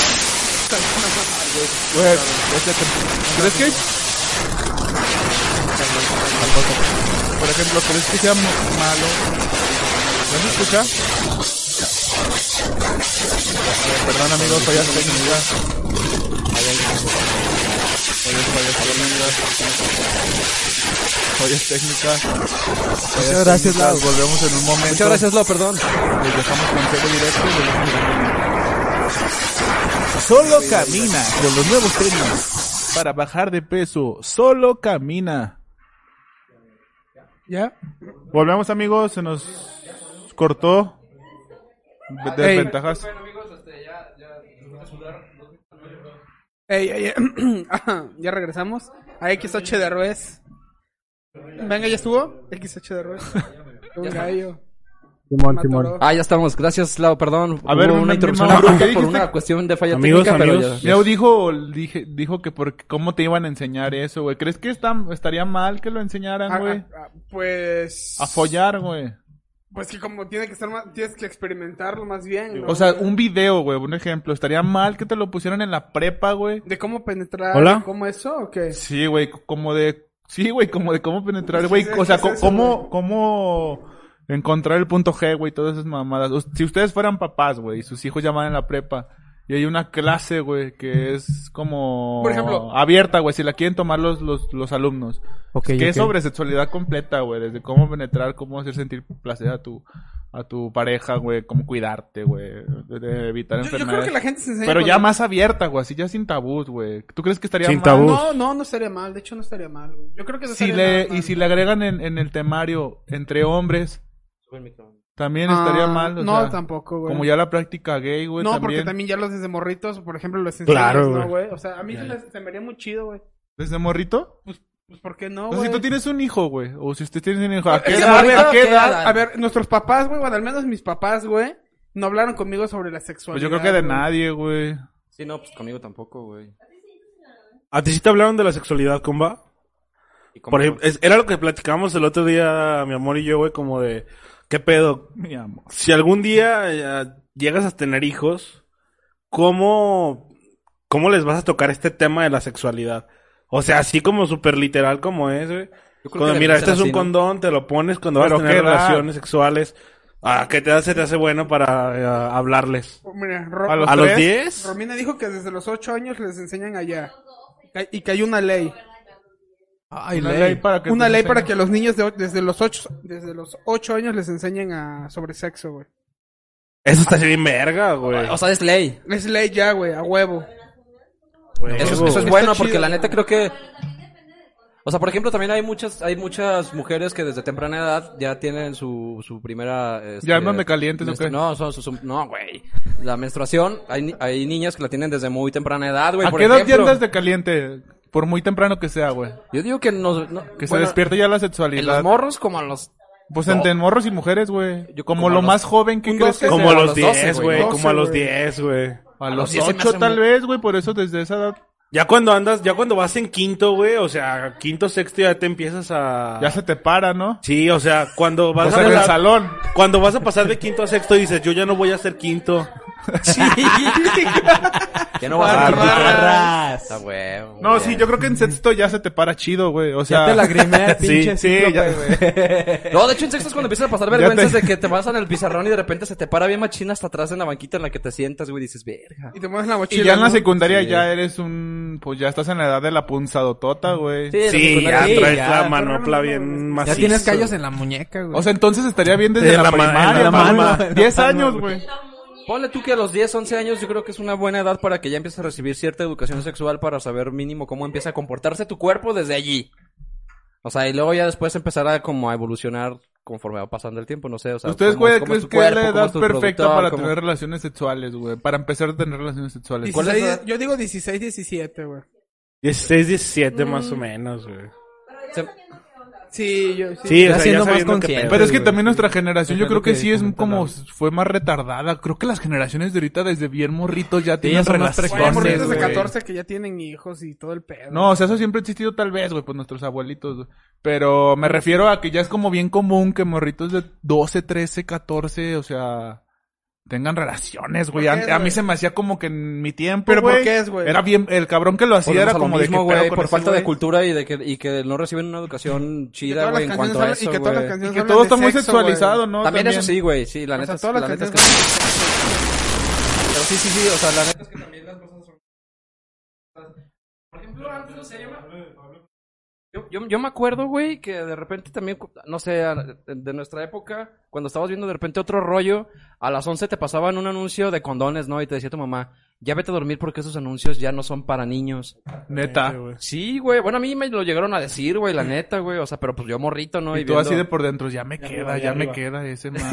[SPEAKER 5] Güey, este que- ¿Crees que Por ejemplo, ¿crees que sea mo- malo? ¿No se escucha? A ver, Perdón, amigos, fallas técnicas. Fallas, fallas técnicas. Fallas técnicas. Fallas
[SPEAKER 4] gracias,
[SPEAKER 5] técnicas.
[SPEAKER 4] Lau.
[SPEAKER 5] Volvemos en un momento.
[SPEAKER 3] Muchas gracias, Lo, perdón.
[SPEAKER 5] Les dejamos consejo directo y les dejamos Solo camina con los nuevos tenis para bajar de peso. Solo camina. ¿Ya? Volvemos amigos, se nos cortó. Desventajas.
[SPEAKER 6] Ey, ey, ey. Ajá, ya regresamos a X8 de Ruiz. Venga, ya estuvo. X8 de Ruiz. Un gallo.
[SPEAKER 4] Timón,
[SPEAKER 6] Mataró.
[SPEAKER 3] Ah, ya estamos. Gracias, Lau, perdón.
[SPEAKER 5] A ver,
[SPEAKER 3] Hubo
[SPEAKER 5] mi- mi
[SPEAKER 3] una interrupción
[SPEAKER 5] mamá,
[SPEAKER 3] abrupta
[SPEAKER 5] ¿qué
[SPEAKER 3] por
[SPEAKER 5] dijiste?
[SPEAKER 3] una cuestión de falla
[SPEAKER 7] Amigos,
[SPEAKER 3] técnica, pero
[SPEAKER 7] amigos.
[SPEAKER 3] ya-
[SPEAKER 5] Leo dijo, dije, dijo que porque cómo te iban a enseñar eso, güey. ¿Crees que está- estaría mal que lo
[SPEAKER 6] Ah,
[SPEAKER 5] enseñaran, güey?
[SPEAKER 6] ah, ah, pues.
[SPEAKER 5] A follar, güey.
[SPEAKER 6] Pues que como tiene que estar más, tienes que experimentarlo más bien. ¿no?
[SPEAKER 5] O sea, un video, güey, un ejemplo. ¿Estaría mal que te lo pusieran en la prepa, güey?
[SPEAKER 6] de cómo penetrar,
[SPEAKER 7] ¿Hola?
[SPEAKER 6] de cómo eso o qué?
[SPEAKER 5] Sí, güey, c- como de... Sí, güey, como de cómo penetrar, güey. O sea,
[SPEAKER 6] ¿Qué es
[SPEAKER 5] co-
[SPEAKER 6] eso,
[SPEAKER 5] cómo, cómo encontrar el punto G, güey, todas esas mamadas. Us- Si ustedes fueran papás, güey, y sus hijos ya van en la prepa, y hay una clase, güey, que es como...
[SPEAKER 6] Por ejemplo-
[SPEAKER 5] Abierta, güey, si la quieren tomar los, los, los alumnos.
[SPEAKER 4] Ok,
[SPEAKER 5] que es
[SPEAKER 4] ok.
[SPEAKER 5] sobre sexualidad completa, güey. Desde cómo penetrar, cómo hacer sentir placer a tu, a tu pareja, güey. Cómo cuidarte, güey. de- de evitar
[SPEAKER 6] Yo, yo
[SPEAKER 5] enfermedades.
[SPEAKER 6] creo que la gente se enseña.
[SPEAKER 5] Pero
[SPEAKER 6] con-
[SPEAKER 5] ya más abierta, güey. Así ya sin tabús, güey. ¿Tú crees que estaría
[SPEAKER 7] Sin
[SPEAKER 5] mal?
[SPEAKER 7] tabús.
[SPEAKER 6] No, no, no estaría mal. De hecho, no estaría mal. güey. Yo creo que no
[SPEAKER 5] si
[SPEAKER 6] estaría
[SPEAKER 5] le,
[SPEAKER 6] nada mal.
[SPEAKER 5] y si le agregan en, en el temario entre hombres, también
[SPEAKER 6] Ah,
[SPEAKER 5] estaría mal. o
[SPEAKER 6] no,
[SPEAKER 5] sea,
[SPEAKER 6] tampoco, güey.
[SPEAKER 5] Como ya la práctica gay, güey.
[SPEAKER 6] no, porque
[SPEAKER 5] también,
[SPEAKER 6] también ya los desde morritos, por ejemplo, los enseñas,
[SPEAKER 7] Claro,
[SPEAKER 6] ¿no, güey?
[SPEAKER 7] güey.
[SPEAKER 6] O sea, a mí se me- se me haría muy chido, güey.
[SPEAKER 5] ¿Desde morrito?
[SPEAKER 6] Pues, ¿por qué no,
[SPEAKER 5] O sea,
[SPEAKER 6] güey?
[SPEAKER 5] si tú tienes un hijo, güey. O si usted tiene un hijo. ¿A qué
[SPEAKER 6] Es que,
[SPEAKER 5] edad,
[SPEAKER 6] a ver,
[SPEAKER 5] güey? ¿A qué
[SPEAKER 6] ¿a
[SPEAKER 5] edad?
[SPEAKER 6] A ver, nuestros papás, güey, bueno, al menos mis papás, güey, no hablaron conmigo sobre la
[SPEAKER 5] Pues
[SPEAKER 6] sexualidad.
[SPEAKER 5] yo creo que de
[SPEAKER 6] güey.
[SPEAKER 5] nadie, güey.
[SPEAKER 3] Sí, no, pues conmigo tampoco, güey.
[SPEAKER 7] ¿A ti sí te hablaron de la sexualidad, comba?
[SPEAKER 3] Y como-
[SPEAKER 7] Por ejemplo, es- era lo que platicamos el otro día, mi amor y yo, güey, como de... ¿Qué pedo?
[SPEAKER 5] Mi amor.
[SPEAKER 7] Si algún día eh, llegas a tener hijos, ¿cómo, ¿cómo les vas a tocar este tema de la sexualidad? O sea, así como súper literal como es, güey.
[SPEAKER 3] Yo creo
[SPEAKER 7] Cuando
[SPEAKER 3] que
[SPEAKER 7] mira,
[SPEAKER 3] debería
[SPEAKER 7] este
[SPEAKER 3] ser
[SPEAKER 7] es un
[SPEAKER 3] así, ¿no?
[SPEAKER 7] condón, te lo pones cuando vas a
[SPEAKER 5] ¿Pero
[SPEAKER 7] tener
[SPEAKER 5] qué edad?
[SPEAKER 7] relaciones sexuales. ¿A qué te edad se te hace bueno para eh, hablarles?
[SPEAKER 6] Pues, Mira, Ro-
[SPEAKER 5] A los
[SPEAKER 7] ¿A los
[SPEAKER 5] tres?
[SPEAKER 7] 10?
[SPEAKER 6] Romina dijo que desde los 8 años les enseñan allá. ca- y que hay una ley.
[SPEAKER 4] Ay,
[SPEAKER 5] Una
[SPEAKER 4] ley.
[SPEAKER 5] ley para que
[SPEAKER 6] Una
[SPEAKER 5] te
[SPEAKER 6] ley
[SPEAKER 5] enseñe.
[SPEAKER 6] para que los niños de o- desde los ocho, desde los ocho años les enseñen a sobre sexo, güey.
[SPEAKER 7] Eso está bien verga, güey.
[SPEAKER 3] O sea, es ley.
[SPEAKER 6] Es ley ya, güey, a huevo.
[SPEAKER 3] Eso, es-
[SPEAKER 7] Huevo.
[SPEAKER 3] eso es
[SPEAKER 6] Está
[SPEAKER 3] bueno
[SPEAKER 6] chido.
[SPEAKER 3] porque la neta creo que... O sea, por ejemplo, también hay muchas hay muchas mujeres que desde temprana edad ya tienen su, su primera... este,
[SPEAKER 5] Llámame calientes, ¿o
[SPEAKER 3] menstru-
[SPEAKER 5] qué?
[SPEAKER 3] No, son, son- son- no, güey. La menstruación, hay, ni- hay niñas que la tienen desde muy temprana edad, güey.
[SPEAKER 5] ¿A
[SPEAKER 3] por
[SPEAKER 5] qué edad
[SPEAKER 3] ejemplo.
[SPEAKER 5] tiendas de caliente? Por muy temprano que sea, güey.
[SPEAKER 3] Yo digo que nos... no-
[SPEAKER 5] Que se
[SPEAKER 3] bueno,
[SPEAKER 5] despierte ya la
[SPEAKER 3] En los
[SPEAKER 5] sexualidad.
[SPEAKER 3] morros como a los...
[SPEAKER 5] Pues entre morros y mujeres, güey.
[SPEAKER 3] Yo
[SPEAKER 5] Como,
[SPEAKER 3] como
[SPEAKER 5] lo
[SPEAKER 3] a los-
[SPEAKER 5] más joven que
[SPEAKER 3] un
[SPEAKER 5] crees
[SPEAKER 3] doce,
[SPEAKER 5] que
[SPEAKER 7] Como
[SPEAKER 3] sea,
[SPEAKER 7] a
[SPEAKER 5] sea.
[SPEAKER 7] los 10,
[SPEAKER 3] 12, güey,
[SPEAKER 7] güey.
[SPEAKER 3] ¿no?
[SPEAKER 7] Como a los
[SPEAKER 6] Sí, güey.
[SPEAKER 7] 10, güey.
[SPEAKER 5] A
[SPEAKER 3] los
[SPEAKER 5] los
[SPEAKER 3] diez se me
[SPEAKER 5] 8
[SPEAKER 3] hace
[SPEAKER 5] tal
[SPEAKER 3] muy-
[SPEAKER 5] vez, güey. Por eso desde esa edad
[SPEAKER 7] Ya cuando andas, ya cuando vas en quinto, güey, o sea, quinto, sexto ya te empiezas a...
[SPEAKER 3] Ah.
[SPEAKER 5] ya se te para, ¿no?
[SPEAKER 7] Sí, o sea, cuando
[SPEAKER 5] O
[SPEAKER 7] vas
[SPEAKER 5] sea,
[SPEAKER 7] a
[SPEAKER 5] en el
[SPEAKER 7] pasar,
[SPEAKER 5] salón.
[SPEAKER 7] cuando vas a pasar de quinto a sexto dices, yo ya no voy a ser quinto.
[SPEAKER 3] Ya no vas a
[SPEAKER 5] Barras.
[SPEAKER 3] barras. Ah, güey,
[SPEAKER 5] No,
[SPEAKER 3] güey.
[SPEAKER 5] sí, yo creo que en sexto ya se te para chido, güey. O sea,
[SPEAKER 4] Ya te lagrimé, pinche
[SPEAKER 5] sí,
[SPEAKER 4] cíclope,
[SPEAKER 5] ya-
[SPEAKER 4] güey.
[SPEAKER 3] No, de hecho en sexto es cuando empiezas a pasar vergüenzas
[SPEAKER 5] te-
[SPEAKER 3] de que te vas en el pizarrón y de repente se te para bien machina hasta atrás en la banquita en la que te sientas, güey, y dices, verga.
[SPEAKER 6] Y te mueves la
[SPEAKER 5] y
[SPEAKER 6] mochila.
[SPEAKER 5] ya en la
[SPEAKER 6] ¿no?
[SPEAKER 5] secundaria
[SPEAKER 3] Sí.
[SPEAKER 5] ya eres un... Pues ya estás en la edad de la punzadotota, güey.
[SPEAKER 3] Sí,
[SPEAKER 7] Sí,
[SPEAKER 3] la
[SPEAKER 7] ya
[SPEAKER 3] secundaria-
[SPEAKER 7] traes
[SPEAKER 3] ya,
[SPEAKER 7] la
[SPEAKER 3] tú
[SPEAKER 7] manopla bien macizo.
[SPEAKER 4] Ya tienes callos en la muñeca, güey.
[SPEAKER 5] O sea, entonces estaría bien desde
[SPEAKER 7] De
[SPEAKER 5] la,
[SPEAKER 7] la ma-
[SPEAKER 5] primaria,
[SPEAKER 7] en la
[SPEAKER 5] güey.
[SPEAKER 7] mano.
[SPEAKER 5] 10 años, güey.
[SPEAKER 3] Ponle tú que a los 10, 11 años yo creo que es una buena edad para que ya empieces a recibir cierta educación sexual para saber mínimo cómo empieza a comportarse tu cuerpo desde allí. O sea, y luego ya después empezar a como a evolucionar conforme va pasando el tiempo, no sé, o sea,
[SPEAKER 5] ¿Ustedes,
[SPEAKER 3] cómo es-
[SPEAKER 5] güey,
[SPEAKER 3] cómo es tu
[SPEAKER 5] creen que es la
[SPEAKER 3] cuerpo, cómo es
[SPEAKER 5] edad
[SPEAKER 3] tu
[SPEAKER 5] perfecta
[SPEAKER 3] productor,
[SPEAKER 5] para
[SPEAKER 3] cómo-
[SPEAKER 5] tener relaciones sexuales, güey? Para empezar a tener relaciones sexuales. ¿Cuál-
[SPEAKER 6] 16,
[SPEAKER 3] edad?
[SPEAKER 6] yo digo 16, 17, güey.
[SPEAKER 7] 16, 17 más o menos, güey.
[SPEAKER 3] Se-
[SPEAKER 6] Sí, yo sí.
[SPEAKER 7] Sí,
[SPEAKER 4] Ya
[SPEAKER 7] o sea, ya
[SPEAKER 4] siendo más
[SPEAKER 7] sabiendo qué
[SPEAKER 4] consciente.
[SPEAKER 7] pedo,
[SPEAKER 5] Pero es que
[SPEAKER 7] güey.
[SPEAKER 5] también nuestra generación, yo
[SPEAKER 4] Es
[SPEAKER 5] creo
[SPEAKER 4] lo
[SPEAKER 5] que
[SPEAKER 4] que
[SPEAKER 5] sí es
[SPEAKER 4] comentaba.
[SPEAKER 5] como fue más retardada. Creo que las generaciones de ahorita desde bien morritos ya
[SPEAKER 4] ya
[SPEAKER 5] tienen
[SPEAKER 4] son más
[SPEAKER 5] relaciones.
[SPEAKER 6] Güey, hay morritos de
[SPEAKER 4] güey.
[SPEAKER 6] 14 que ya tienen hijos y todo el pedo.
[SPEAKER 5] No, o sea, eso siempre ha existido tal vez, güey, pues nuestros abuelitos, güey. Pero me refiero a que ya es como bien común que morritos de 12, 13, 14, o sea, tengan relaciones, güey.
[SPEAKER 6] ¿Por qué,
[SPEAKER 5] A, a mí
[SPEAKER 6] güey?
[SPEAKER 5] se me hacía como que en mi tiempo,
[SPEAKER 6] ¿Pero por
[SPEAKER 5] güey,
[SPEAKER 6] qué es, güey?
[SPEAKER 5] Era bien, el cabrón que lo hacía
[SPEAKER 3] Volvemos
[SPEAKER 5] era
[SPEAKER 3] a lo
[SPEAKER 5] como de que
[SPEAKER 3] mismo, güey, por falta de cultura y de que y que no reciben una educación
[SPEAKER 6] Y que
[SPEAKER 3] chida,
[SPEAKER 6] todas
[SPEAKER 3] güey,
[SPEAKER 6] las
[SPEAKER 3] en
[SPEAKER 6] canciones
[SPEAKER 3] cuanto a
[SPEAKER 6] hablan-
[SPEAKER 3] eso,
[SPEAKER 6] y que todas las
[SPEAKER 3] güey.
[SPEAKER 6] canciones
[SPEAKER 5] Y que
[SPEAKER 6] hablan
[SPEAKER 5] todo
[SPEAKER 6] de
[SPEAKER 5] está muy
[SPEAKER 6] sexo,
[SPEAKER 5] sexualizado,
[SPEAKER 6] güey.
[SPEAKER 5] ¿no?
[SPEAKER 3] También, eso sí, güey, sí, la
[SPEAKER 6] O
[SPEAKER 3] neta,
[SPEAKER 6] sea,
[SPEAKER 3] es-
[SPEAKER 6] todas
[SPEAKER 3] la
[SPEAKER 6] las
[SPEAKER 3] neta es que
[SPEAKER 6] canciones
[SPEAKER 3] Pero sí, sí, sí, o sea, la neta es que también las cosas son... Por ejemplo, antes, no sé, yo me... Yo, yo, yo me acuerdo, güey, que de repente también, cu- no sé, a- de- de nuestra época, cuando estabas viendo de repente otro rollo, a las 11 te pasaban un anuncio de condones, ¿no? Y te decía tu mamá, ya vete a dormir porque esos anuncios ya no son para niños.
[SPEAKER 5] Neta.
[SPEAKER 3] Sí, güey, bueno, a mí me lo llegaron a decir, güey, la neta, güey, o sea, pero pues yo morrito, ¿no?
[SPEAKER 5] Y, tú
[SPEAKER 3] viendo-
[SPEAKER 5] así de por dentro, ya me queda,
[SPEAKER 7] arriba,
[SPEAKER 5] ya
[SPEAKER 7] ya
[SPEAKER 5] me
[SPEAKER 7] arriba.
[SPEAKER 5] queda ese man.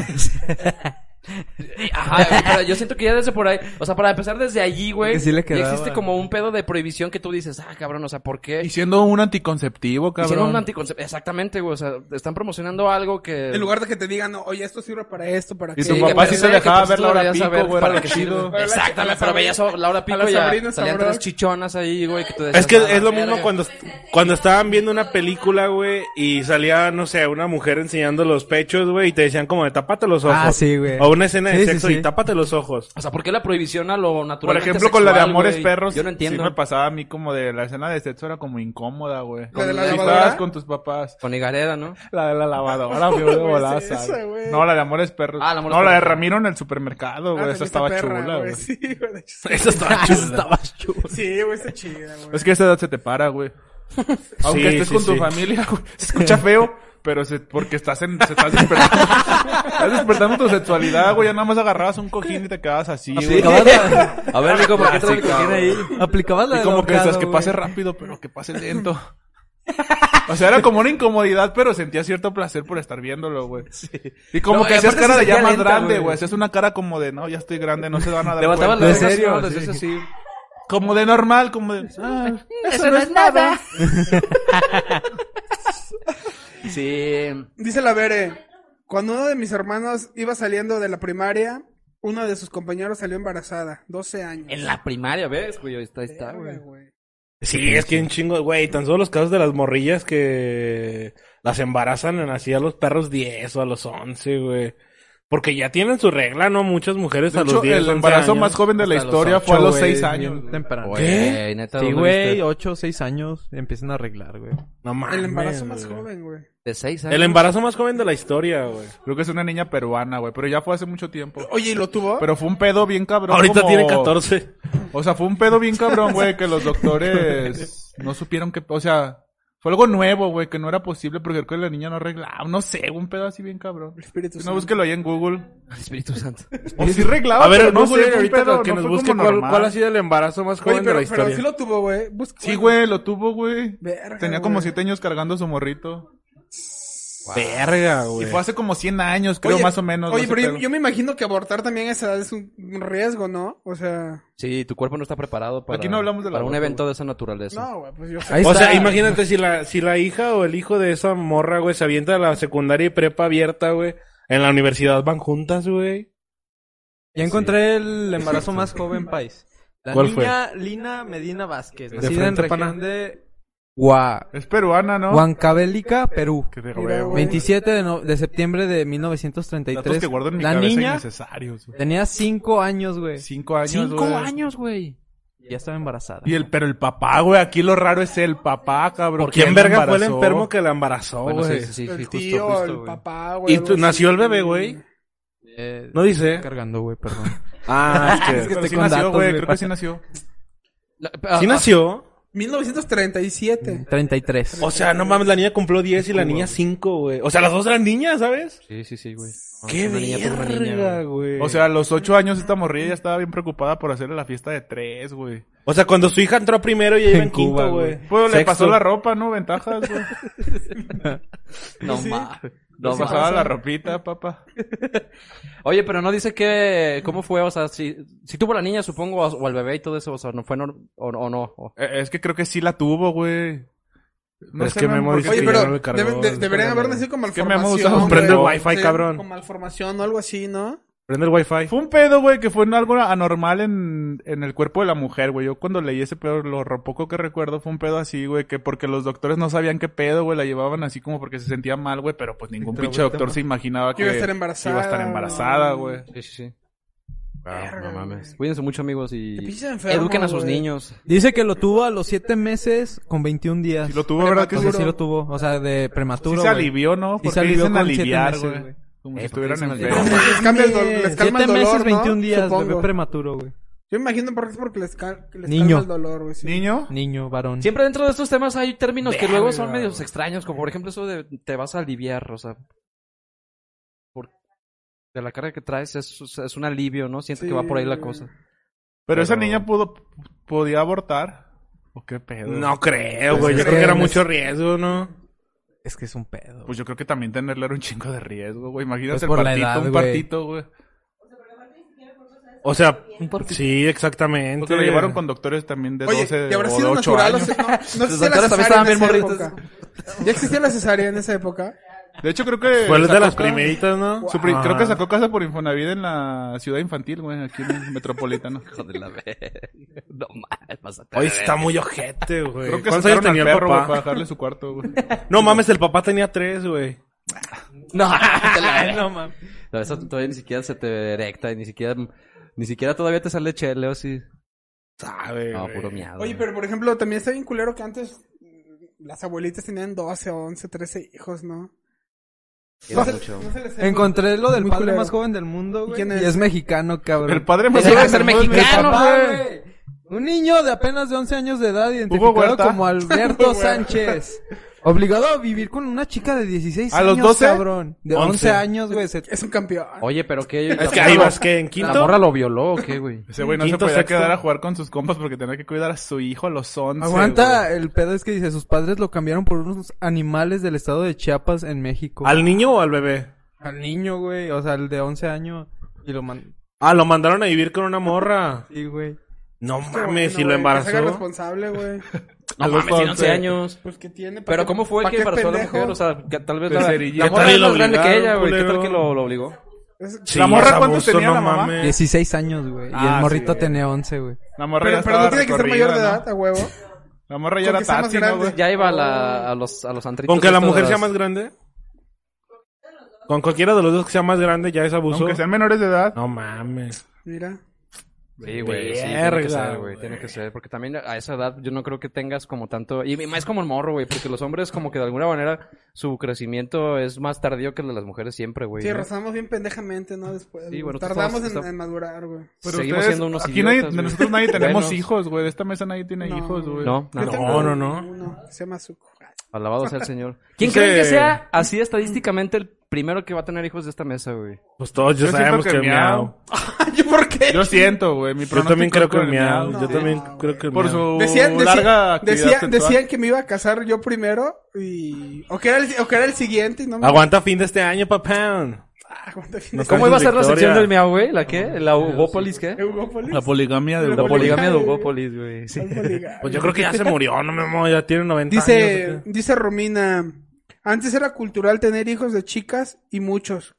[SPEAKER 3] Ajá, güey, pero yo siento que ya desde por ahí, o sea, para empezar desde allí, güey,
[SPEAKER 4] Que sí le
[SPEAKER 3] ya
[SPEAKER 4] quedaba.
[SPEAKER 3] existe como un pedo de prohibición que tú dices, ah, cabrón, o sea, ¿por qué?
[SPEAKER 5] y siendo un anticonceptivo, cabrón.
[SPEAKER 3] Hicieron un anticonceptivo. Exactamente, güey. O sea, están promocionando algo que.
[SPEAKER 6] En lugar de que te digan, no, oye, esto sirve para esto, para
[SPEAKER 5] Y
[SPEAKER 6] que...
[SPEAKER 5] tu papá sí
[SPEAKER 3] pensé
[SPEAKER 5] se dejaba
[SPEAKER 3] que, pues,
[SPEAKER 5] ver
[SPEAKER 3] tú
[SPEAKER 5] la hora
[SPEAKER 3] deberías
[SPEAKER 5] pico,
[SPEAKER 3] saber
[SPEAKER 5] güey,
[SPEAKER 3] para
[SPEAKER 5] era
[SPEAKER 3] qué
[SPEAKER 5] chido.
[SPEAKER 3] sirve.
[SPEAKER 6] A la- a
[SPEAKER 3] Exactamente,
[SPEAKER 6] la
[SPEAKER 3] pero
[SPEAKER 6] sabrina-
[SPEAKER 3] veías a la hora
[SPEAKER 6] a
[SPEAKER 3] pico
[SPEAKER 6] la
[SPEAKER 3] y ya
[SPEAKER 6] sabrina
[SPEAKER 3] salían
[SPEAKER 6] sabrosa.
[SPEAKER 3] tres chichonas ahí, güey, que tú decías,
[SPEAKER 7] Es que
[SPEAKER 3] "Ah, la
[SPEAKER 7] es lo
[SPEAKER 3] verga".
[SPEAKER 7] mismo cuando, cuando estaban viendo una película, güey, y salía, no sé, una mujer enseñando los pechos, güey, y te decían como de tápate los ojos.
[SPEAKER 4] Ah, sí, güey.
[SPEAKER 7] O una escena de
[SPEAKER 4] Sí, sí,
[SPEAKER 7] sexo
[SPEAKER 4] sí.
[SPEAKER 7] y tápate los ojos.
[SPEAKER 3] O sea, ¿por qué la prohibición a lo natural?
[SPEAKER 5] Por ejemplo, con la de
[SPEAKER 3] sexual,
[SPEAKER 5] Amores
[SPEAKER 3] güey?
[SPEAKER 5] Perros,
[SPEAKER 3] Yo no entiendo.
[SPEAKER 5] sí me pasaba a mí como de la escena de sexo era como incómoda, güey.
[SPEAKER 6] ¿La de la
[SPEAKER 5] Si
[SPEAKER 6] lavadora?
[SPEAKER 5] estabas con tus papás.
[SPEAKER 3] Con Higareda, ¿no?
[SPEAKER 5] La de la lavadora, güey, de
[SPEAKER 6] Güey,
[SPEAKER 5] bolaza,
[SPEAKER 6] sí,
[SPEAKER 5] güey.
[SPEAKER 6] esa, güey.
[SPEAKER 5] No, la de Amores Perros.
[SPEAKER 3] Ah, la Amores
[SPEAKER 5] no, la de
[SPEAKER 3] Perros.
[SPEAKER 5] Ramiro en el supermercado, güey.
[SPEAKER 6] Ah,
[SPEAKER 5] esa
[SPEAKER 6] feminista
[SPEAKER 5] estaba
[SPEAKER 6] perra,
[SPEAKER 5] chula, güey.
[SPEAKER 6] Sí, güey. de hecho, sí.
[SPEAKER 7] Eso
[SPEAKER 3] Ah,
[SPEAKER 7] estaba chido.
[SPEAKER 6] Sí, güey, está chida, güey.
[SPEAKER 5] Es que a esa edad se te para, güey. Aunque
[SPEAKER 7] Sí,
[SPEAKER 5] estés
[SPEAKER 7] sí,
[SPEAKER 5] con tu
[SPEAKER 7] sí.
[SPEAKER 5] familia, güey. Se escucha feo, pero se, porque estás en, se estás despertando. estás despertando tu sexualidad, güey. Ya nada más agarrabas un cojín y te quedabas así, güey.
[SPEAKER 4] Aplicabas la-
[SPEAKER 3] A ver, Nico, ¿por qué traes el cojín ahí?
[SPEAKER 4] Aplicabas la
[SPEAKER 5] Y
[SPEAKER 4] de
[SPEAKER 5] como que esas
[SPEAKER 4] ahorcado,
[SPEAKER 5] que
[SPEAKER 4] güey.
[SPEAKER 5] pase rápido, pero que pase lento. O sea, era como una incomodidad, pero sentía cierto placer por estar viéndolo, güey. Y como
[SPEAKER 3] No,
[SPEAKER 5] que
[SPEAKER 3] y
[SPEAKER 5] hacías
[SPEAKER 3] aparte
[SPEAKER 5] cara
[SPEAKER 3] se
[SPEAKER 5] de ya
[SPEAKER 3] sentía
[SPEAKER 5] más
[SPEAKER 3] lenta,
[SPEAKER 5] grande,
[SPEAKER 3] güey.
[SPEAKER 5] güey. Hacías una cara como de, no, ya estoy grande, no se van a dar
[SPEAKER 3] Levantaban
[SPEAKER 5] cuenta.
[SPEAKER 3] las
[SPEAKER 4] ¿En serio?
[SPEAKER 3] cejas, ¿no? Desde
[SPEAKER 4] Sí.
[SPEAKER 3] así.
[SPEAKER 5] Como de normal, como de... ah,
[SPEAKER 9] Eso no es nada.
[SPEAKER 3] Sí.
[SPEAKER 6] Dice la Bere, cuando uno de mis hermanos iba saliendo de la primaria, uno de sus compañeros salió embarazada, 12 años.
[SPEAKER 3] En la primaria, ¿ves, güey? Ahí está, ahí está, güey.
[SPEAKER 7] Sí, es que un chingo, güey, tan solo los casos de las morrillas que las embarazan en así a los perros 10 o a los 11, güey. Porque ya tienen su regla, ¿no? Muchas mujeres
[SPEAKER 5] de
[SPEAKER 7] a
[SPEAKER 5] hecho,
[SPEAKER 7] los 10,
[SPEAKER 5] el
[SPEAKER 7] 11
[SPEAKER 5] embarazo
[SPEAKER 7] años.
[SPEAKER 5] más joven de la
[SPEAKER 3] Hasta los
[SPEAKER 5] historia fue a
[SPEAKER 4] Ocho,
[SPEAKER 5] los
[SPEAKER 4] güey,
[SPEAKER 5] seis años.
[SPEAKER 4] bien Temprano.
[SPEAKER 3] Güey, neta,
[SPEAKER 4] Sí,
[SPEAKER 3] ¿dónde
[SPEAKER 4] güey,
[SPEAKER 3] viste?
[SPEAKER 4] 8 o 6 años empiezan a arreglar, güey.
[SPEAKER 7] No mames,
[SPEAKER 6] El
[SPEAKER 5] Ah,
[SPEAKER 6] embarazo más
[SPEAKER 7] güey.
[SPEAKER 6] joven, güey.
[SPEAKER 3] De seis años.
[SPEAKER 7] El embarazo más joven de la historia, güey.
[SPEAKER 5] Creo que es una niña peruana, güey, pero ya fue hace mucho tiempo.
[SPEAKER 6] Oye, ¿y lo tuvo?
[SPEAKER 5] Pero fue un pedo bien cabrón.
[SPEAKER 7] Ahorita
[SPEAKER 5] como-
[SPEAKER 7] tiene 14.
[SPEAKER 5] O sea, fue un pedo bien cabrón, güey, que los doctores no supieron que, o sea, fue algo nuevo, güey, que no era posible porque creo que la niña no arreglaba, no sé, un pedo así bien cabrón.
[SPEAKER 6] Espíritu
[SPEAKER 5] No, búsquelo ahí en Google.
[SPEAKER 3] Espíritu Santo.
[SPEAKER 5] O sí arreglaba,
[SPEAKER 7] A ver,
[SPEAKER 5] Ah, pero
[SPEAKER 7] el
[SPEAKER 5] no
[SPEAKER 7] Google
[SPEAKER 5] sé,
[SPEAKER 7] ahorita
[SPEAKER 5] un pedo,
[SPEAKER 7] que
[SPEAKER 5] no
[SPEAKER 7] nos
[SPEAKER 5] fue
[SPEAKER 7] busque
[SPEAKER 5] como
[SPEAKER 7] cuál,
[SPEAKER 5] normal.
[SPEAKER 7] cuál ha sido el embarazo más
[SPEAKER 6] Oye,
[SPEAKER 7] joven
[SPEAKER 6] pero,
[SPEAKER 7] de la
[SPEAKER 6] pero
[SPEAKER 7] historia.
[SPEAKER 6] sí lo tuvo, güey. Busca-
[SPEAKER 5] Sí, güey, lo tuvo, güey.
[SPEAKER 6] Verga,
[SPEAKER 5] Tenía como
[SPEAKER 6] güey.
[SPEAKER 5] siete años cargando su morrito.
[SPEAKER 7] Verga,
[SPEAKER 5] Y
[SPEAKER 7] güey.
[SPEAKER 5] fue hace como 100 años, creo,
[SPEAKER 6] Oye,
[SPEAKER 5] más o menos.
[SPEAKER 6] Oye,
[SPEAKER 5] no sé
[SPEAKER 6] pero yo,
[SPEAKER 5] pedo.
[SPEAKER 6] yo me imagino que abortar también a esa edad es un un riesgo, ¿no? O sea,
[SPEAKER 3] Sí, tu cuerpo no está preparado para,
[SPEAKER 5] Aquí no hablamos del
[SPEAKER 3] para un
[SPEAKER 5] aborto,
[SPEAKER 3] evento de esa naturaleza.
[SPEAKER 6] no, güey, pues yo sé.
[SPEAKER 4] Ahí
[SPEAKER 7] O
[SPEAKER 4] está.
[SPEAKER 7] sea, imagínate si la, si la hija o el hijo de esa morra, güey, se avienta a la secundaria y prepa abierta, güey. En la universidad van juntas, güey.
[SPEAKER 4] Ya encontré el embarazo más joven país. La
[SPEAKER 7] ¿Cuál
[SPEAKER 4] niña Lina Medina Vázquez, nacida en
[SPEAKER 7] frente,
[SPEAKER 4] región
[SPEAKER 7] pana.
[SPEAKER 4] de Gua-
[SPEAKER 5] Es peruana, ¿no?
[SPEAKER 4] Huancavelica, Perú.
[SPEAKER 6] Mira, güey.
[SPEAKER 4] 27 de, no- de septiembre de
[SPEAKER 5] Datos
[SPEAKER 4] 1933.
[SPEAKER 5] que guardo en mi
[SPEAKER 4] la
[SPEAKER 5] cabeza
[SPEAKER 4] niña
[SPEAKER 5] innecesarios. güey.
[SPEAKER 4] tenía 5 años, güey.
[SPEAKER 5] Cinco años,
[SPEAKER 4] Cinco
[SPEAKER 5] güey.
[SPEAKER 4] años, güey. Ya estaba embarazada.
[SPEAKER 5] Y el, pero el papá, güey, aquí lo raro es el papá, cabrón.
[SPEAKER 7] ¿Por quién
[SPEAKER 5] ¿Quién
[SPEAKER 7] verga fue el
[SPEAKER 5] embarazó?
[SPEAKER 7] enfermo que la embarazó, güey?
[SPEAKER 3] Bueno, sí, sí, sí,
[SPEAKER 6] el
[SPEAKER 3] justo,
[SPEAKER 6] tío,
[SPEAKER 3] justo,
[SPEAKER 6] el
[SPEAKER 3] güey.
[SPEAKER 6] papá, güey.
[SPEAKER 7] ¿Y
[SPEAKER 6] algo
[SPEAKER 7] tú,
[SPEAKER 6] así.
[SPEAKER 7] nació el bebé, güey?
[SPEAKER 4] Eh,
[SPEAKER 7] No dice.
[SPEAKER 4] cargando, güey, perdón.
[SPEAKER 7] Ah, es que...
[SPEAKER 4] Es que
[SPEAKER 5] Pero
[SPEAKER 4] estoy
[SPEAKER 5] sí
[SPEAKER 4] con
[SPEAKER 5] nació,
[SPEAKER 4] datos,
[SPEAKER 5] güey,
[SPEAKER 4] güey,
[SPEAKER 5] creo que
[SPEAKER 4] pasa.
[SPEAKER 5] sí nació.
[SPEAKER 3] La- ah,
[SPEAKER 7] ¿Sí nació?
[SPEAKER 4] Mm.
[SPEAKER 6] 1937.
[SPEAKER 4] 33.
[SPEAKER 7] O sea, no mames, la niña cumplió 10 y la niña 5, güey. O sea, las dos eran niñas, ¿sabes?
[SPEAKER 3] ah, Sí, sí, sí, güey. No,
[SPEAKER 7] Qué
[SPEAKER 3] una niña por una niña,
[SPEAKER 7] verga,
[SPEAKER 3] güey.
[SPEAKER 7] güey.
[SPEAKER 5] O sea, a los ocho años esta morrilla ya estaba bien preocupada por hacerle la fiesta de tres, güey.
[SPEAKER 7] o sea, cuando su hija entró primero y ella iba en
[SPEAKER 4] Cuba,
[SPEAKER 7] quinto, güey.
[SPEAKER 5] Pues le
[SPEAKER 7] Sexto.
[SPEAKER 5] pasó la ropa, ¿no? Ventajas, güey.
[SPEAKER 3] No ma.
[SPEAKER 5] Le
[SPEAKER 3] No ma.
[SPEAKER 5] Pues pasaba la ropita, papá.
[SPEAKER 3] Oye, pero no dice que... ¿Cómo fue? O sea, si, si tuvo la niña, supongo, o o al bebé y todo eso. O sea, no fue... nor- o, o no. o-
[SPEAKER 5] Eh, Es que creo que sí la tuvo, güey. No
[SPEAKER 7] Es
[SPEAKER 5] sé,
[SPEAKER 7] que
[SPEAKER 5] man,
[SPEAKER 7] Memo
[SPEAKER 5] porque-
[SPEAKER 7] dice
[SPEAKER 6] Oye,
[SPEAKER 7] Sí,
[SPEAKER 6] pero
[SPEAKER 7] ya no le cargó,
[SPEAKER 6] deben- de-
[SPEAKER 7] es
[SPEAKER 6] deberían
[SPEAKER 7] que
[SPEAKER 6] haber
[SPEAKER 7] me-
[SPEAKER 6] nacido con
[SPEAKER 5] que
[SPEAKER 6] malformación.
[SPEAKER 5] me ha gustado
[SPEAKER 6] güey.
[SPEAKER 7] comprender el
[SPEAKER 6] Sí,
[SPEAKER 7] wifi, cabrón.
[SPEAKER 6] Con malformación o algo así, ¿no?
[SPEAKER 7] Prende el wifi.
[SPEAKER 5] Fue un pedo, güey, que fue en algo anormal en, en el cuerpo de la mujer, güey. Yo cuando leí ese pedo, lo ro- poco que recuerdo fue un pedo así, güey, que porque los doctores no sabían qué pedo, güey, la llevaban así como porque se sentía mal, güey, pero pues ningún pinche doctor se imaginaba que
[SPEAKER 6] Que iba a estar embarazada.
[SPEAKER 5] iba a estar embarazada, güey.
[SPEAKER 3] Sí, sí, sí. Wow, no mames. Cuídense mucho, amigos, y
[SPEAKER 6] Te pinches enfermo,
[SPEAKER 3] eduquen a sus
[SPEAKER 6] güey.
[SPEAKER 3] niños.
[SPEAKER 4] Dice que lo tuvo a los 7 meses con 21 días.
[SPEAKER 5] Sí lo tuvo, ¿verdad que sí?
[SPEAKER 4] O sea, sí lo tuvo. O sea, de
[SPEAKER 5] Sí
[SPEAKER 4] prematuro,
[SPEAKER 5] se
[SPEAKER 4] güey.
[SPEAKER 5] alivió, ¿no?
[SPEAKER 4] Sí
[SPEAKER 5] Porque
[SPEAKER 4] se alivió
[SPEAKER 5] dicen
[SPEAKER 4] con siete
[SPEAKER 5] aliviar,
[SPEAKER 4] meses,
[SPEAKER 5] güey.
[SPEAKER 4] güey.
[SPEAKER 5] Como
[SPEAKER 3] Eh,
[SPEAKER 5] si
[SPEAKER 3] porque
[SPEAKER 5] estuvieran
[SPEAKER 3] dicen
[SPEAKER 5] enfermos.
[SPEAKER 6] Les cambia el, dol- les calma
[SPEAKER 4] Siete
[SPEAKER 6] el dolor,
[SPEAKER 4] meses, 21
[SPEAKER 6] ¿no?
[SPEAKER 4] días,
[SPEAKER 6] Supongo.
[SPEAKER 4] bebé prematuro, güey.
[SPEAKER 6] Yo me imagino porque es porque les, cal- que les
[SPEAKER 4] Niño.
[SPEAKER 6] calma el dolor, güey. sí.
[SPEAKER 5] Niño,
[SPEAKER 4] Niño, varón.
[SPEAKER 3] Siempre dentro de estos temas hay términos que luego son
[SPEAKER 7] Verga.
[SPEAKER 3] medios extraños, como por ejemplo eso de te vas a aliviar, o sea, por, de la carga que traes es, es un alivio, ¿no? Siento que va por ahí la
[SPEAKER 6] Sí.
[SPEAKER 3] cosa.
[SPEAKER 5] pero esa
[SPEAKER 3] Pero-
[SPEAKER 5] niña pudo, podía abortar. ¿O qué pedo?
[SPEAKER 7] No creo, güey. Yo creo Pues que era mucho riesgo, ¿no?
[SPEAKER 4] Es que es un pedo.
[SPEAKER 5] Pues yo creo que también tenerla era un chingo de riesgo, güey. Imagínate
[SPEAKER 4] Pues por
[SPEAKER 5] el
[SPEAKER 4] la
[SPEAKER 5] partito,
[SPEAKER 4] edad,
[SPEAKER 5] un
[SPEAKER 4] güey.
[SPEAKER 5] partito, güey.
[SPEAKER 7] O sea, sí, exactamente.
[SPEAKER 5] Porque lo llevaron con doctores también de
[SPEAKER 6] Oye,
[SPEAKER 5] 12
[SPEAKER 6] ¿y habrá
[SPEAKER 5] o
[SPEAKER 6] sido
[SPEAKER 5] de 8
[SPEAKER 6] natural?
[SPEAKER 5] años.
[SPEAKER 6] O sea, no, no existía la
[SPEAKER 3] doctores también
[SPEAKER 6] cesárea en
[SPEAKER 3] estaban bien
[SPEAKER 6] esa
[SPEAKER 3] morritos.
[SPEAKER 6] época. ¿Ya existía la cesárea en esa época?
[SPEAKER 5] De hecho, creo que...
[SPEAKER 7] Fue de
[SPEAKER 5] sacó
[SPEAKER 7] las Ah.
[SPEAKER 5] ca-
[SPEAKER 7] primeritas, ¿no?
[SPEAKER 5] su pri-
[SPEAKER 7] Ajá.
[SPEAKER 5] Creo que sacó casa por Infonavit en la ciudad infantil, güey, aquí en el Metropolitano.
[SPEAKER 3] Hijo de la ver- No mames, pásate.
[SPEAKER 7] Oye, está muy ojete, güey.
[SPEAKER 5] Creo que
[SPEAKER 7] ¿Cuántos años
[SPEAKER 5] sacaron al
[SPEAKER 7] tenía el
[SPEAKER 5] perro, güey, para
[SPEAKER 7] papá?
[SPEAKER 5] dejarle su cuarto, güey.
[SPEAKER 7] No mames, el papá tenía tres, güey.
[SPEAKER 3] No, te la-
[SPEAKER 4] No, mames.
[SPEAKER 3] No, eso todavía ni siquiera se te erecta, y ni siquiera, ni siquiera todavía te sale cheleo así.
[SPEAKER 7] Sabe,
[SPEAKER 3] No,
[SPEAKER 7] güey.
[SPEAKER 3] puro miado.
[SPEAKER 6] Oye,
[SPEAKER 3] güey.
[SPEAKER 6] pero por ejemplo, también está bien culero que antes mm, las abuelitas tenían 12, 11, 13 hijos, ¿no?
[SPEAKER 3] Quiero
[SPEAKER 6] No se-
[SPEAKER 3] mucho.
[SPEAKER 6] no se les-
[SPEAKER 4] Encontré lo del
[SPEAKER 6] Muy
[SPEAKER 4] padre
[SPEAKER 6] culero.
[SPEAKER 4] más joven del mundo, güey. ¿Y,
[SPEAKER 6] quién es?
[SPEAKER 4] es mexicano, cabrón.
[SPEAKER 5] El padre más
[SPEAKER 3] Ese debe
[SPEAKER 5] joven
[SPEAKER 3] ser
[SPEAKER 5] del mundo.
[SPEAKER 4] Mi
[SPEAKER 3] mexicano,
[SPEAKER 4] papá,
[SPEAKER 3] güey.
[SPEAKER 4] güey. Un niño de apenas de 11 años de edad identificado
[SPEAKER 5] Huerta?
[SPEAKER 4] como Alberto
[SPEAKER 6] Hugo Huerta.
[SPEAKER 4] Sánchez. Obligado a vivir con una chica de 16
[SPEAKER 5] ¿A
[SPEAKER 4] años,
[SPEAKER 5] los 12?
[SPEAKER 4] cabrón. De 11,
[SPEAKER 7] 11
[SPEAKER 4] años, güey. se-
[SPEAKER 6] Es un campeón.
[SPEAKER 3] Oye, pero qué.
[SPEAKER 7] Es que ahí vas, que ¿En
[SPEAKER 3] ¿La
[SPEAKER 7] quinto?
[SPEAKER 3] morra lo violó o qué, güey?
[SPEAKER 5] Ese güey no se
[SPEAKER 7] Quinto,
[SPEAKER 5] podía
[SPEAKER 7] sexto.
[SPEAKER 5] quedar a jugar con sus compas porque tenía que cuidar a su hijo a los 11,
[SPEAKER 4] Aguanta, el pedo es que dice, sus padres lo cambiaron por unos animales del estado de Chiapas en México.
[SPEAKER 7] ¿Al niño o al bebé?
[SPEAKER 4] Al niño, güey, o sea, el de 11 años. Y lo man...
[SPEAKER 7] Ah, lo mandaron a vivir con una morra.
[SPEAKER 4] Sí, güey.
[SPEAKER 7] No
[SPEAKER 6] Qué bueno,
[SPEAKER 7] mames, si
[SPEAKER 6] güey, Que se
[SPEAKER 7] lo
[SPEAKER 6] haga
[SPEAKER 7] embarazó.
[SPEAKER 6] responsable, güey.
[SPEAKER 3] No mames, tiene 11 años.
[SPEAKER 6] Pues que tiene. ¿pa'
[SPEAKER 3] Pero
[SPEAKER 6] qué-
[SPEAKER 3] ¿cómo fue
[SPEAKER 6] pa'
[SPEAKER 3] que
[SPEAKER 6] qué
[SPEAKER 3] embarazó a la
[SPEAKER 6] pendejo?
[SPEAKER 3] mujer? O sea, que tal vez
[SPEAKER 5] Pues
[SPEAKER 3] la,
[SPEAKER 5] sería-
[SPEAKER 3] la
[SPEAKER 7] ¿Qué tal
[SPEAKER 3] morra
[SPEAKER 7] y
[SPEAKER 3] es
[SPEAKER 7] lo
[SPEAKER 3] más grande que
[SPEAKER 7] obligaron,
[SPEAKER 3] ella, güey. ¿Qué tal
[SPEAKER 7] culero?
[SPEAKER 3] que lo, lo obligó?
[SPEAKER 6] Es-
[SPEAKER 7] Sí,
[SPEAKER 5] ¿La morra
[SPEAKER 7] es
[SPEAKER 5] cuánto
[SPEAKER 7] abuso,
[SPEAKER 5] tenía
[SPEAKER 7] no
[SPEAKER 5] la mamá?
[SPEAKER 7] mames.
[SPEAKER 4] 16 años, güey. y
[SPEAKER 5] Ah,
[SPEAKER 4] el morrito
[SPEAKER 5] sí.
[SPEAKER 4] tenía 11, güey.
[SPEAKER 5] La morra
[SPEAKER 6] Pero,
[SPEAKER 5] ya
[SPEAKER 6] pero
[SPEAKER 5] estaba
[SPEAKER 6] no tiene que ser mayor de
[SPEAKER 5] recorrida, ¿no?
[SPEAKER 6] edad, a huevo.
[SPEAKER 5] La morra ya
[SPEAKER 6] Con
[SPEAKER 5] era
[SPEAKER 6] que sea más
[SPEAKER 5] tati, ¿no,
[SPEAKER 6] grande.
[SPEAKER 5] güey?
[SPEAKER 3] Ya iba a, la, a los a los antritos.
[SPEAKER 7] ¿Con que la
[SPEAKER 3] estos
[SPEAKER 7] mujer
[SPEAKER 3] de
[SPEAKER 7] sea
[SPEAKER 3] las-
[SPEAKER 7] más grande? Con cualquiera de los dos que sea más grande ya es abuso. Pues
[SPEAKER 5] Aunque sean menores de edad.
[SPEAKER 7] No mames.
[SPEAKER 6] Mira.
[SPEAKER 3] Sí, güey, sí, tiene que ser, güey, tiene que ser, porque también a esa edad yo no creo que tengas como tanto, y más como el morro, güey, porque los hombres como que de alguna manera su crecimiento es más tardío que el de las mujeres siempre, güey.
[SPEAKER 6] Sí,
[SPEAKER 3] ¿no?
[SPEAKER 6] rozamos bien pendejamente, ¿no? Después.
[SPEAKER 3] Sí, bueno, tú
[SPEAKER 6] Tardamos
[SPEAKER 3] estabas-
[SPEAKER 6] en,
[SPEAKER 3] estab-
[SPEAKER 6] en madurar, güey.
[SPEAKER 5] Pero
[SPEAKER 3] Seguimos
[SPEAKER 5] ustedes-
[SPEAKER 3] siendo unos
[SPEAKER 5] aquí nadie-
[SPEAKER 3] idiotas, güey.
[SPEAKER 5] nosotros nadie tenemos
[SPEAKER 3] Buenos.
[SPEAKER 5] hijos, güey. De esta mesa nadie tiene
[SPEAKER 6] No.
[SPEAKER 5] hijos, güey.
[SPEAKER 3] No, no,
[SPEAKER 6] Yo
[SPEAKER 3] no.
[SPEAKER 6] tengo
[SPEAKER 7] no, no.
[SPEAKER 6] uno, Se llama Zuko.
[SPEAKER 3] Alabado sea el Señor. ¿Quién
[SPEAKER 5] Dice-
[SPEAKER 3] creen que sea así estadísticamente el primero que va a tener hijos de esta mesa, güey?
[SPEAKER 7] Pues todos ya
[SPEAKER 5] Yo siento
[SPEAKER 7] sabemos que,
[SPEAKER 5] que
[SPEAKER 7] el miau.
[SPEAKER 5] miau.
[SPEAKER 6] ¿Yo por qué?
[SPEAKER 5] Yo siento, güey. Mi
[SPEAKER 7] Yo también
[SPEAKER 5] pronóstico
[SPEAKER 7] creo
[SPEAKER 5] es
[SPEAKER 7] que
[SPEAKER 5] con
[SPEAKER 7] el miau.
[SPEAKER 5] miau.
[SPEAKER 7] Yo
[SPEAKER 5] Sí.
[SPEAKER 7] también creo que el
[SPEAKER 5] Por
[SPEAKER 7] miau.
[SPEAKER 5] su
[SPEAKER 6] Decían, decían-
[SPEAKER 5] larga actividad
[SPEAKER 6] decían-
[SPEAKER 5] sexual.
[SPEAKER 6] decían que me iba a casar yo primero y... O que era el, o que era el siguiente y no me...
[SPEAKER 7] Aguanta fin de este año, papá.
[SPEAKER 6] Ah, aguanta, fin
[SPEAKER 7] No
[SPEAKER 6] de-
[SPEAKER 3] ¿Cómo iba a ser la
[SPEAKER 7] Victoria.
[SPEAKER 3] sección del miau, güey? ¿La qué? ¿La Ugópolis, qué?
[SPEAKER 6] Eugópolis.
[SPEAKER 5] La poligamia de
[SPEAKER 6] La
[SPEAKER 3] La
[SPEAKER 5] Europa.
[SPEAKER 3] poligamia de Ugópolis, güey. Sí.
[SPEAKER 6] Eugópolis.
[SPEAKER 7] Pues yo creo que ya se murió, no me mo- ya tiene 90 años.
[SPEAKER 3] ¿eh?
[SPEAKER 6] Dice,
[SPEAKER 7] ¿o qué?
[SPEAKER 6] dice Romina, antes era cultural tener hijos de chicas y muchos.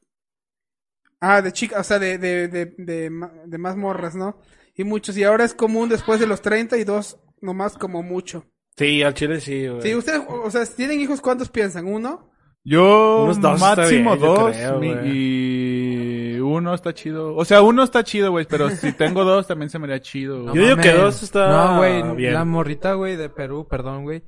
[SPEAKER 6] Ah, de chicas, o sea, de, de, de, de, ma- de más morras, ¿no? Y muchos. Y ahora es común después de los 32, nomás como mucho.
[SPEAKER 7] Sí, al chile sí, güey.
[SPEAKER 6] Sí, ustedes, o o sea, si tienen hijos, ¿cuántos piensan? ¿Uno?
[SPEAKER 5] Yo
[SPEAKER 7] Unos dos está
[SPEAKER 5] máximo
[SPEAKER 7] bien, yo
[SPEAKER 5] dos
[SPEAKER 7] creo,
[SPEAKER 5] mi-
[SPEAKER 7] güey.
[SPEAKER 5] y uno está chido. O sea, uno está chido, güey, pero si tengo dos también se me haría chido.
[SPEAKER 7] Yo digo que dos está
[SPEAKER 4] No, güey,
[SPEAKER 7] bien.
[SPEAKER 4] la morrita, güey, de Perú, perdón, güey,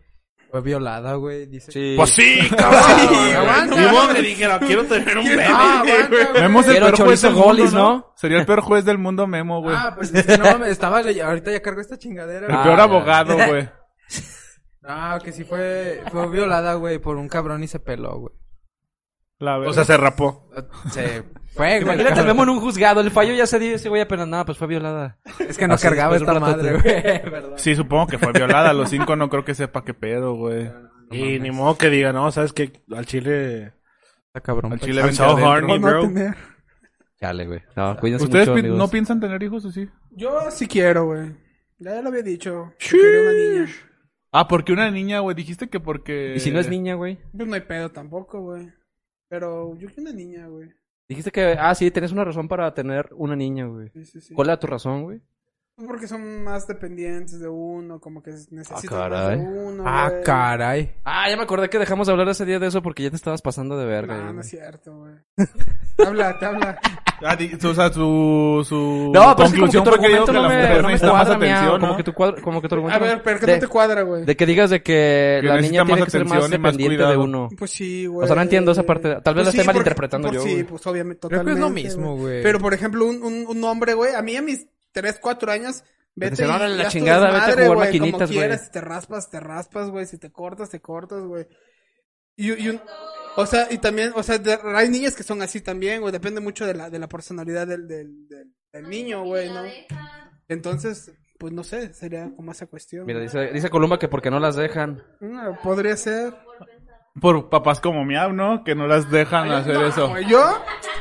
[SPEAKER 4] fue violada, güey, dice.
[SPEAKER 3] Sí.
[SPEAKER 7] Pues sí, cabrón.
[SPEAKER 6] Sí, aguanta.
[SPEAKER 7] Ni modo que dijera, quiero tener un bebé.
[SPEAKER 6] Ah, aguanta, güey.
[SPEAKER 5] Memo es el
[SPEAKER 3] Quiero
[SPEAKER 5] peor juez
[SPEAKER 3] chorizo
[SPEAKER 5] del mundo,
[SPEAKER 3] golis,
[SPEAKER 5] ¿no?
[SPEAKER 3] ¿no?
[SPEAKER 5] Sería el peor juez del mundo Memo, güey.
[SPEAKER 4] Ah, pues es que no mames, estaba le- ahorita ya cargo esta chingadera.
[SPEAKER 5] el
[SPEAKER 4] güey.
[SPEAKER 5] peor
[SPEAKER 3] ya.
[SPEAKER 5] abogado, güey.
[SPEAKER 4] Ah, que sí fue fue violada, güey, por un cabrón y se peló, güey.
[SPEAKER 5] La
[SPEAKER 7] O sea, se rapó.
[SPEAKER 4] Se fue, güey.
[SPEAKER 3] Imagínate, vemos en un juzgado, el fallo ya se dio ese güey apenas nada, pues fue violada.
[SPEAKER 4] Es que no
[SPEAKER 3] Así
[SPEAKER 4] cargaba
[SPEAKER 3] después
[SPEAKER 4] esta
[SPEAKER 3] de un
[SPEAKER 4] madre,
[SPEAKER 3] ratote.
[SPEAKER 4] güey. ¿verdad?
[SPEAKER 5] Sí, supongo que fue violada. A los cinco no creo que sepa qué pedo, güey.
[SPEAKER 7] Y ni modo que diga, no, sabes que al chile.
[SPEAKER 4] Está cabrón.
[SPEAKER 5] Al
[SPEAKER 4] pues.
[SPEAKER 5] chile
[SPEAKER 7] I'm
[SPEAKER 5] vente
[SPEAKER 7] so
[SPEAKER 5] adentro. Oh,
[SPEAKER 7] horny.
[SPEAKER 6] O no
[SPEAKER 7] bro.
[SPEAKER 6] tener.
[SPEAKER 3] Chale, güey. No, cuídense
[SPEAKER 5] ¿Ustedes
[SPEAKER 3] mucho,
[SPEAKER 5] pi-
[SPEAKER 3] amigos.
[SPEAKER 5] no piensan tener hijos así?
[SPEAKER 6] Yo sí quiero, güey. Ya lo había dicho. que Quería una niña.
[SPEAKER 5] Ah, porque una niña, güey. Dijiste que porque...
[SPEAKER 3] Y si no es niña, güey.
[SPEAKER 6] Pues no hay pedo tampoco, güey. Pero yo quiero una niña, güey.
[SPEAKER 3] Dijiste que, ah, sí, tenés una razón para tener una niña, güey.
[SPEAKER 6] Sí, sí, sí.
[SPEAKER 3] ¿Cuál era tu razón, güey?
[SPEAKER 6] Porque son más dependientes de uno, como que necesitan más
[SPEAKER 3] caray.
[SPEAKER 6] de uno.
[SPEAKER 4] Ah,
[SPEAKER 6] güey.
[SPEAKER 4] caray.
[SPEAKER 3] Ah, ya me acordé que dejamos de hablar ese día de eso porque ya te estabas pasando de verga.
[SPEAKER 6] No, no
[SPEAKER 3] güey.
[SPEAKER 6] es cierto, güey. habla, te habla.
[SPEAKER 5] Ah, di- o sea, su... su
[SPEAKER 3] No, pero es que como que
[SPEAKER 5] conclusión
[SPEAKER 3] tu
[SPEAKER 5] fue que dijo
[SPEAKER 3] argumento
[SPEAKER 5] que la
[SPEAKER 3] no
[SPEAKER 5] mujer
[SPEAKER 3] me, no me
[SPEAKER 5] necesita más
[SPEAKER 3] cuadra, miau,
[SPEAKER 5] atención,
[SPEAKER 3] como
[SPEAKER 5] ¿no?
[SPEAKER 3] que tu cuadro, como que tu
[SPEAKER 6] A
[SPEAKER 3] argumento...
[SPEAKER 6] ver, pero ¿qué
[SPEAKER 3] de,
[SPEAKER 6] no te cuadra, güey?
[SPEAKER 3] de que digas de que,
[SPEAKER 5] Que
[SPEAKER 3] la
[SPEAKER 5] necesita
[SPEAKER 3] niña tiene
[SPEAKER 5] más
[SPEAKER 3] que ser más
[SPEAKER 5] atención y más
[SPEAKER 3] dependiente de
[SPEAKER 5] cuidado.
[SPEAKER 3] uno.
[SPEAKER 6] Pues sí, güey.
[SPEAKER 3] O sea, no entiendo esa parte. Tal vez la esté
[SPEAKER 6] por-
[SPEAKER 3] malinterpretando
[SPEAKER 6] por
[SPEAKER 3] yo,
[SPEAKER 6] Sí,
[SPEAKER 3] güey.
[SPEAKER 6] pues obviamente,
[SPEAKER 4] Creo
[SPEAKER 6] totalmente.
[SPEAKER 4] que es lo mismo, güey.
[SPEAKER 6] Pero, por ejemplo, un, un, un hombre, güey, a mí a mis 3, 4 años... Vete
[SPEAKER 3] dicen,
[SPEAKER 6] y
[SPEAKER 3] "Órale, la
[SPEAKER 6] haz tu
[SPEAKER 3] chingada, vete a
[SPEAKER 6] desmadre,
[SPEAKER 3] jugar
[SPEAKER 6] güey,
[SPEAKER 3] maquinitas,
[SPEAKER 6] Como
[SPEAKER 3] güey".
[SPEAKER 6] quieras, si te raspas, te raspas, güey. Si te cortas, te cortas, güey. Y, y un... O sea, y también, o sea, de- hay niñas que son así también, güey. Depende mucho de la, de la personalidad del, del, del, del niño, güey, ¿no? Entonces, pues no sé, sería como esa cuestión.
[SPEAKER 3] Mira, dice, dice Columba que porque no las dejan.
[SPEAKER 6] Ah, Podría ser.
[SPEAKER 5] Por papás como Miau, ¿no? Que no las dejan hacer eso.
[SPEAKER 6] Güey, Yo,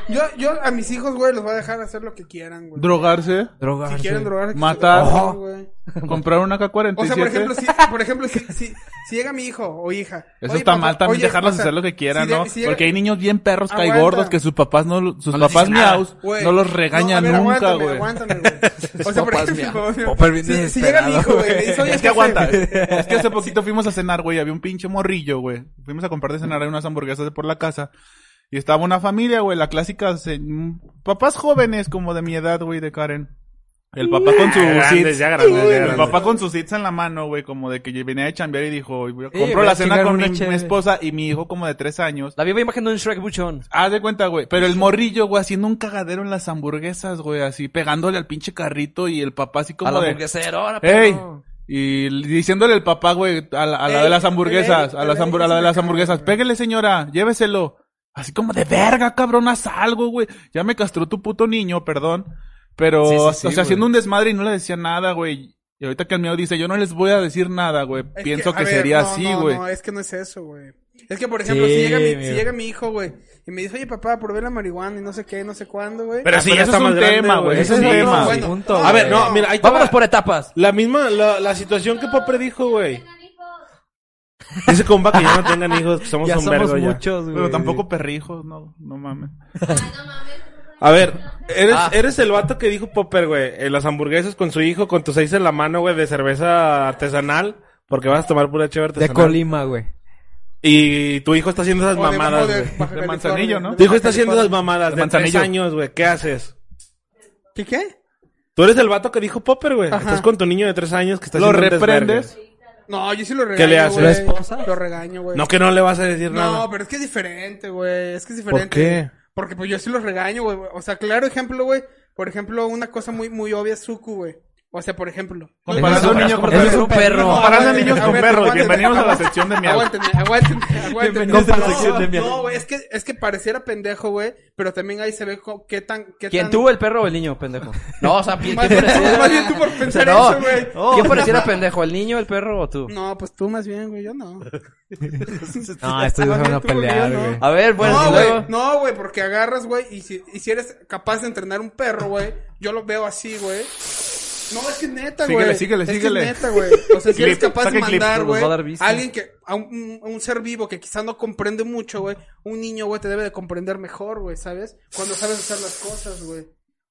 [SPEAKER 6] yo, yo a mis hijos, güey, los voy a dejar hacer lo que quieran, güey.
[SPEAKER 5] Drogarse,
[SPEAKER 4] Drogarse.
[SPEAKER 6] Si quieren drogar, que se
[SPEAKER 5] Matar.
[SPEAKER 6] droguen, güey.
[SPEAKER 5] comprar una K-47.
[SPEAKER 6] O sea, por ejemplo, si, por ejemplo, si, si, si llega mi hijo o hija.
[SPEAKER 5] Eso
[SPEAKER 6] "Oye,
[SPEAKER 5] está
[SPEAKER 6] papá,
[SPEAKER 5] mal también
[SPEAKER 6] oye,
[SPEAKER 5] dejarlos
[SPEAKER 6] o sea,
[SPEAKER 5] hacer lo que quieran,
[SPEAKER 6] si de-
[SPEAKER 5] ¿no?
[SPEAKER 6] si llega-
[SPEAKER 5] Porque hay niños bien perros
[SPEAKER 6] Aguanta.
[SPEAKER 5] caigordos que sus papás no lo- sus
[SPEAKER 3] No les
[SPEAKER 5] papás
[SPEAKER 3] dicen nada,
[SPEAKER 5] miaus
[SPEAKER 6] güey,
[SPEAKER 5] no los
[SPEAKER 6] no, a
[SPEAKER 5] regañan
[SPEAKER 6] ver,
[SPEAKER 5] nunca,
[SPEAKER 6] aguántame,
[SPEAKER 5] güey.
[SPEAKER 6] aguántame, güey. O sea, por
[SPEAKER 3] Papás,
[SPEAKER 6] ejemplo,
[SPEAKER 3] mira.
[SPEAKER 4] Popper bien
[SPEAKER 6] si, si llega mi hijo,
[SPEAKER 4] desesperado,
[SPEAKER 6] güey, le dice, oye,
[SPEAKER 5] Es que
[SPEAKER 6] jefe,
[SPEAKER 5] aguanta. Es que hace poquito fuimos a cenar, güey. Había un pinche morrillo, güey. Fuimos a comprar de cenar hay unas hamburguesas de por la casa. Y estaba una familia, güey. La clásica. se- mm, Papás jóvenes, como de mi edad, güey, de Karen. El papá con su
[SPEAKER 7] Grandes,
[SPEAKER 5] seats.
[SPEAKER 7] ya grandes, ya
[SPEAKER 5] El
[SPEAKER 7] grandes.
[SPEAKER 5] papá con sus seats en la mano, güey. Como de que yo venía de chambear y dijo, "Voy a-
[SPEAKER 4] Sí,
[SPEAKER 5] compro
[SPEAKER 4] voy a
[SPEAKER 5] la cena
[SPEAKER 4] chingar
[SPEAKER 5] con
[SPEAKER 4] una
[SPEAKER 5] mi,
[SPEAKER 4] chévere".
[SPEAKER 5] mi esposa y mi hijo, como de tres años.
[SPEAKER 3] La viva imagen de un Shrek buchón.
[SPEAKER 5] Haz de cuenta, güey. Pero el morrillo, güey, haciendo un cagadero en las hamburguesas, güey. Así, pegándole al pinche carrito y el papá así como
[SPEAKER 3] A la
[SPEAKER 5] de...
[SPEAKER 3] hamburguesera, ahora,
[SPEAKER 5] ¡Ey!
[SPEAKER 3] perro.
[SPEAKER 5] Y l- diciéndole al papá, güey, a la, a la
[SPEAKER 6] Ey,
[SPEAKER 5] de las
[SPEAKER 6] te
[SPEAKER 5] hamburguesas,
[SPEAKER 6] ve,
[SPEAKER 5] a,
[SPEAKER 6] te
[SPEAKER 5] las
[SPEAKER 6] ve,
[SPEAKER 5] hambur-
[SPEAKER 6] que
[SPEAKER 5] a la
[SPEAKER 6] se
[SPEAKER 5] de las
[SPEAKER 6] me
[SPEAKER 5] hamburguesas,
[SPEAKER 6] cae, güey.
[SPEAKER 5] pégale señora, lléveselo. Así como de verga, cabrón, haz algo, güey. Ya me castró tu puto niño, perdón. Pero,
[SPEAKER 3] Sí, sí,
[SPEAKER 5] o
[SPEAKER 3] sí,
[SPEAKER 5] sea,
[SPEAKER 3] güey.
[SPEAKER 5] haciendo un desmadre y no le decía nada, güey. Y ahorita que el mío dice, yo no les voy a decir nada, güey.
[SPEAKER 6] Es
[SPEAKER 5] Pienso
[SPEAKER 6] a
[SPEAKER 5] que,
[SPEAKER 6] ver,
[SPEAKER 5] sería
[SPEAKER 6] no,
[SPEAKER 5] así,
[SPEAKER 6] no,
[SPEAKER 5] güey.
[SPEAKER 6] No, es que no es eso, güey. Es que, por ejemplo,
[SPEAKER 4] Sí,
[SPEAKER 6] si, llega mi, si
[SPEAKER 4] mi-
[SPEAKER 6] llega mi hijo, güey, y me dice, oye, papá, probé la marihuana y no sé qué, no sé cuándo, güey.
[SPEAKER 7] Pero
[SPEAKER 5] Ah,
[SPEAKER 7] sí,
[SPEAKER 5] pero
[SPEAKER 7] ya
[SPEAKER 5] eso
[SPEAKER 7] está
[SPEAKER 5] es
[SPEAKER 7] más
[SPEAKER 5] un
[SPEAKER 7] grande,
[SPEAKER 5] tema, güey.
[SPEAKER 7] güey.
[SPEAKER 5] Ese es
[SPEAKER 7] Sí,
[SPEAKER 5] un tema.
[SPEAKER 4] bueno. punto,
[SPEAKER 7] A ver, no, mira, ahí te
[SPEAKER 3] Vámonos
[SPEAKER 7] va.
[SPEAKER 3] por etapas.
[SPEAKER 7] La misma, la, la situación que Popper dijo, güey. Dice comba que ya no tengan hijos, que somos
[SPEAKER 4] Ya
[SPEAKER 7] un
[SPEAKER 4] somos
[SPEAKER 7] vergo ya.
[SPEAKER 4] muchos, güey.
[SPEAKER 5] Pero tampoco perrijos, no, no mames.
[SPEAKER 7] A ver, eres,
[SPEAKER 4] Ah.
[SPEAKER 7] eres el vato que dijo Popper, güey. En las hamburguesas con su hijo, con tus seis en la mano, güey, de cerveza artesanal. Porque vas a tomar pura chévere
[SPEAKER 4] De
[SPEAKER 7] artesanal.
[SPEAKER 4] Colima, güey.
[SPEAKER 7] Y tu hijo está haciendo esas
[SPEAKER 6] O de-
[SPEAKER 7] mamadas,
[SPEAKER 6] o de Baja
[SPEAKER 7] güey.
[SPEAKER 6] California,
[SPEAKER 5] manzanillo, ¿no?
[SPEAKER 6] de
[SPEAKER 7] Tu hijo
[SPEAKER 6] Baja
[SPEAKER 7] está haciendo
[SPEAKER 6] California.
[SPEAKER 7] esas mamadas
[SPEAKER 5] De
[SPEAKER 7] de tres
[SPEAKER 5] Manzanillo.
[SPEAKER 7] años, güey. ¿Qué haces?
[SPEAKER 6] ¿Qué qué?
[SPEAKER 7] Tú eres el vato que dijo Popper, güey. Estás con tu niño de tres años que está
[SPEAKER 5] Lo
[SPEAKER 7] haciendo un
[SPEAKER 5] reprendes.
[SPEAKER 7] desvergue.
[SPEAKER 6] No, yo sí lo regaño.
[SPEAKER 7] ¿Qué le haces?
[SPEAKER 6] güey.
[SPEAKER 7] ¿La
[SPEAKER 3] esposa?
[SPEAKER 6] Lo regaño, güey.
[SPEAKER 7] No que no le vas a decir
[SPEAKER 6] pues. No,
[SPEAKER 7] nada.
[SPEAKER 6] pero es que es diferente, güey. Es que es diferente.
[SPEAKER 7] qué?
[SPEAKER 6] Porque pues yo sí los regaño, güey. O sea, claro ejemplo, güey. Por ejemplo, una cosa muy, muy obvia es Suku, güey. O sea, por ejemplo.
[SPEAKER 5] Comparando a un niño con
[SPEAKER 3] Ese es un
[SPEAKER 5] perros.
[SPEAKER 3] perro.
[SPEAKER 6] No,
[SPEAKER 5] Comparando a
[SPEAKER 6] güey,
[SPEAKER 5] niños
[SPEAKER 6] a
[SPEAKER 5] con
[SPEAKER 6] ver,
[SPEAKER 5] perros.
[SPEAKER 6] aguántenme.
[SPEAKER 5] Bienvenidos a la sección de miau.
[SPEAKER 6] Aguántenme, aguántenme, aguántenme.
[SPEAKER 4] Bienvenidos a la
[SPEAKER 6] No,
[SPEAKER 4] sección de miau.
[SPEAKER 6] No, güey, es que, es que pareciera pendejo, güey. Pero también ahí se ve co- qué tan... Qué
[SPEAKER 3] ¿Quién
[SPEAKER 6] tan...
[SPEAKER 3] tuvo el perro o el niño, pendejo? No, o sea, ¿quién
[SPEAKER 6] Más bien-
[SPEAKER 3] pareciera?
[SPEAKER 6] más bien tú por pensar
[SPEAKER 3] no, Oh.
[SPEAKER 6] eso, güey.
[SPEAKER 3] ¿Quién pareciera pendejo? ¿El niño, el perro o tú?
[SPEAKER 6] No, pues tú más bien, güey. Yo no.
[SPEAKER 4] No, estos dos
[SPEAKER 6] Más
[SPEAKER 4] se van
[SPEAKER 6] bien
[SPEAKER 4] a
[SPEAKER 6] tú, güey,
[SPEAKER 4] pelear,
[SPEAKER 6] yo no.
[SPEAKER 4] güey.
[SPEAKER 3] A ver,
[SPEAKER 5] Pues
[SPEAKER 3] bueno,
[SPEAKER 6] no,
[SPEAKER 3] luego.
[SPEAKER 6] güey, no, güey, porque agarras, güey, y si, y si eres capaz de entrenar un perro, güey, yo lo veo así, güey. No, es que es neta, güey.
[SPEAKER 5] Síguele, síguele,
[SPEAKER 6] Es que es
[SPEAKER 5] síguele.
[SPEAKER 6] neta, güey. O sea, si eres
[SPEAKER 5] Clip,
[SPEAKER 6] capaz de
[SPEAKER 5] saque clip,
[SPEAKER 6] mandar,
[SPEAKER 3] nos va a
[SPEAKER 6] güey,
[SPEAKER 3] dar vista.
[SPEAKER 6] a alguien que, a un, a un ser vivo que quizá no comprende mucho, güey, un niño, güey, te debe de comprender mejor, güey, ¿sabes? Cuando sabes hacer las cosas, güey.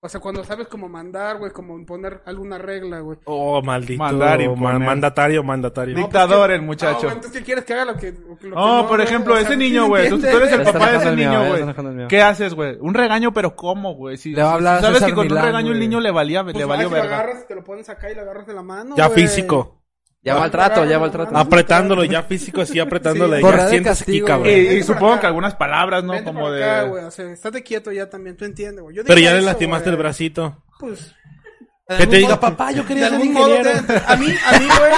[SPEAKER 6] O sea, cuando sabes cómo mandar, güey, cómo imponer alguna regla, güey.
[SPEAKER 7] Oh, maldito.
[SPEAKER 5] Mandar y
[SPEAKER 7] ma-
[SPEAKER 5] poner.
[SPEAKER 7] mandatario, mandatario.
[SPEAKER 5] No, Dictador el
[SPEAKER 6] Ah,
[SPEAKER 5] muchacho.
[SPEAKER 6] güey, entonces, ¿qué quieres que haga lo que, lo que
[SPEAKER 5] No, por
[SPEAKER 6] güey?
[SPEAKER 5] ejemplo,
[SPEAKER 6] O sea,
[SPEAKER 5] ese
[SPEAKER 6] ¿sí
[SPEAKER 5] niño,
[SPEAKER 6] me
[SPEAKER 5] güey. Tú, tú
[SPEAKER 6] entiendes,
[SPEAKER 5] eres el
[SPEAKER 3] Está
[SPEAKER 5] papá de
[SPEAKER 3] enojando
[SPEAKER 5] ese
[SPEAKER 3] el mío,
[SPEAKER 5] niño,
[SPEAKER 3] eh, está enojando el mío.
[SPEAKER 5] güey. ¿Qué haces, güey? Un regaño, pero ¿cómo, güey? Si,
[SPEAKER 4] Le va a
[SPEAKER 5] si
[SPEAKER 4] hablar a
[SPEAKER 5] sabes
[SPEAKER 4] César
[SPEAKER 5] que con
[SPEAKER 4] Milán,
[SPEAKER 5] un regaño el
[SPEAKER 4] güey.
[SPEAKER 5] niño le valía, le
[SPEAKER 6] Pues vas
[SPEAKER 5] valió
[SPEAKER 6] y lo
[SPEAKER 5] verga.
[SPEAKER 6] agarras, te lo pones acá y lo agarras de la mano.
[SPEAKER 7] Ya
[SPEAKER 6] güey.
[SPEAKER 7] físico.
[SPEAKER 3] Ya maltrato, ya maltrato.
[SPEAKER 6] Ah,
[SPEAKER 7] Apretándolo, ya físico, así apretándole.
[SPEAKER 4] Sí. Correa
[SPEAKER 7] ya
[SPEAKER 4] de
[SPEAKER 7] sientes aquí,
[SPEAKER 4] castigo,
[SPEAKER 5] Y,
[SPEAKER 7] cabrón.
[SPEAKER 6] güey.
[SPEAKER 5] y
[SPEAKER 6] Vente para
[SPEAKER 5] supongo
[SPEAKER 6] acá.
[SPEAKER 5] que algunas palabras, ¿no?
[SPEAKER 6] Vente
[SPEAKER 5] Como
[SPEAKER 6] para acá, güey,
[SPEAKER 5] de.
[SPEAKER 6] o sea, estate quieto ya también, tú entiendes, güey. Yo
[SPEAKER 7] Pero
[SPEAKER 6] diría
[SPEAKER 7] ya le
[SPEAKER 6] eso,
[SPEAKER 7] lastimaste
[SPEAKER 6] güey.
[SPEAKER 7] el bracito.
[SPEAKER 6] Pues,
[SPEAKER 7] Que te
[SPEAKER 6] algún
[SPEAKER 7] diga,
[SPEAKER 6] modo-
[SPEAKER 7] papá, yo
[SPEAKER 6] de
[SPEAKER 7] quería ser
[SPEAKER 6] algún modo,
[SPEAKER 7] ingeniero.
[SPEAKER 6] te- a mí, a mí, güey,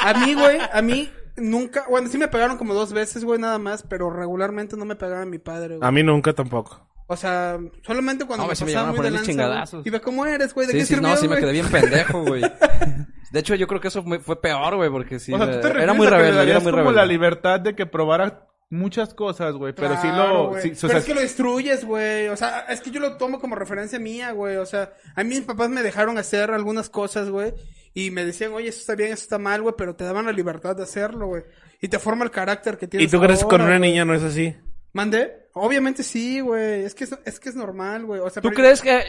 [SPEAKER 6] a mí, güey, a mí nunca, bueno, sí me pegaron como dos veces, güey, nada más, pero regularmente no me pegaba mi padre, güey.
[SPEAKER 7] A mí nunca tampoco.
[SPEAKER 6] O sea, solamente
[SPEAKER 3] No,
[SPEAKER 6] cuando me
[SPEAKER 3] güey, sí me
[SPEAKER 6] pasaba
[SPEAKER 3] llegaron a
[SPEAKER 6] muy de
[SPEAKER 3] ponerle
[SPEAKER 6] lanza, güey.
[SPEAKER 3] chingadazos.
[SPEAKER 6] Y ve cómo eres, güey, de
[SPEAKER 3] Sí,
[SPEAKER 6] qué
[SPEAKER 3] sí,
[SPEAKER 6] sirvió,
[SPEAKER 3] no, sí me
[SPEAKER 6] güey?
[SPEAKER 3] quedé bien pendejo, güey. De hecho, yo creo que eso me- fue peor, güey, porque sí.
[SPEAKER 5] O sea,
[SPEAKER 3] me-
[SPEAKER 5] tú te refieres
[SPEAKER 3] era muy
[SPEAKER 5] a que le
[SPEAKER 3] rebelde, yo era
[SPEAKER 5] darías
[SPEAKER 3] muy
[SPEAKER 5] como la
[SPEAKER 3] rebelde.
[SPEAKER 5] libertad de que probara muchas cosas, güey. Pero sí
[SPEAKER 6] Claro,
[SPEAKER 5] lo.
[SPEAKER 6] güey.
[SPEAKER 5] sí, o
[SPEAKER 6] pero
[SPEAKER 5] sea,
[SPEAKER 6] es que lo destruyes, güey. O sea, es que yo lo tomo como referencia mía, güey. O sea, a mí mis papás me dejaron hacer algunas cosas, güey. Y me decían, oye, eso está bien, eso está mal, güey. Pero te daban la libertad de hacerlo, güey. Y te forma el carácter que
[SPEAKER 7] ¿Y
[SPEAKER 6] tienes.
[SPEAKER 7] tú crees que con
[SPEAKER 6] ahora,
[SPEAKER 7] una
[SPEAKER 6] güey.
[SPEAKER 7] niña no es así?
[SPEAKER 6] ¿Mandé? Obviamente sí, güey. Es que es, es que es normal, güey. O sea,
[SPEAKER 3] ¿Tú
[SPEAKER 6] pero-
[SPEAKER 3] crees que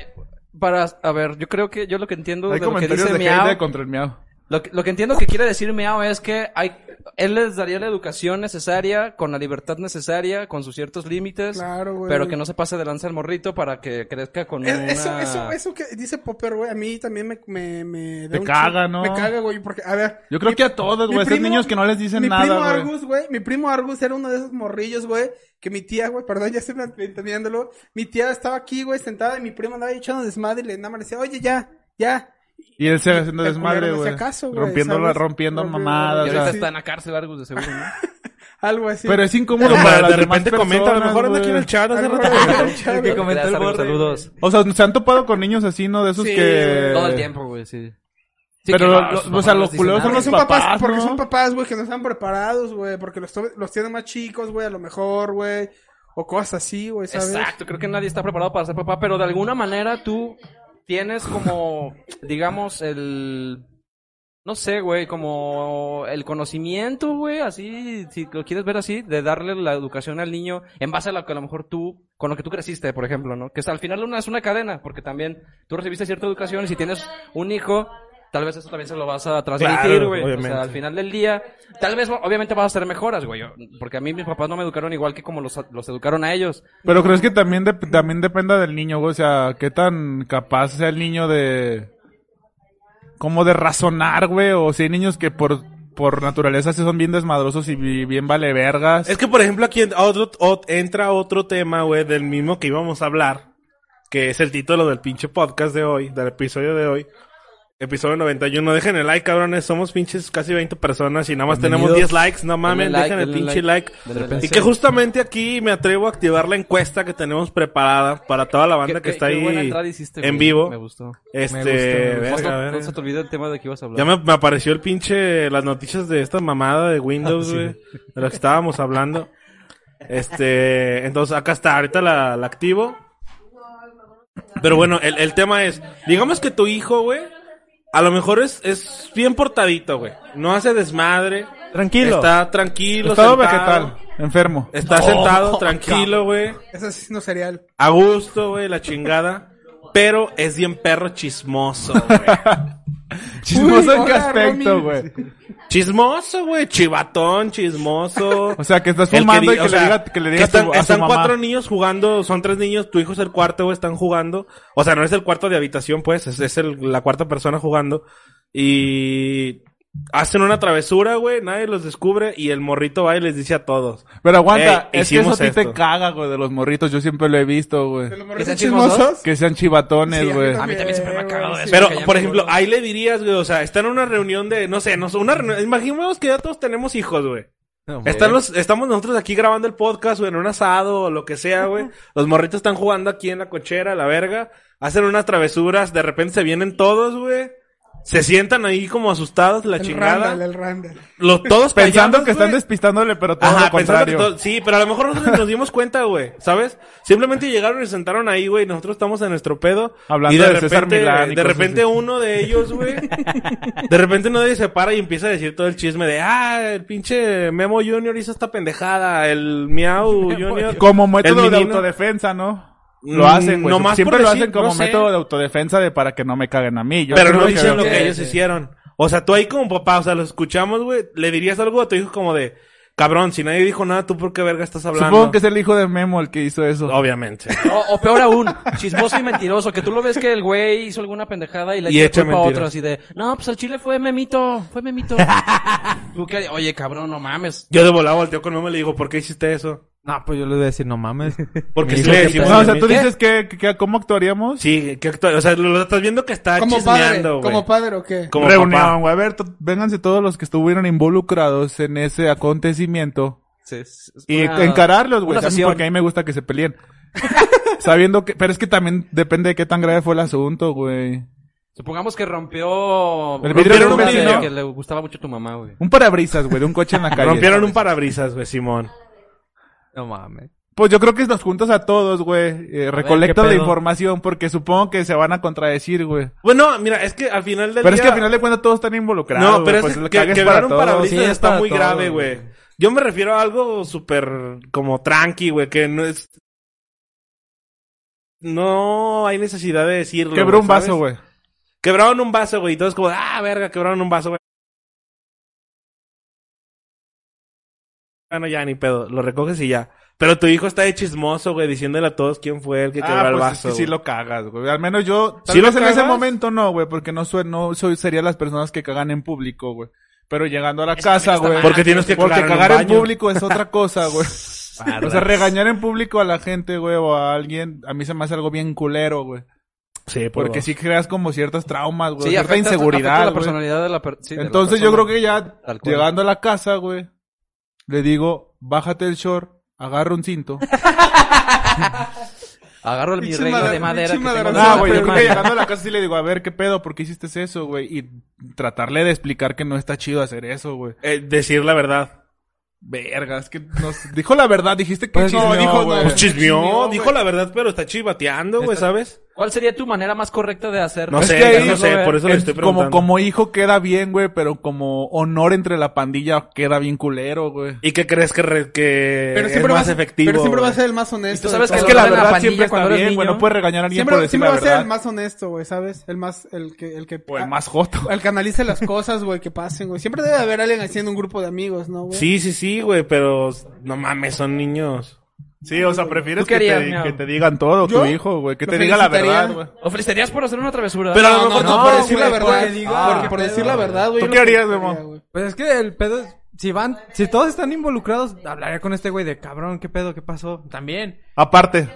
[SPEAKER 3] para a ver, yo creo que yo lo que entiendo
[SPEAKER 5] Hay
[SPEAKER 3] de lo que dice
[SPEAKER 5] comentarios de
[SPEAKER 3] Miau,
[SPEAKER 5] hate contra el miau.
[SPEAKER 3] lo, que- lo que entiendo que quiere decir Miau es que hay él les daría la educación necesaria, con la libertad necesaria, con sus ciertos límites,
[SPEAKER 6] Claro, güey.
[SPEAKER 3] pero que no se pase de lanza al morrito para que crezca con
[SPEAKER 6] Es-
[SPEAKER 3] una...
[SPEAKER 6] Eso, eso, eso que dice Popper, güey, a mí también me, me, me da
[SPEAKER 5] Te
[SPEAKER 6] un
[SPEAKER 5] caga,
[SPEAKER 6] chingo-
[SPEAKER 5] ¿no?
[SPEAKER 6] Me caga, güey, porque, a ver.
[SPEAKER 5] Yo creo que a todos,
[SPEAKER 6] mi
[SPEAKER 5] güey. Esos
[SPEAKER 6] primo-
[SPEAKER 5] niños que no les dicen
[SPEAKER 6] mi primo
[SPEAKER 5] nada, güey.
[SPEAKER 6] Argus, güey, mi primo Argus era uno de esos morrillos, güey, que mi tía, güey, perdón, ya estoy me- entendiéndolo. Mi tía estaba aquí, güey, sentada y mi primo andaba ahí echando desmadre y le nada más le decía, oye, ya, ya.
[SPEAKER 5] Y él se haciendo
[SPEAKER 6] El
[SPEAKER 5] desmadre,
[SPEAKER 6] culero no
[SPEAKER 5] güey.
[SPEAKER 6] hacía caso, güey,
[SPEAKER 5] Rompiendo, la-
[SPEAKER 6] ¿sabes?
[SPEAKER 5] rompiendo
[SPEAKER 6] Rompiendo-
[SPEAKER 3] Y
[SPEAKER 5] mamadas. o
[SPEAKER 3] ahorita
[SPEAKER 5] sea,
[SPEAKER 6] sí.
[SPEAKER 3] está en la cárcel Argus de seguro, ¿no?
[SPEAKER 6] Algo así.
[SPEAKER 5] Pero es incómodo
[SPEAKER 7] Pero
[SPEAKER 5] para
[SPEAKER 7] de
[SPEAKER 5] las demás
[SPEAKER 7] repente comenta, a lo
[SPEAKER 5] personas,
[SPEAKER 7] mejor anda aquí en
[SPEAKER 5] güey.
[SPEAKER 7] el chat hace
[SPEAKER 6] Algo
[SPEAKER 7] rato.
[SPEAKER 6] así,
[SPEAKER 3] El
[SPEAKER 6] güey.
[SPEAKER 3] que comentó el
[SPEAKER 6] Gracias,
[SPEAKER 3] borre. Saludos. Eh,
[SPEAKER 5] O sea, se han topado con niños así, ¿no? De esos
[SPEAKER 6] Sí,
[SPEAKER 5] que...
[SPEAKER 6] güey.
[SPEAKER 3] Todo el tiempo, güey, sí. Sí,
[SPEAKER 5] Pero
[SPEAKER 3] que
[SPEAKER 5] lo-
[SPEAKER 3] los
[SPEAKER 5] o
[SPEAKER 3] papás
[SPEAKER 5] sea,
[SPEAKER 3] no
[SPEAKER 5] los
[SPEAKER 3] dicen
[SPEAKER 5] culeros
[SPEAKER 3] nada.
[SPEAKER 5] son
[SPEAKER 6] "Ah, Porque
[SPEAKER 5] los
[SPEAKER 6] son papás,
[SPEAKER 5] papás,
[SPEAKER 6] porque
[SPEAKER 5] ¿no?
[SPEAKER 6] son papás, güey, que no están preparados, güey, porque los, to- los tienen más chicos, güey, a lo mejor, güey, o cosas así, güey, ¿sabes?
[SPEAKER 3] Exacto, creo que nadie está preparado para ser papá, pero de alguna manera tú tienes como, digamos, el... No sé, güey, como el conocimiento, güey, así, si lo quieres ver así, de darle la educación al niño en base a lo que a lo mejor tú, con lo que tú creciste, por ejemplo, ¿no? Que es- al final una, es una cadena, porque también tú recibiste cierta educación y si tienes un hijo, tal vez eso también se lo vas a transmitir,
[SPEAKER 7] Claro,
[SPEAKER 3] güey. o
[SPEAKER 7] obviamente.
[SPEAKER 3] sea, al final del día, tal vez obviamente vas a hacer mejoras, güey, yo- porque a mí mis papás no me educaron igual que como los, los educaron a ellos.
[SPEAKER 5] Pero crees que también, dep- también dependa del niño, güey. O sea, qué tan capaz sea el niño de... Como de razonar, güey. O si hay niños que por, por naturaleza sí son bien desmadrosos y bi- bien vale vergas.
[SPEAKER 7] Es que, por ejemplo, aquí en- otro, ot- entra otro tema, güey, del mismo que íbamos a hablar, que es el título del pinche podcast de hoy, del episodio de hoy. Episodio 91. Dejen el like, cabrones. Somos pinches casi 20 personas y nada más tenemos 10 likes. No mames,
[SPEAKER 3] Denle like,
[SPEAKER 7] dejen el
[SPEAKER 3] denle
[SPEAKER 7] pinche like.
[SPEAKER 3] like. Denle like.
[SPEAKER 7] Y que justamente aquí me atrevo a activar la encuesta que tenemos preparada para toda la banda
[SPEAKER 3] Qué-
[SPEAKER 7] que
[SPEAKER 3] qué-
[SPEAKER 7] está
[SPEAKER 3] qué buena
[SPEAKER 7] ahí
[SPEAKER 3] entrada hiciste,
[SPEAKER 7] en
[SPEAKER 3] güey.
[SPEAKER 7] vivo.
[SPEAKER 3] Me gustó.
[SPEAKER 7] Este,
[SPEAKER 4] Me gusta, me gusta.
[SPEAKER 7] verga,
[SPEAKER 3] Vas, no-
[SPEAKER 7] verga.
[SPEAKER 3] no se te olvidó el tema de que ibas a hablar.
[SPEAKER 7] Ya me, me apareció el pinche, las noticias de esta mamada de Windows, güey, de lo que estábamos hablando. Este, entonces acá está, ahorita la, la activo. Pero bueno, el, el tema es, digamos que tu hijo, güey, a lo mejor es, es bien portadito, güey. No hace desmadre.
[SPEAKER 4] Tranquilo.
[SPEAKER 7] Está tranquilo.
[SPEAKER 5] Estado
[SPEAKER 7] sentado.
[SPEAKER 5] vegetal. Enfermo.
[SPEAKER 7] Está sentado, tranquilo, güey.
[SPEAKER 6] Es asesino serial.
[SPEAKER 7] A gusto, güey, la chingada. Pero es bien perro chismoso, güey.
[SPEAKER 5] Chismoso
[SPEAKER 6] Uy,
[SPEAKER 5] en qué
[SPEAKER 6] hola,
[SPEAKER 5] aspecto,
[SPEAKER 6] Romy.
[SPEAKER 5] güey.
[SPEAKER 7] Chismoso, güey. Chivatón, chismoso.
[SPEAKER 5] O sea, que estás
[SPEAKER 7] El
[SPEAKER 5] fumando y
[SPEAKER 7] di-
[SPEAKER 5] que
[SPEAKER 7] o
[SPEAKER 5] le
[SPEAKER 7] sea,
[SPEAKER 5] diga, que le diga
[SPEAKER 7] que
[SPEAKER 5] a tu-
[SPEAKER 7] están,
[SPEAKER 5] a su
[SPEAKER 7] están
[SPEAKER 5] mamá.
[SPEAKER 7] cuatro niños jugando, son tres niños, tu hijo es el cuarto, güey, están jugando. O sea, no es el cuarto de habitación, pues, es, es el- la cuarta persona jugando. Y hacen una travesura, güey, nadie los descubre y el morrito va y les dice a todos.
[SPEAKER 5] Pero aguanta,
[SPEAKER 7] Ey,
[SPEAKER 5] es que eso a
[SPEAKER 7] hicimos
[SPEAKER 5] ti te
[SPEAKER 7] esto.
[SPEAKER 5] caga, güey, de los morritos. Yo siempre lo he visto, güey.
[SPEAKER 6] ¿Te lo
[SPEAKER 3] ¿Que sean
[SPEAKER 6] parecen chismosos?
[SPEAKER 5] Que sean chivatones,
[SPEAKER 6] Sí,
[SPEAKER 5] güey.
[SPEAKER 6] a mí también siempre me ha cagado eso.
[SPEAKER 7] Pero, por ejemplo, ahí le dirías, güey, o sea, están en una reunión de, no sé, no, sé, una reunión, imaginemos que ya todos tenemos hijos, güey. Están los, estamos nosotros aquí grabando el podcast, güey, en un asado o lo que sea, güey. Los morritos están jugando aquí en la cochera, la verga. Hacen unas travesuras, de repente se vienen todos, güey. Se sientan ahí como asustados, la
[SPEAKER 6] El
[SPEAKER 7] chingada.
[SPEAKER 6] Randall, el Randall.
[SPEAKER 7] Los todos
[SPEAKER 5] Pensando
[SPEAKER 7] callados,
[SPEAKER 5] que están
[SPEAKER 7] güey.
[SPEAKER 5] despistándole, pero todo
[SPEAKER 7] Ajá,
[SPEAKER 5] lo
[SPEAKER 7] pensando que
[SPEAKER 5] contrario.
[SPEAKER 7] todo- sí, pero a lo mejor nosotros nos dimos cuenta, güey, ¿sabes? Simplemente llegaron y se sentaron ahí, güey, nosotros estamos en nuestro pedo.
[SPEAKER 5] Hablando
[SPEAKER 7] y de,
[SPEAKER 5] de
[SPEAKER 7] repente,
[SPEAKER 5] César Millán y
[SPEAKER 7] de
[SPEAKER 5] cosas
[SPEAKER 7] repente
[SPEAKER 5] así.
[SPEAKER 7] uno de ellos, güey, de repente uno de ellos se para y empieza a decir todo el chisme de, ah, el pinche Memo Junior hizo esta pendejada, el Miau Junior.
[SPEAKER 5] Como método
[SPEAKER 7] El
[SPEAKER 5] de
[SPEAKER 7] menino.
[SPEAKER 5] autodefensa, ¿no?
[SPEAKER 7] Mm,
[SPEAKER 5] Lo hacen, güey.
[SPEAKER 7] nomás
[SPEAKER 5] Siempre
[SPEAKER 7] por
[SPEAKER 5] lo
[SPEAKER 7] decir,
[SPEAKER 5] hacen como
[SPEAKER 7] no sé.
[SPEAKER 5] método de autodefensa de para que no me caguen a mí. Yo
[SPEAKER 7] pero
[SPEAKER 5] creo
[SPEAKER 7] no
[SPEAKER 5] que-
[SPEAKER 7] dicen lo que
[SPEAKER 5] Sí,
[SPEAKER 7] ellos
[SPEAKER 5] sí.
[SPEAKER 7] hicieron. O sea, tú ahí como papá, o sea, lo escuchamos, güey, le dirías algo a tu hijo como de, cabrón, si nadie dijo nada, ¿tú por qué verga estás hablando?
[SPEAKER 5] Supongo que es el hijo de Memo el que hizo eso.
[SPEAKER 7] Obviamente.
[SPEAKER 3] O, o Oh, peor aún, chismoso y mentiroso, que tú lo ves que el güey hizo alguna pendejada y le
[SPEAKER 7] Y
[SPEAKER 3] echa la
[SPEAKER 7] echa
[SPEAKER 3] culpa a
[SPEAKER 7] mentiras.
[SPEAKER 3] otro, así de, no, pues el chile fue memito, fue memito. Tú que, Oye, cabrón, no mames.
[SPEAKER 7] Yo de volada volteo con Memo y le digo, ¿por qué hiciste eso?
[SPEAKER 4] No, pues yo le voy a decir, no mames.
[SPEAKER 7] Porque
[SPEAKER 4] Mi
[SPEAKER 7] si
[SPEAKER 4] hijo
[SPEAKER 7] le
[SPEAKER 4] que
[SPEAKER 7] decimos...
[SPEAKER 5] No, o sea, tú
[SPEAKER 7] pues, ¿Qué?
[SPEAKER 5] dices que, que- que- cómo actuaríamos.
[SPEAKER 7] Sí, que actua- o sea, lo, lo estás viendo que está
[SPEAKER 6] ¿Como padre?
[SPEAKER 7] chismeando, güey.
[SPEAKER 6] ¿Como padre o qué?
[SPEAKER 7] Como papá.
[SPEAKER 5] Reunión, güey. A ver, to- vénganse todos los que estuvieron involucrados en ese acontecimiento.
[SPEAKER 3] Sí, es- es
[SPEAKER 5] Y
[SPEAKER 3] una-
[SPEAKER 5] encararlos, güey.
[SPEAKER 3] una
[SPEAKER 5] a mí-
[SPEAKER 3] sesión.
[SPEAKER 5] Porque a mí me gusta que se peleen. Sabiendo que... Pero es que también depende de qué tan grave fue el asunto, güey.
[SPEAKER 3] Supongamos que rompió...
[SPEAKER 5] El vidrio
[SPEAKER 7] de un
[SPEAKER 3] una de-
[SPEAKER 7] vecino.
[SPEAKER 3] Que le gustaba mucho tu mamá, güey.
[SPEAKER 5] Un parabrisas, güey, de un coche en la calle.
[SPEAKER 7] Rompieron un parabrisas, güey, Simón.
[SPEAKER 4] No mames.
[SPEAKER 5] Pues yo creo que nos juntas a todos, güey. Eh, recolecta
[SPEAKER 4] ¿qué
[SPEAKER 5] la
[SPEAKER 4] pedo?
[SPEAKER 5] información porque supongo que se van a contradecir, güey.
[SPEAKER 7] Bueno, mira, es que al final del
[SPEAKER 5] Pero es
[SPEAKER 7] día...
[SPEAKER 5] que al final de cuentas todos están involucrados.
[SPEAKER 7] No, pero
[SPEAKER 5] güey, pues,
[SPEAKER 7] es que
[SPEAKER 5] le
[SPEAKER 7] que
[SPEAKER 5] cagues
[SPEAKER 7] quebrar un
[SPEAKER 5] todos.
[SPEAKER 7] parabrisas
[SPEAKER 4] Sí, es
[SPEAKER 7] está
[SPEAKER 4] para
[SPEAKER 7] muy
[SPEAKER 4] todo,
[SPEAKER 7] grave, güey.
[SPEAKER 4] güey.
[SPEAKER 7] Yo me refiero a algo súper como tranqui, güey, que no es... No hay necesidad de decirlo.
[SPEAKER 5] Quebró un
[SPEAKER 7] ¿sabes?
[SPEAKER 5] vaso, güey.
[SPEAKER 7] Quebraron un vaso, güey, y todos como, ah, verga, quebraron un vaso, güey. Bueno, ya, ni pedo, lo recoges y ya. Pero tu hijo está de chismoso, güey, diciéndole a todos quién fue el que quebró
[SPEAKER 5] Ah,
[SPEAKER 7] el
[SPEAKER 5] pues
[SPEAKER 7] vaso.
[SPEAKER 5] es que sí
[SPEAKER 7] güey.
[SPEAKER 5] lo cagas, güey. Al menos yo... Tal
[SPEAKER 7] ¿Sí lo
[SPEAKER 5] vez en ese
[SPEAKER 7] cagas?
[SPEAKER 5] momento no, güey, porque no, soy, no soy, sería las personas que cagan en público, güey. Pero llegando a la casa, güey.
[SPEAKER 7] Porque tienes que
[SPEAKER 5] Porque
[SPEAKER 7] cagar en un
[SPEAKER 5] cagar en,
[SPEAKER 7] baño.
[SPEAKER 5] público es otra cosa, güey.
[SPEAKER 7] Ah,
[SPEAKER 5] o sea, regañar en público a la gente, güey, o a alguien, a mí se me hace algo bien culero, güey.
[SPEAKER 7] Sí, por
[SPEAKER 5] Porque
[SPEAKER 7] dos.
[SPEAKER 5] sí creas como ciertas traumas, güey, cierta
[SPEAKER 3] afecta- afecta
[SPEAKER 5] Pues, inseguridad,
[SPEAKER 3] la
[SPEAKER 5] güey.
[SPEAKER 3] personalidad de la, per- sí, de la
[SPEAKER 5] Entonces yo
[SPEAKER 3] persona.
[SPEAKER 5] creo que ya
[SPEAKER 3] Tal cual.
[SPEAKER 5] llegando a la casa, güey, le digo, bájate el short, agarra un cinto.
[SPEAKER 3] Agarro el mi
[SPEAKER 6] Pinche
[SPEAKER 3] regla
[SPEAKER 6] madre-
[SPEAKER 3] de madera.
[SPEAKER 6] pinche
[SPEAKER 3] que tengo
[SPEAKER 6] madrazón,
[SPEAKER 5] No,
[SPEAKER 3] en
[SPEAKER 5] güey, yo
[SPEAKER 3] la
[SPEAKER 5] creo
[SPEAKER 3] mano.
[SPEAKER 5] que llegando a la casa sí le digo, a ver, ¿qué pedo? ¿Por qué hiciste eso, güey? Y tratarle de explicar que no está chido hacer eso, güey.
[SPEAKER 7] Eh, decir la verdad.
[SPEAKER 5] Verga, es que nos dijo la verdad, dijiste que
[SPEAKER 4] Pues
[SPEAKER 5] chismeó,
[SPEAKER 4] no, güey.
[SPEAKER 7] Pues chismeó,
[SPEAKER 5] güey.
[SPEAKER 7] dijo la verdad, pero está chivateando, güey, ¿sabes?
[SPEAKER 3] ¿Cuál sería tu manera más correcta de hacer?
[SPEAKER 7] No
[SPEAKER 5] Es
[SPEAKER 7] sé,
[SPEAKER 5] que ahí,
[SPEAKER 7] no sé,
[SPEAKER 5] güey,
[SPEAKER 7] por eso le
[SPEAKER 5] es
[SPEAKER 7] estoy
[SPEAKER 5] como,
[SPEAKER 7] preguntando.
[SPEAKER 5] como hijo queda bien, güey, pero como honor entre la pandilla queda bien culero, güey.
[SPEAKER 7] ¿Y qué crees que, re- que
[SPEAKER 5] Eh,
[SPEAKER 6] Pero
[SPEAKER 7] es
[SPEAKER 6] siempre,
[SPEAKER 7] más
[SPEAKER 6] va, a-
[SPEAKER 7] efectivo?
[SPEAKER 6] pero siempre va a
[SPEAKER 7] güey?
[SPEAKER 6] ser el más honesto.
[SPEAKER 3] sabes
[SPEAKER 6] Pues de
[SPEAKER 3] que
[SPEAKER 5] Es
[SPEAKER 6] todos.
[SPEAKER 5] que la
[SPEAKER 3] en la
[SPEAKER 5] verdad
[SPEAKER 3] pandilla
[SPEAKER 5] siempre está
[SPEAKER 3] cuando eres
[SPEAKER 5] bien, güey,
[SPEAKER 3] niño.
[SPEAKER 5] no puedes regañar a alguien por
[SPEAKER 6] Siempre,
[SPEAKER 5] decir
[SPEAKER 6] siempre
[SPEAKER 5] la
[SPEAKER 6] va a ser
[SPEAKER 5] verdad.
[SPEAKER 6] el más honesto, güey, ¿sabes? El más, el que, el que,
[SPEAKER 5] O el más joto.
[SPEAKER 6] el que analice las cosas, güey, que pasen, güey. Siempre debe haber alguien haciendo un grupo de amigos, ¿no, güey?
[SPEAKER 7] Sí, sí, sí, güey, pero no mames, son niños.
[SPEAKER 5] Sí, o sea, prefieres
[SPEAKER 3] ¿Tú qué
[SPEAKER 5] que, te,
[SPEAKER 3] harías, miau?
[SPEAKER 5] que te digan todo,
[SPEAKER 6] ¿Yo?
[SPEAKER 5] tu hijo, güey. Que
[SPEAKER 6] Lo
[SPEAKER 5] te diga la
[SPEAKER 6] felicitaría.
[SPEAKER 5] verdad, güey.
[SPEAKER 3] ¿Ofrecerías por hacer una travesura?
[SPEAKER 7] Pero a lo
[SPEAKER 6] No,
[SPEAKER 7] mejor
[SPEAKER 6] no,
[SPEAKER 7] no,
[SPEAKER 6] no,
[SPEAKER 7] por
[SPEAKER 6] por
[SPEAKER 7] decir
[SPEAKER 6] güey,
[SPEAKER 7] la verdad.
[SPEAKER 6] porque-
[SPEAKER 5] Ah.
[SPEAKER 6] porque por decir la verdad, güey.
[SPEAKER 5] ¿Tú
[SPEAKER 6] yo
[SPEAKER 5] qué
[SPEAKER 6] lo
[SPEAKER 5] harías,
[SPEAKER 6] felicitaría,
[SPEAKER 5] Memo?
[SPEAKER 6] güey.
[SPEAKER 4] Pues es que el pedo es, si van, si todos están involucrados, hablaría con este güey de cabrón, qué pedo, qué pasó, también.
[SPEAKER 5] Aparte,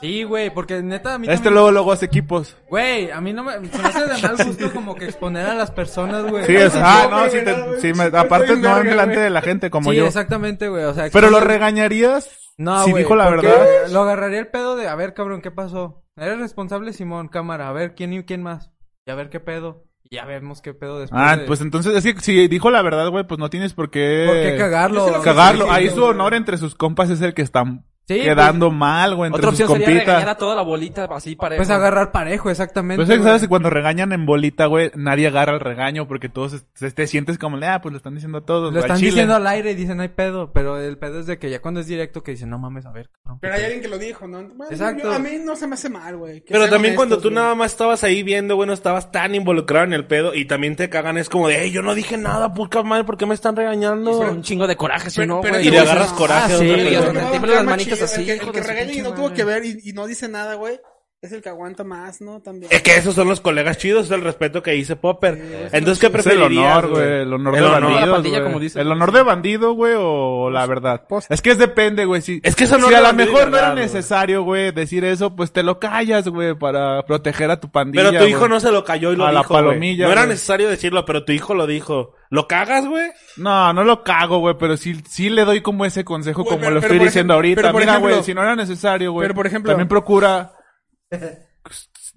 [SPEAKER 4] Sí, güey, porque neta a mí
[SPEAKER 5] este
[SPEAKER 4] también-
[SPEAKER 5] luego luego hace equipos.
[SPEAKER 4] Güey, a mí no me, se me hace de mal gusto como que exponer a las personas, güey.
[SPEAKER 5] Sí, es, ah,
[SPEAKER 6] güey,
[SPEAKER 5] no, sí,
[SPEAKER 6] no,
[SPEAKER 5] te,
[SPEAKER 6] güey,
[SPEAKER 5] sí me,
[SPEAKER 6] estoy
[SPEAKER 5] aparte
[SPEAKER 6] bien
[SPEAKER 5] no
[SPEAKER 6] verga,
[SPEAKER 5] delante
[SPEAKER 6] güey.
[SPEAKER 5] de la gente como
[SPEAKER 4] Sí,
[SPEAKER 5] yo.
[SPEAKER 4] exactamente, güey, o sea.
[SPEAKER 5] Pero lo
[SPEAKER 4] exponer-
[SPEAKER 5] regañarías
[SPEAKER 4] No,
[SPEAKER 5] si
[SPEAKER 4] güey,
[SPEAKER 5] dijo la
[SPEAKER 4] porque
[SPEAKER 5] verdad.
[SPEAKER 4] Lo agarraría el pedo de, a ver, cabrón, ¿qué pasó? Eres responsable, Simón, cámara, a ver, ¿quién y quién más? Y a ver qué pedo. Y ya vemos qué pedo después.
[SPEAKER 5] Ah,
[SPEAKER 4] de-
[SPEAKER 5] pues entonces, es que si dijo la verdad, güey, pues no tienes por qué...
[SPEAKER 4] ¿Por qué cagarlo?
[SPEAKER 6] Yo se lo-
[SPEAKER 5] Cagarlo.
[SPEAKER 6] Sí, sí,
[SPEAKER 5] Ahí
[SPEAKER 6] sí,
[SPEAKER 5] su
[SPEAKER 6] güey.
[SPEAKER 5] honor entre sus compas es el que está
[SPEAKER 4] Sí,
[SPEAKER 5] quedando mal, güey, entre
[SPEAKER 3] Otra
[SPEAKER 5] sus
[SPEAKER 3] opción sería regañar
[SPEAKER 5] compitas.
[SPEAKER 3] a toda la bolita así para.
[SPEAKER 4] Pues, pues agarrar parejo, exactamente.
[SPEAKER 5] Pues es que
[SPEAKER 4] güey.
[SPEAKER 5] sabes que cuando regañan en bolita, güey, nadie agarra el regaño porque todos se- se- te sientes como, ah, pues lo están diciendo a todos.
[SPEAKER 4] Lo
[SPEAKER 5] güey,
[SPEAKER 4] están
[SPEAKER 5] al chile".
[SPEAKER 4] diciendo al aire y dicen, hay pedo. Pero el pedo es de que ya cuando es directo que dicen, no mames, a ver, cabrón.
[SPEAKER 6] Pero hay alguien que lo dijo, ¿no? Bueno,
[SPEAKER 4] Exacto.
[SPEAKER 6] yo- a mí no se me hace mal, güey. que
[SPEAKER 7] Pero
[SPEAKER 6] sean
[SPEAKER 7] también cuando tú
[SPEAKER 6] honestos,
[SPEAKER 7] nada
[SPEAKER 6] güey.
[SPEAKER 7] más estabas ahí viendo, güey, no estabas tan involucrado en el pedo y también te cagan, es como de, hey, yo no dije nada, puta madre, ¿por qué me están regañando?
[SPEAKER 3] un chingo de coraje, si
[SPEAKER 6] Pero-
[SPEAKER 3] no,
[SPEAKER 6] pero
[SPEAKER 3] güey.
[SPEAKER 6] es que
[SPEAKER 7] Y le
[SPEAKER 6] güey,
[SPEAKER 7] agarras
[SPEAKER 6] no.
[SPEAKER 7] coraje.
[SPEAKER 3] Ah, sí,
[SPEAKER 7] otra
[SPEAKER 3] güey,
[SPEAKER 7] vez,
[SPEAKER 6] El
[SPEAKER 3] hasta
[SPEAKER 6] que
[SPEAKER 7] güey.
[SPEAKER 6] va a
[SPEAKER 3] te tiemblan
[SPEAKER 6] quedar
[SPEAKER 3] las
[SPEAKER 6] más
[SPEAKER 3] manitas
[SPEAKER 6] chido,
[SPEAKER 3] así,
[SPEAKER 6] El que, el
[SPEAKER 3] hijo
[SPEAKER 6] que
[SPEAKER 3] de su
[SPEAKER 6] regaña y
[SPEAKER 3] pinche
[SPEAKER 6] no tuvo
[SPEAKER 3] madre.
[SPEAKER 6] que ver y, y no dice nada, güey. Es el que aguanta más, ¿no? También.
[SPEAKER 7] Es que esos son los colegas chidos, es el respeto que dice Popper. Entonces, ¿qué
[SPEAKER 5] Es el
[SPEAKER 7] preferirías?
[SPEAKER 5] honor, güey. El honor
[SPEAKER 7] El
[SPEAKER 5] de
[SPEAKER 7] honor.
[SPEAKER 3] La
[SPEAKER 5] bandidos,
[SPEAKER 3] pandilla,
[SPEAKER 5] güey.
[SPEAKER 3] como Pues, dice.
[SPEAKER 5] El honor de bandido, güey, o la verdad.
[SPEAKER 6] Post.
[SPEAKER 5] Es que es depende, güey. Si,
[SPEAKER 7] Es que es honor
[SPEAKER 5] si
[SPEAKER 7] de
[SPEAKER 5] a lo
[SPEAKER 7] bandido y
[SPEAKER 5] mejor no
[SPEAKER 7] verdad,
[SPEAKER 5] era
[SPEAKER 7] güey.
[SPEAKER 5] necesario, güey, decir eso, pues te lo callas, güey, para proteger a tu pandilla.
[SPEAKER 7] Pero tu hijo
[SPEAKER 5] güey.
[SPEAKER 7] no se lo cayó y lo
[SPEAKER 5] A la
[SPEAKER 7] dijo, güey.
[SPEAKER 5] palomilla,
[SPEAKER 7] No era
[SPEAKER 5] güey.
[SPEAKER 7] necesario decirlo, pero tu hijo lo dijo. ¿Lo cagas, güey?
[SPEAKER 5] No, no lo cago, güey, pero sí, sí le doy como ese consejo
[SPEAKER 6] Güey,
[SPEAKER 5] como
[SPEAKER 6] pero-
[SPEAKER 5] lo
[SPEAKER 6] pero
[SPEAKER 5] estoy
[SPEAKER 6] por
[SPEAKER 5] diciendo
[SPEAKER 6] ejem-
[SPEAKER 5] ahorita.
[SPEAKER 6] pero por
[SPEAKER 5] Mira, güey,
[SPEAKER 6] ejemplo-
[SPEAKER 5] si no era necesario, güey.
[SPEAKER 6] pero por ejemplo-
[SPEAKER 5] También procura
[SPEAKER 3] Mira,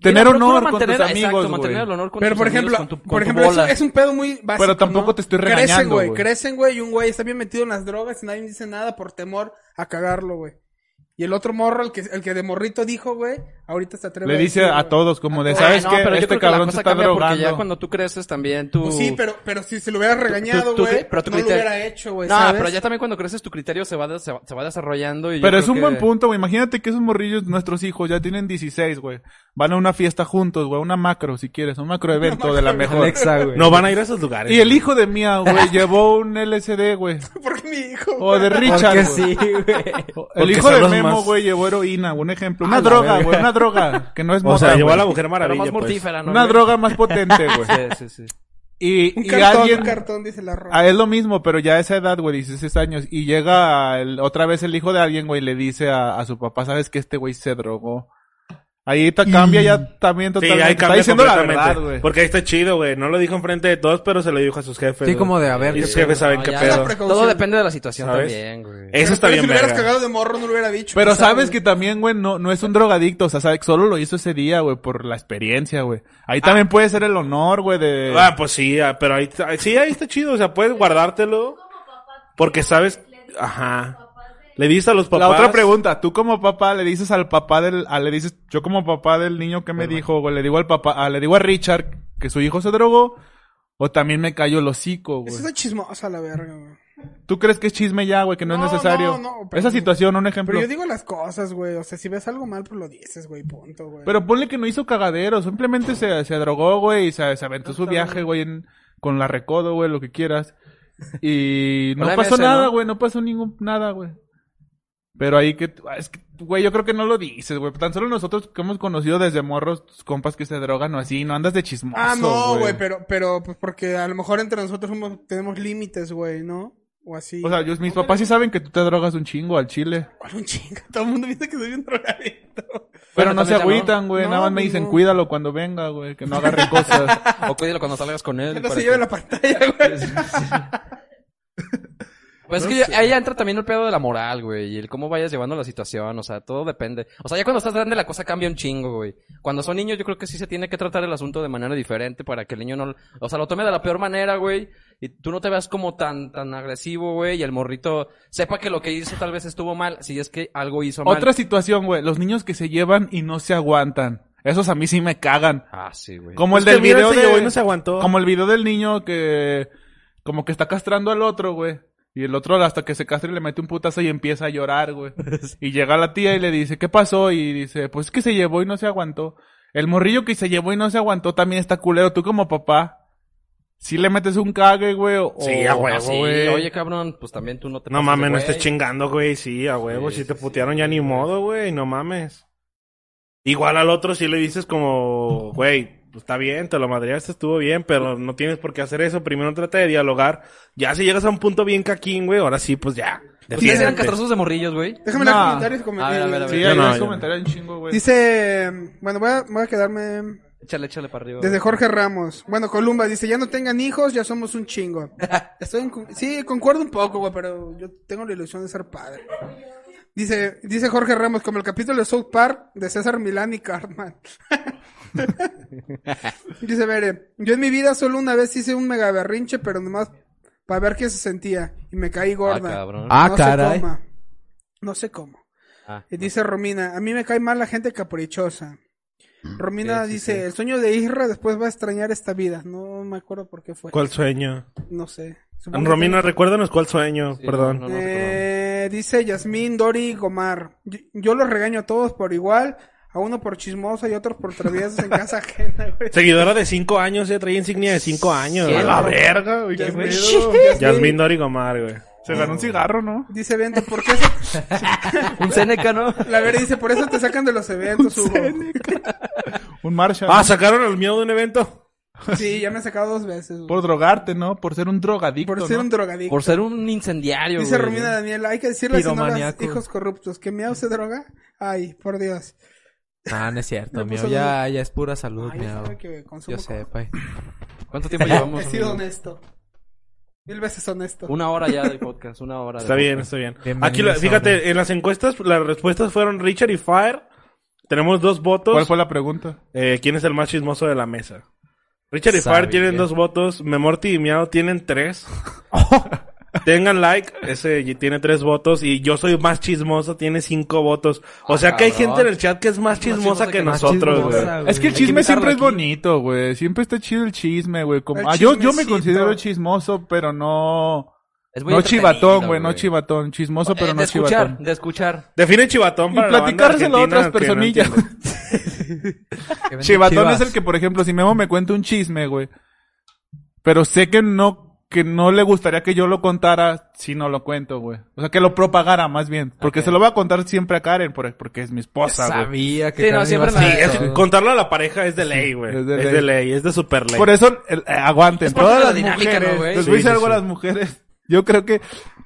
[SPEAKER 5] tener
[SPEAKER 3] procura
[SPEAKER 5] honor con
[SPEAKER 3] mantener-
[SPEAKER 5] tus amigos,
[SPEAKER 3] Exacto,
[SPEAKER 5] güey.
[SPEAKER 3] mantener el honor con
[SPEAKER 6] Pero
[SPEAKER 3] tus
[SPEAKER 6] por
[SPEAKER 3] amigos,
[SPEAKER 6] ejemplo,
[SPEAKER 3] con tu- con
[SPEAKER 6] por
[SPEAKER 3] tu
[SPEAKER 6] ejemplo es,
[SPEAKER 3] bola.
[SPEAKER 6] es un pedo muy básico.
[SPEAKER 5] Pero tampoco
[SPEAKER 6] ¿no?
[SPEAKER 5] te estoy
[SPEAKER 6] Crecen,
[SPEAKER 5] regañando,
[SPEAKER 6] güey.
[SPEAKER 5] güey.
[SPEAKER 6] Crecen, güey, y un güey está bien metido en las drogas y nadie dice nada por temor a cagarlo, güey. Y el otro morro, el que, el que de morrito dijo, güey, ahorita se atreve
[SPEAKER 5] Le
[SPEAKER 6] a
[SPEAKER 5] dice
[SPEAKER 6] decir,
[SPEAKER 5] a
[SPEAKER 6] güey.
[SPEAKER 5] todos como de,
[SPEAKER 3] Ah,
[SPEAKER 5] ¿sabes
[SPEAKER 3] no,
[SPEAKER 5] qué?
[SPEAKER 3] pero yo
[SPEAKER 5] Este
[SPEAKER 3] creo que la
[SPEAKER 5] cabrón
[SPEAKER 3] cosa
[SPEAKER 5] se está
[SPEAKER 3] cambia Porque ya
[SPEAKER 5] drogando.
[SPEAKER 3] cuando tú creces también tú...
[SPEAKER 6] Pues sí, pero, pero si se lo hubiera regañado,
[SPEAKER 3] tú-
[SPEAKER 6] güey,
[SPEAKER 3] pero tu
[SPEAKER 6] no lo
[SPEAKER 3] criterio-
[SPEAKER 6] hubiera hecho, güey,
[SPEAKER 3] No,
[SPEAKER 6] pues, ¿sabes?
[SPEAKER 3] pero ya también cuando creces tu criterio se va, de- se va, se va desarrollando y yo
[SPEAKER 5] Pero es
[SPEAKER 3] creo
[SPEAKER 5] un
[SPEAKER 3] que-
[SPEAKER 5] buen punto, güey. Imagínate que esos morrillos, nuestros hijos, ya tienen 16, güey. Van a una fiesta juntos, güey. Una macro, si quieres. Un macro evento de la mejor.
[SPEAKER 4] Alexa, güey.
[SPEAKER 7] No van a ir a esos lugares.
[SPEAKER 5] Y el hijo de mía, güey, llevó un LSD, güey.
[SPEAKER 6] Porque mi hijo...
[SPEAKER 5] O de Richard,
[SPEAKER 4] Porque
[SPEAKER 5] güey.
[SPEAKER 4] sí, güey.
[SPEAKER 5] El
[SPEAKER 7] Porque
[SPEAKER 5] hijo de
[SPEAKER 7] son los
[SPEAKER 5] Memo,
[SPEAKER 7] más-
[SPEAKER 5] güey, llevó heroína, güey, un ejemplo.
[SPEAKER 4] A
[SPEAKER 5] Una
[SPEAKER 4] la
[SPEAKER 5] droga,
[SPEAKER 4] verga.
[SPEAKER 5] güey, una droga. Que no es
[SPEAKER 7] O
[SPEAKER 5] mota,
[SPEAKER 7] sea, llevó a
[SPEAKER 5] güey.
[SPEAKER 7] la mujer
[SPEAKER 3] Pero
[SPEAKER 7] maravilla,
[SPEAKER 3] más
[SPEAKER 7] pues.
[SPEAKER 3] mortífera, ¿no?
[SPEAKER 5] Una
[SPEAKER 3] güey?
[SPEAKER 5] droga más potente, güey.
[SPEAKER 3] Sí, sí, sí.
[SPEAKER 5] Y,
[SPEAKER 6] Un
[SPEAKER 5] y
[SPEAKER 6] cartón,
[SPEAKER 5] alguien...
[SPEAKER 6] un cartón, dice la ropa.
[SPEAKER 5] Ah, es lo mismo, pero ya a esa edad, güey, 16 años. Y llega el- otra vez el hijo de alguien, güey, y le dice a, a su papá, ¿sabes que Este güey se drogó. Ahí ta- cambia ya también
[SPEAKER 7] Sí,
[SPEAKER 5] totalmente.
[SPEAKER 7] ahí
[SPEAKER 5] está
[SPEAKER 7] cambia
[SPEAKER 5] diciendo la
[SPEAKER 7] completamente.
[SPEAKER 5] verdad, güey.
[SPEAKER 7] Porque ahí está chido, güey. No lo dijo enfrente de todos, pero se lo dijo a sus jefes.
[SPEAKER 4] Sí,
[SPEAKER 7] güey.
[SPEAKER 4] como de, a ver,
[SPEAKER 7] Y
[SPEAKER 4] qué
[SPEAKER 7] sus jefes saben
[SPEAKER 3] No,
[SPEAKER 7] qué
[SPEAKER 3] ya-
[SPEAKER 7] pedo.
[SPEAKER 6] Pre- precaución.
[SPEAKER 3] Todo depende de la situación
[SPEAKER 7] ¿Sabes?
[SPEAKER 3] también, güey.
[SPEAKER 7] Eso está
[SPEAKER 6] Pero
[SPEAKER 7] bien,
[SPEAKER 6] si hubieras
[SPEAKER 7] verga.
[SPEAKER 6] cagado de morro, no lo hubiera dicho. pues,
[SPEAKER 5] Pero
[SPEAKER 6] güey,
[SPEAKER 5] sabes que también, güey, no, no es un drogadicto. O sea, sabe que solo lo hizo ese día, güey, por la experiencia, güey. Ahí también puede ser el honor, güey, de...
[SPEAKER 7] Ah, pues sí, ah, pero ahí, está- sí, ahí está chido. O sea, puedes guardártelo. Porque sabes. Ajá. Le dices a los papás.
[SPEAKER 5] La otra pregunta, tú como papá le dices al papá del, ah, le dices, yo como papá del niño que me dijo, güey, le digo al papá, ah, le digo a Richard que su hijo se drogó, o también me cayó el hocico, güey.
[SPEAKER 6] Eso está chismosa la verga, güey.
[SPEAKER 5] ¿Tú crees que es chisme ya, güey, que no,
[SPEAKER 6] No,
[SPEAKER 5] es necesario?
[SPEAKER 6] no, no, pero-
[SPEAKER 5] Esa situación, un ejemplo.
[SPEAKER 6] Pero
[SPEAKER 5] Pero,
[SPEAKER 6] yo digo las cosas, güey. O sea, si ves algo mal, pues lo dices, güey, punto, güey.
[SPEAKER 5] ponle que no hizo cagadero, simplemente se, se drogó, güey, y se, se aventó su viaje, güey, en- con la recodo, güey, lo que quieras. Y no
[SPEAKER 3] Con la
[SPEAKER 5] pasó
[SPEAKER 3] MS,
[SPEAKER 5] nada,
[SPEAKER 3] ¿no?
[SPEAKER 5] güey, no pasó ningún, nada, güey. Pero ahí que, ah, es que, güey, yo creo que no lo dices, güey. Tan solo nosotros que hemos conocido desde morros, tus compas que se drogan o así, no andas de chismoso,
[SPEAKER 6] Ah, no, güey, pero, pero, pues porque a lo mejor entre nosotros somos- tenemos límites, güey, ¿no? O así.
[SPEAKER 5] O sea, yo- mis papás sí saben que tú te drogas un chingo al chile.
[SPEAKER 6] ¿Cuál un chingo? Todo el mundo dice que soy un drogadicto.
[SPEAKER 5] Pero
[SPEAKER 3] Bueno,
[SPEAKER 5] no
[SPEAKER 3] también ya
[SPEAKER 5] se
[SPEAKER 3] no.
[SPEAKER 5] agüitan, güey.
[SPEAKER 6] No,
[SPEAKER 5] Nada más me
[SPEAKER 6] pues
[SPEAKER 5] dicen,
[SPEAKER 6] no.
[SPEAKER 5] cuídalo cuando venga, güey. Que no agarre cosas.
[SPEAKER 3] O cuídalo cuando salgas con él.
[SPEAKER 6] Que no
[SPEAKER 3] para
[SPEAKER 6] se
[SPEAKER 3] que-
[SPEAKER 6] lleve la pantalla, güey.
[SPEAKER 3] Pues es que ya- ahí ya entra también el pedo de la moral, güey, y el cómo vayas llevando la situación, o sea, todo depende. O sea, ya cuando estás grande la cosa cambia un chingo, güey. Cuando son niños yo creo que sí se tiene que tratar el asunto de manera diferente para que el niño no, o sea, lo tome de la peor manera, güey, y tú no te veas como tan, tan agresivo, güey, y el morrito sepa que lo que hizo tal vez estuvo mal, si es que algo hizo mal.
[SPEAKER 5] Otra situación, güey. Los niños que se llevan y no se aguantan. Esos a mí sí me cagan.
[SPEAKER 3] Ah, sí, güey.
[SPEAKER 5] Como
[SPEAKER 7] Es
[SPEAKER 5] el
[SPEAKER 7] que
[SPEAKER 5] del
[SPEAKER 7] mira,
[SPEAKER 5] video
[SPEAKER 7] este
[SPEAKER 5] de...
[SPEAKER 7] llegó y no se aguantó.
[SPEAKER 5] Como el video del niño que... Como que está castrando al otro, güey. Y el otro hasta que se castra y le mete un putazo y empieza a llorar, güey. Y llega la tía y le dice, ¿qué pasó? Y dice, pues es que se llevó y no se aguantó. El morrillo que se llevó y no se aguantó también está culero. Tú como papá, si le metes un cague, güey, o...
[SPEAKER 7] Sí, a huevo,
[SPEAKER 3] Ah, sí,
[SPEAKER 7] güey.
[SPEAKER 3] oye, cabrón, pues también tú no te
[SPEAKER 7] No
[SPEAKER 3] pases de
[SPEAKER 7] mames, no
[SPEAKER 3] güey.
[SPEAKER 7] estés chingando, güey. Sí, a huevo.
[SPEAKER 3] Sí,
[SPEAKER 7] si te
[SPEAKER 3] sí,
[SPEAKER 7] putearon
[SPEAKER 3] sí,
[SPEAKER 7] ya ni
[SPEAKER 3] güey.
[SPEAKER 7] modo, güey. No mames. Igual al otro sí le dices como, güey, pues está bien, te lo madreaste, estuvo bien, pero no tienes por qué hacer eso. Primero trata de dialogar. Ya si llegas a un punto bien caquín, güey, ahora sí, pues ya.
[SPEAKER 3] Ustedes eran
[SPEAKER 7] defiéndete.
[SPEAKER 3] castrazos de morrillos, güey.
[SPEAKER 6] Déjame leer
[SPEAKER 5] No.
[SPEAKER 6] comentarios. como-
[SPEAKER 3] A ver, a ver, a ver.
[SPEAKER 5] Sí,
[SPEAKER 7] No,
[SPEAKER 5] ahí
[SPEAKER 7] no,
[SPEAKER 5] no,
[SPEAKER 7] yo no.
[SPEAKER 5] comentario un chingo, güey.
[SPEAKER 6] Dice, bueno, voy a, voy a quedarme
[SPEAKER 3] Échale, échale para arriba.
[SPEAKER 6] desde
[SPEAKER 3] güey.
[SPEAKER 6] Jorge Ramos. Bueno, Columba dice, ya no tengan hijos, ya somos un chingo. Estoy en con- sí, concuerdo un poco, güey, pero yo tengo la ilusión de ser padre. Dice, dice Jorge Ramos, como el capítulo de South Park de César Milán y Cartman. dice, Bere, yo en mi vida solo una vez hice un mega berrinche, pero nomás para ver qué se sentía. Y me caí
[SPEAKER 3] Ah,
[SPEAKER 6] gorda.
[SPEAKER 3] cabrón.
[SPEAKER 4] Ah,
[SPEAKER 6] no
[SPEAKER 4] caray.
[SPEAKER 6] Se coma. No sé cómo.
[SPEAKER 3] Ah,
[SPEAKER 6] Y Dice Romina, a mí me cae mal la gente caprichosa. Romina dice, el sueño de Isra después va a extrañar esta vida. No me acuerdo por qué fue.
[SPEAKER 7] ¿Cuál sueño?
[SPEAKER 6] No sé. Supongo que
[SPEAKER 7] Romina,
[SPEAKER 6] tiene-
[SPEAKER 7] recuérdanos cuál sueño,
[SPEAKER 3] sí,
[SPEAKER 7] perdón.
[SPEAKER 3] no, no, no, perdón.
[SPEAKER 6] Eh, dice Yasmín, Dori, Gomar. Yo, yo los regaño a todos por igual, a uno por chismoso y otros por traviesos en casa ajena, güey.
[SPEAKER 7] Seguidora de 5 años, ya traía insignia de 5 años.
[SPEAKER 3] Qué
[SPEAKER 7] güey.
[SPEAKER 3] la
[SPEAKER 7] verga, güey.
[SPEAKER 6] qué Yasmín.
[SPEAKER 7] pedo.
[SPEAKER 6] pedo.
[SPEAKER 7] Yasmín Dorigomar, güey.
[SPEAKER 5] Se ganó un cigarro, ¿no?
[SPEAKER 6] Dice Bento, ¿por qué se-
[SPEAKER 3] Un Seneca, ¿no?
[SPEAKER 6] La Vera dice, por eso te sacan de los eventos, Hugo.
[SPEAKER 5] Un Marshall.
[SPEAKER 7] Ah, sacaron al mío de un evento.
[SPEAKER 6] Sí, ya me han sacado dos veces. güey.
[SPEAKER 5] Por drogarte, ¿no? Por ser un drogadicto,
[SPEAKER 6] Por ser
[SPEAKER 5] ¿no?
[SPEAKER 6] un drogadicto.
[SPEAKER 3] Por ser un incendiario,
[SPEAKER 6] Dice
[SPEAKER 3] güey.
[SPEAKER 6] Romina Daniel, hay que decirle a señoras
[SPEAKER 4] Piromaníaco.
[SPEAKER 6] hijos corruptos que miau se droga. Ay, por Dios.
[SPEAKER 4] Ah, no es cierto,
[SPEAKER 6] Me
[SPEAKER 4] mío.
[SPEAKER 6] puso
[SPEAKER 4] Ya, ya es pura salud,
[SPEAKER 6] Ay,
[SPEAKER 4] miau.
[SPEAKER 6] sabe que consumo
[SPEAKER 4] Yo sé, pues.
[SPEAKER 6] co-
[SPEAKER 4] pay.
[SPEAKER 3] ¿Cuánto tiempo llevamos?
[SPEAKER 6] He sido
[SPEAKER 3] amigo?
[SPEAKER 6] honesto. Mil veces honesto.
[SPEAKER 3] Una hora ya de podcast, una hora. de
[SPEAKER 7] Está bien,
[SPEAKER 3] podcast.
[SPEAKER 7] está bien.
[SPEAKER 4] Bienvenidos
[SPEAKER 7] Aquí, la- fíjate, en las encuestas, las respuestas fueron Richard y Fire. Tenemos dos votos.
[SPEAKER 5] ¿Cuál fue la pregunta?
[SPEAKER 7] Eh, ¿Quién es el más chismoso de la mesa? Richard y
[SPEAKER 4] Sabía.
[SPEAKER 7] Fire tienen dos votos. Memorti y Miao tienen tres. Tengan like, ese y- tiene tres votos. Y yo soy más chismoso, tiene cinco votos. O sea que hay
[SPEAKER 3] cabrón.
[SPEAKER 7] gente en el chat que es más chismosa,
[SPEAKER 3] chismosa
[SPEAKER 7] que,
[SPEAKER 3] que más
[SPEAKER 7] nosotros, güey.
[SPEAKER 4] chismosa, güey.
[SPEAKER 5] Es que el
[SPEAKER 3] Hay que
[SPEAKER 5] chisme siempre es
[SPEAKER 3] invitarlo aquí.
[SPEAKER 5] bonito, güey. Siempre está chido el chisme, güey. Como...
[SPEAKER 6] El
[SPEAKER 5] Ah, yo, yo me
[SPEAKER 6] chismecito.
[SPEAKER 5] considero chismoso, pero no...
[SPEAKER 3] Es muy
[SPEAKER 5] No
[SPEAKER 3] entretenido,
[SPEAKER 5] chivatón, güey. No chivatón. Chismoso, pero
[SPEAKER 3] Eh,
[SPEAKER 5] no
[SPEAKER 3] de escuchar,
[SPEAKER 5] chivatón.
[SPEAKER 3] de escuchar.
[SPEAKER 7] Define chivatón
[SPEAKER 5] Y
[SPEAKER 7] para la banda
[SPEAKER 5] platicárselo a
[SPEAKER 7] argentina
[SPEAKER 5] otras
[SPEAKER 7] que no
[SPEAKER 5] personillas.
[SPEAKER 7] entiende.
[SPEAKER 4] Que vende
[SPEAKER 5] Chivatón
[SPEAKER 4] chivas.
[SPEAKER 5] es el que, por ejemplo, si Memo me cuenta un chisme, güey. Pero sé que no, que no le gustaría que yo lo contara si no lo cuento, güey. O sea, que lo propagara más bien. Porque se lo va a contar siempre a Karen, por- porque es mi esposa, güey.
[SPEAKER 4] Sabía que
[SPEAKER 3] Sí, no,
[SPEAKER 4] Karen
[SPEAKER 3] siempre
[SPEAKER 4] iba a
[SPEAKER 3] me-
[SPEAKER 4] hacer
[SPEAKER 7] Es-
[SPEAKER 4] eso.
[SPEAKER 7] contarlo a la pareja es de ley, güey.
[SPEAKER 5] es
[SPEAKER 7] es,
[SPEAKER 5] de
[SPEAKER 7] de
[SPEAKER 5] ley.
[SPEAKER 7] ley, es de super ley.
[SPEAKER 5] Por eso, el- eh, aguanten.
[SPEAKER 3] Es parte de
[SPEAKER 5] Todas
[SPEAKER 3] la
[SPEAKER 5] las
[SPEAKER 3] dinámica,
[SPEAKER 5] mujeres.
[SPEAKER 3] ¿no, güey?
[SPEAKER 5] les
[SPEAKER 7] Sí,
[SPEAKER 5] voy a decir
[SPEAKER 7] sí,
[SPEAKER 5] algo a
[SPEAKER 7] sí.
[SPEAKER 5] las mujeres. Yo creo que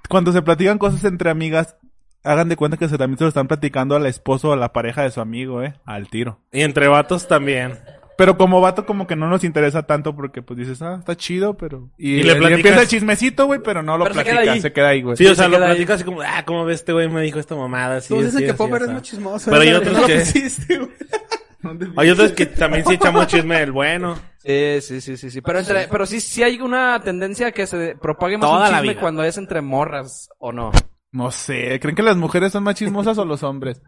[SPEAKER 5] cuando se platican cosas entre amigas, hagan de cuenta que se, también se lo están platicando al esposo o a la pareja de su amigo, eh. Al tiro.
[SPEAKER 7] Y entre vatos también.
[SPEAKER 5] Pero como vato como que no nos interesa tanto porque pues dices, ah, está chido, pero... Y,
[SPEAKER 7] Y le
[SPEAKER 5] le,
[SPEAKER 7] platicas-
[SPEAKER 5] empieza el chismecito, güey, pero no lo
[SPEAKER 3] Pero se
[SPEAKER 5] platicas, Pues se
[SPEAKER 3] queda
[SPEAKER 5] queda
[SPEAKER 3] ahí.
[SPEAKER 5] ahí, güey.
[SPEAKER 7] Sí, o
[SPEAKER 3] se
[SPEAKER 7] sea, lo
[SPEAKER 3] queda ahí.
[SPEAKER 7] platicas así como, ah, ¿cómo ves este güey? Me dijo esta mamada. así,
[SPEAKER 6] Todos
[SPEAKER 7] así,
[SPEAKER 6] dicen que
[SPEAKER 7] así,
[SPEAKER 6] Popper es
[SPEAKER 7] así.
[SPEAKER 6] muy chismoso.
[SPEAKER 7] Pero hay
[SPEAKER 6] ¿verdad?
[SPEAKER 7] otros
[SPEAKER 6] No lo
[SPEAKER 7] que-
[SPEAKER 6] pusiste, güey.
[SPEAKER 7] Hay otros que también sí echamos chisme del bueno.
[SPEAKER 3] Sí, sí, sí, sí, sí. Pero, entre, pero sí, sí hay una tendencia que se propague más
[SPEAKER 7] Toda
[SPEAKER 3] un
[SPEAKER 7] la
[SPEAKER 3] chisme
[SPEAKER 7] vida.
[SPEAKER 3] cuando es entre morras, ¿o no?
[SPEAKER 5] No sé, ¿creen que las mujeres son más chismosas o los hombres?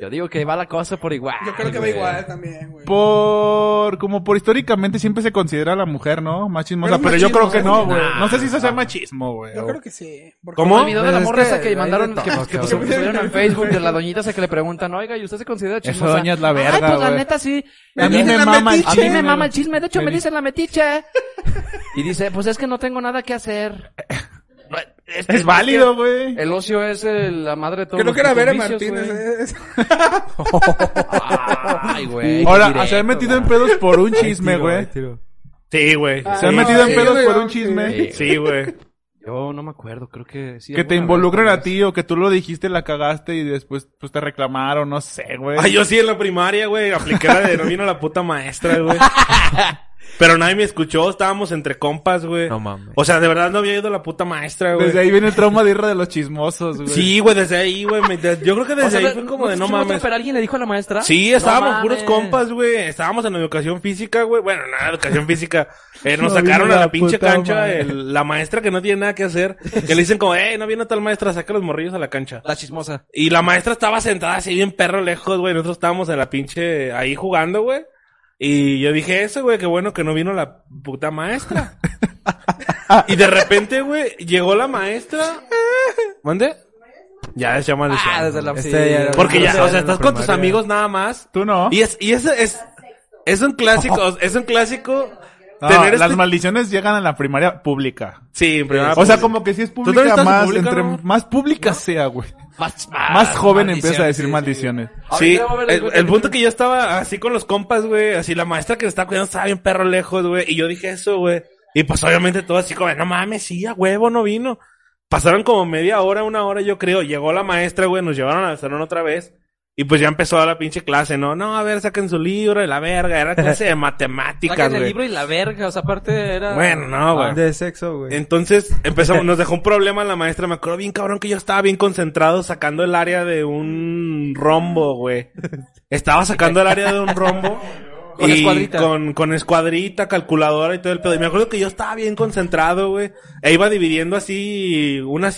[SPEAKER 3] Yo digo que va la cosa por igual.
[SPEAKER 6] Yo creo que va
[SPEAKER 3] güey.
[SPEAKER 6] igual también, güey.
[SPEAKER 5] Por... Como por históricamente siempre se considera a la mujer, ¿no? Más chismosa,
[SPEAKER 6] Pero
[SPEAKER 5] pero,
[SPEAKER 6] es
[SPEAKER 5] yo creo
[SPEAKER 6] machismo,
[SPEAKER 5] que
[SPEAKER 6] ¿no?
[SPEAKER 5] no, güey. No sé si eso sea machismo, güey.
[SPEAKER 6] Yo
[SPEAKER 5] o-
[SPEAKER 6] creo que sí. Porque-
[SPEAKER 3] Como el
[SPEAKER 7] ¿Cómo?
[SPEAKER 3] video de la
[SPEAKER 4] Pues es
[SPEAKER 3] morra esa
[SPEAKER 4] que
[SPEAKER 3] que
[SPEAKER 4] hay de
[SPEAKER 3] mandaron, que,
[SPEAKER 4] todo,
[SPEAKER 3] que
[SPEAKER 4] cabrón.
[SPEAKER 3] pusieron en Facebook, de la doñita esa que le preguntan, oiga, ¿y usted se considera
[SPEAKER 5] Esa
[SPEAKER 3] chismosa?
[SPEAKER 5] doña es la verga,
[SPEAKER 3] Ay, pues la
[SPEAKER 5] güey.
[SPEAKER 3] neta sí.
[SPEAKER 5] A mí
[SPEAKER 6] dicen
[SPEAKER 5] me
[SPEAKER 6] la
[SPEAKER 5] mama el
[SPEAKER 3] A
[SPEAKER 5] chisme.
[SPEAKER 3] mí me mama el chisme, de hecho me,
[SPEAKER 5] Me
[SPEAKER 3] dicen la metiche. Y dice, pues es que no tengo nada que hacer.
[SPEAKER 5] Es válido, güey.
[SPEAKER 3] El ocio es el- la madre de todos
[SPEAKER 6] Creo
[SPEAKER 3] los
[SPEAKER 6] que era Vera
[SPEAKER 3] vicios,
[SPEAKER 6] Martínez. eh.
[SPEAKER 3] güey.
[SPEAKER 6] es- es-
[SPEAKER 4] Ah,
[SPEAKER 3] Ay, güey.
[SPEAKER 5] Ahora,
[SPEAKER 3] qué
[SPEAKER 5] se
[SPEAKER 3] directo,
[SPEAKER 5] han metido en pedos por un
[SPEAKER 4] Ahí
[SPEAKER 5] chisme,
[SPEAKER 4] tiro,
[SPEAKER 5] güey.
[SPEAKER 4] ahí tiro.
[SPEAKER 7] Sí, güey.
[SPEAKER 6] Ah,
[SPEAKER 5] Se han
[SPEAKER 6] no,
[SPEAKER 5] metido en
[SPEAKER 6] sí,
[SPEAKER 5] pedos
[SPEAKER 6] yo
[SPEAKER 5] por
[SPEAKER 6] digo
[SPEAKER 5] un
[SPEAKER 6] que-
[SPEAKER 5] chisme.
[SPEAKER 3] güey.
[SPEAKER 7] Sí, güey.
[SPEAKER 3] Yo no me acuerdo, creo que sí.
[SPEAKER 5] Que te
[SPEAKER 3] alguna
[SPEAKER 5] involucren
[SPEAKER 3] vez.
[SPEAKER 5] a ti o que tú lo dijiste, la cagaste y después pues te reclamaron, no sé, güey.
[SPEAKER 7] Ay, Ah, yo sí en la primaria, güey. Apliqué la de no vino la puta maestra, güey. Pero nadie me escuchó, estábamos entre compas, güey.
[SPEAKER 4] No mames.
[SPEAKER 7] O sea, de verdad no había ido la puta maestra, güey.
[SPEAKER 5] Desde ahí viene el trauma de irra de los chismosos, güey.
[SPEAKER 7] Sí, güey, desde ahí, güey. me- de- Yo creo que desde
[SPEAKER 3] O sea,
[SPEAKER 7] ahí fue como de no
[SPEAKER 3] escuchamos,
[SPEAKER 7] mames.
[SPEAKER 3] Pero alguien le dijo a la maestra.
[SPEAKER 7] Sí,
[SPEAKER 3] No
[SPEAKER 7] estábamos
[SPEAKER 3] mames.
[SPEAKER 7] puros compas, güey. Estábamos en educación física, güey. Bueno, nada, educación física. Eh, nos
[SPEAKER 5] No
[SPEAKER 7] sacaron
[SPEAKER 5] vino
[SPEAKER 7] a la
[SPEAKER 5] la
[SPEAKER 7] pinche
[SPEAKER 5] puta
[SPEAKER 7] cancha
[SPEAKER 5] madre.
[SPEAKER 7] el- la maestra que no tiene nada que hacer. Que le dicen como, eh, no viene tal maestra, saca los morrillos a la cancha.
[SPEAKER 3] La chismosa.
[SPEAKER 7] Y la maestra estaba sentada así bien perro lejos, güey. Nosotros estábamos en la pinche ahí jugando, güey. Y yo dije eso, güey, qué bueno que no vino la puta maestra. y de repente, güey, llegó la maestra. ¿Mande? Ya se llama
[SPEAKER 3] Ah, desde la
[SPEAKER 4] Este
[SPEAKER 3] sí.
[SPEAKER 4] ya era-
[SPEAKER 7] Porque ya, o sea,
[SPEAKER 4] en la
[SPEAKER 7] estás con tus
[SPEAKER 4] primaria.
[SPEAKER 7] amigos nada más.
[SPEAKER 5] Tú no.
[SPEAKER 7] Y es, y es, es, es un clásico, es un clásico
[SPEAKER 5] No,
[SPEAKER 7] tener
[SPEAKER 5] las
[SPEAKER 7] este...
[SPEAKER 5] maldiciones llegan a la primaria pública.
[SPEAKER 7] Sí, en primera
[SPEAKER 5] o sea,
[SPEAKER 7] pública.
[SPEAKER 5] como que si es
[SPEAKER 7] pues, también
[SPEAKER 5] pública
[SPEAKER 7] estás en
[SPEAKER 5] más,
[SPEAKER 7] pública,
[SPEAKER 5] entre
[SPEAKER 7] no? Ah,
[SPEAKER 5] más pública sea, güey.
[SPEAKER 3] Más,
[SPEAKER 5] Más joven empieza a
[SPEAKER 3] maldiciones,
[SPEAKER 5] decir
[SPEAKER 3] sí,
[SPEAKER 5] maldiciones.
[SPEAKER 7] Sí,
[SPEAKER 3] Ahorita va a haber
[SPEAKER 7] el,
[SPEAKER 3] algo
[SPEAKER 7] el punto que yo estaba así con los compas, güey, así la maestra que nos estaba cuidando estaba bien perro lejos, güey, y yo dije eso, güey. Y pues obviamente todo así como, no mames, sí, a huevo, no vino. Pasaron como media hora, una hora, yo creo. Llegó la maestra, güey, nos llevaron al salón otra vez. Y pues ya empezó la pinche clase, ¿no? No, a ver, saquen su libro y la verga. Era clase de matemáticas,
[SPEAKER 3] Sacan el
[SPEAKER 7] güey.
[SPEAKER 3] libro y la verga, o sea, aparte era...
[SPEAKER 7] Bueno, no, güey.
[SPEAKER 4] Ah, De sexo, güey.
[SPEAKER 7] Entonces empezamos, nos dejó un problema la maestra. Me acuerdo bien, cabrón, que yo estaba bien concentrado sacando el área de un rombo, güey. Estaba sacando el área de un rombo.
[SPEAKER 3] Con
[SPEAKER 7] y
[SPEAKER 3] escuadrita.
[SPEAKER 7] Con, con escuadrita, calculadora y todo el pedo. Y me acuerdo que yo estaba bien concentrado, güey. E iba dividiendo así una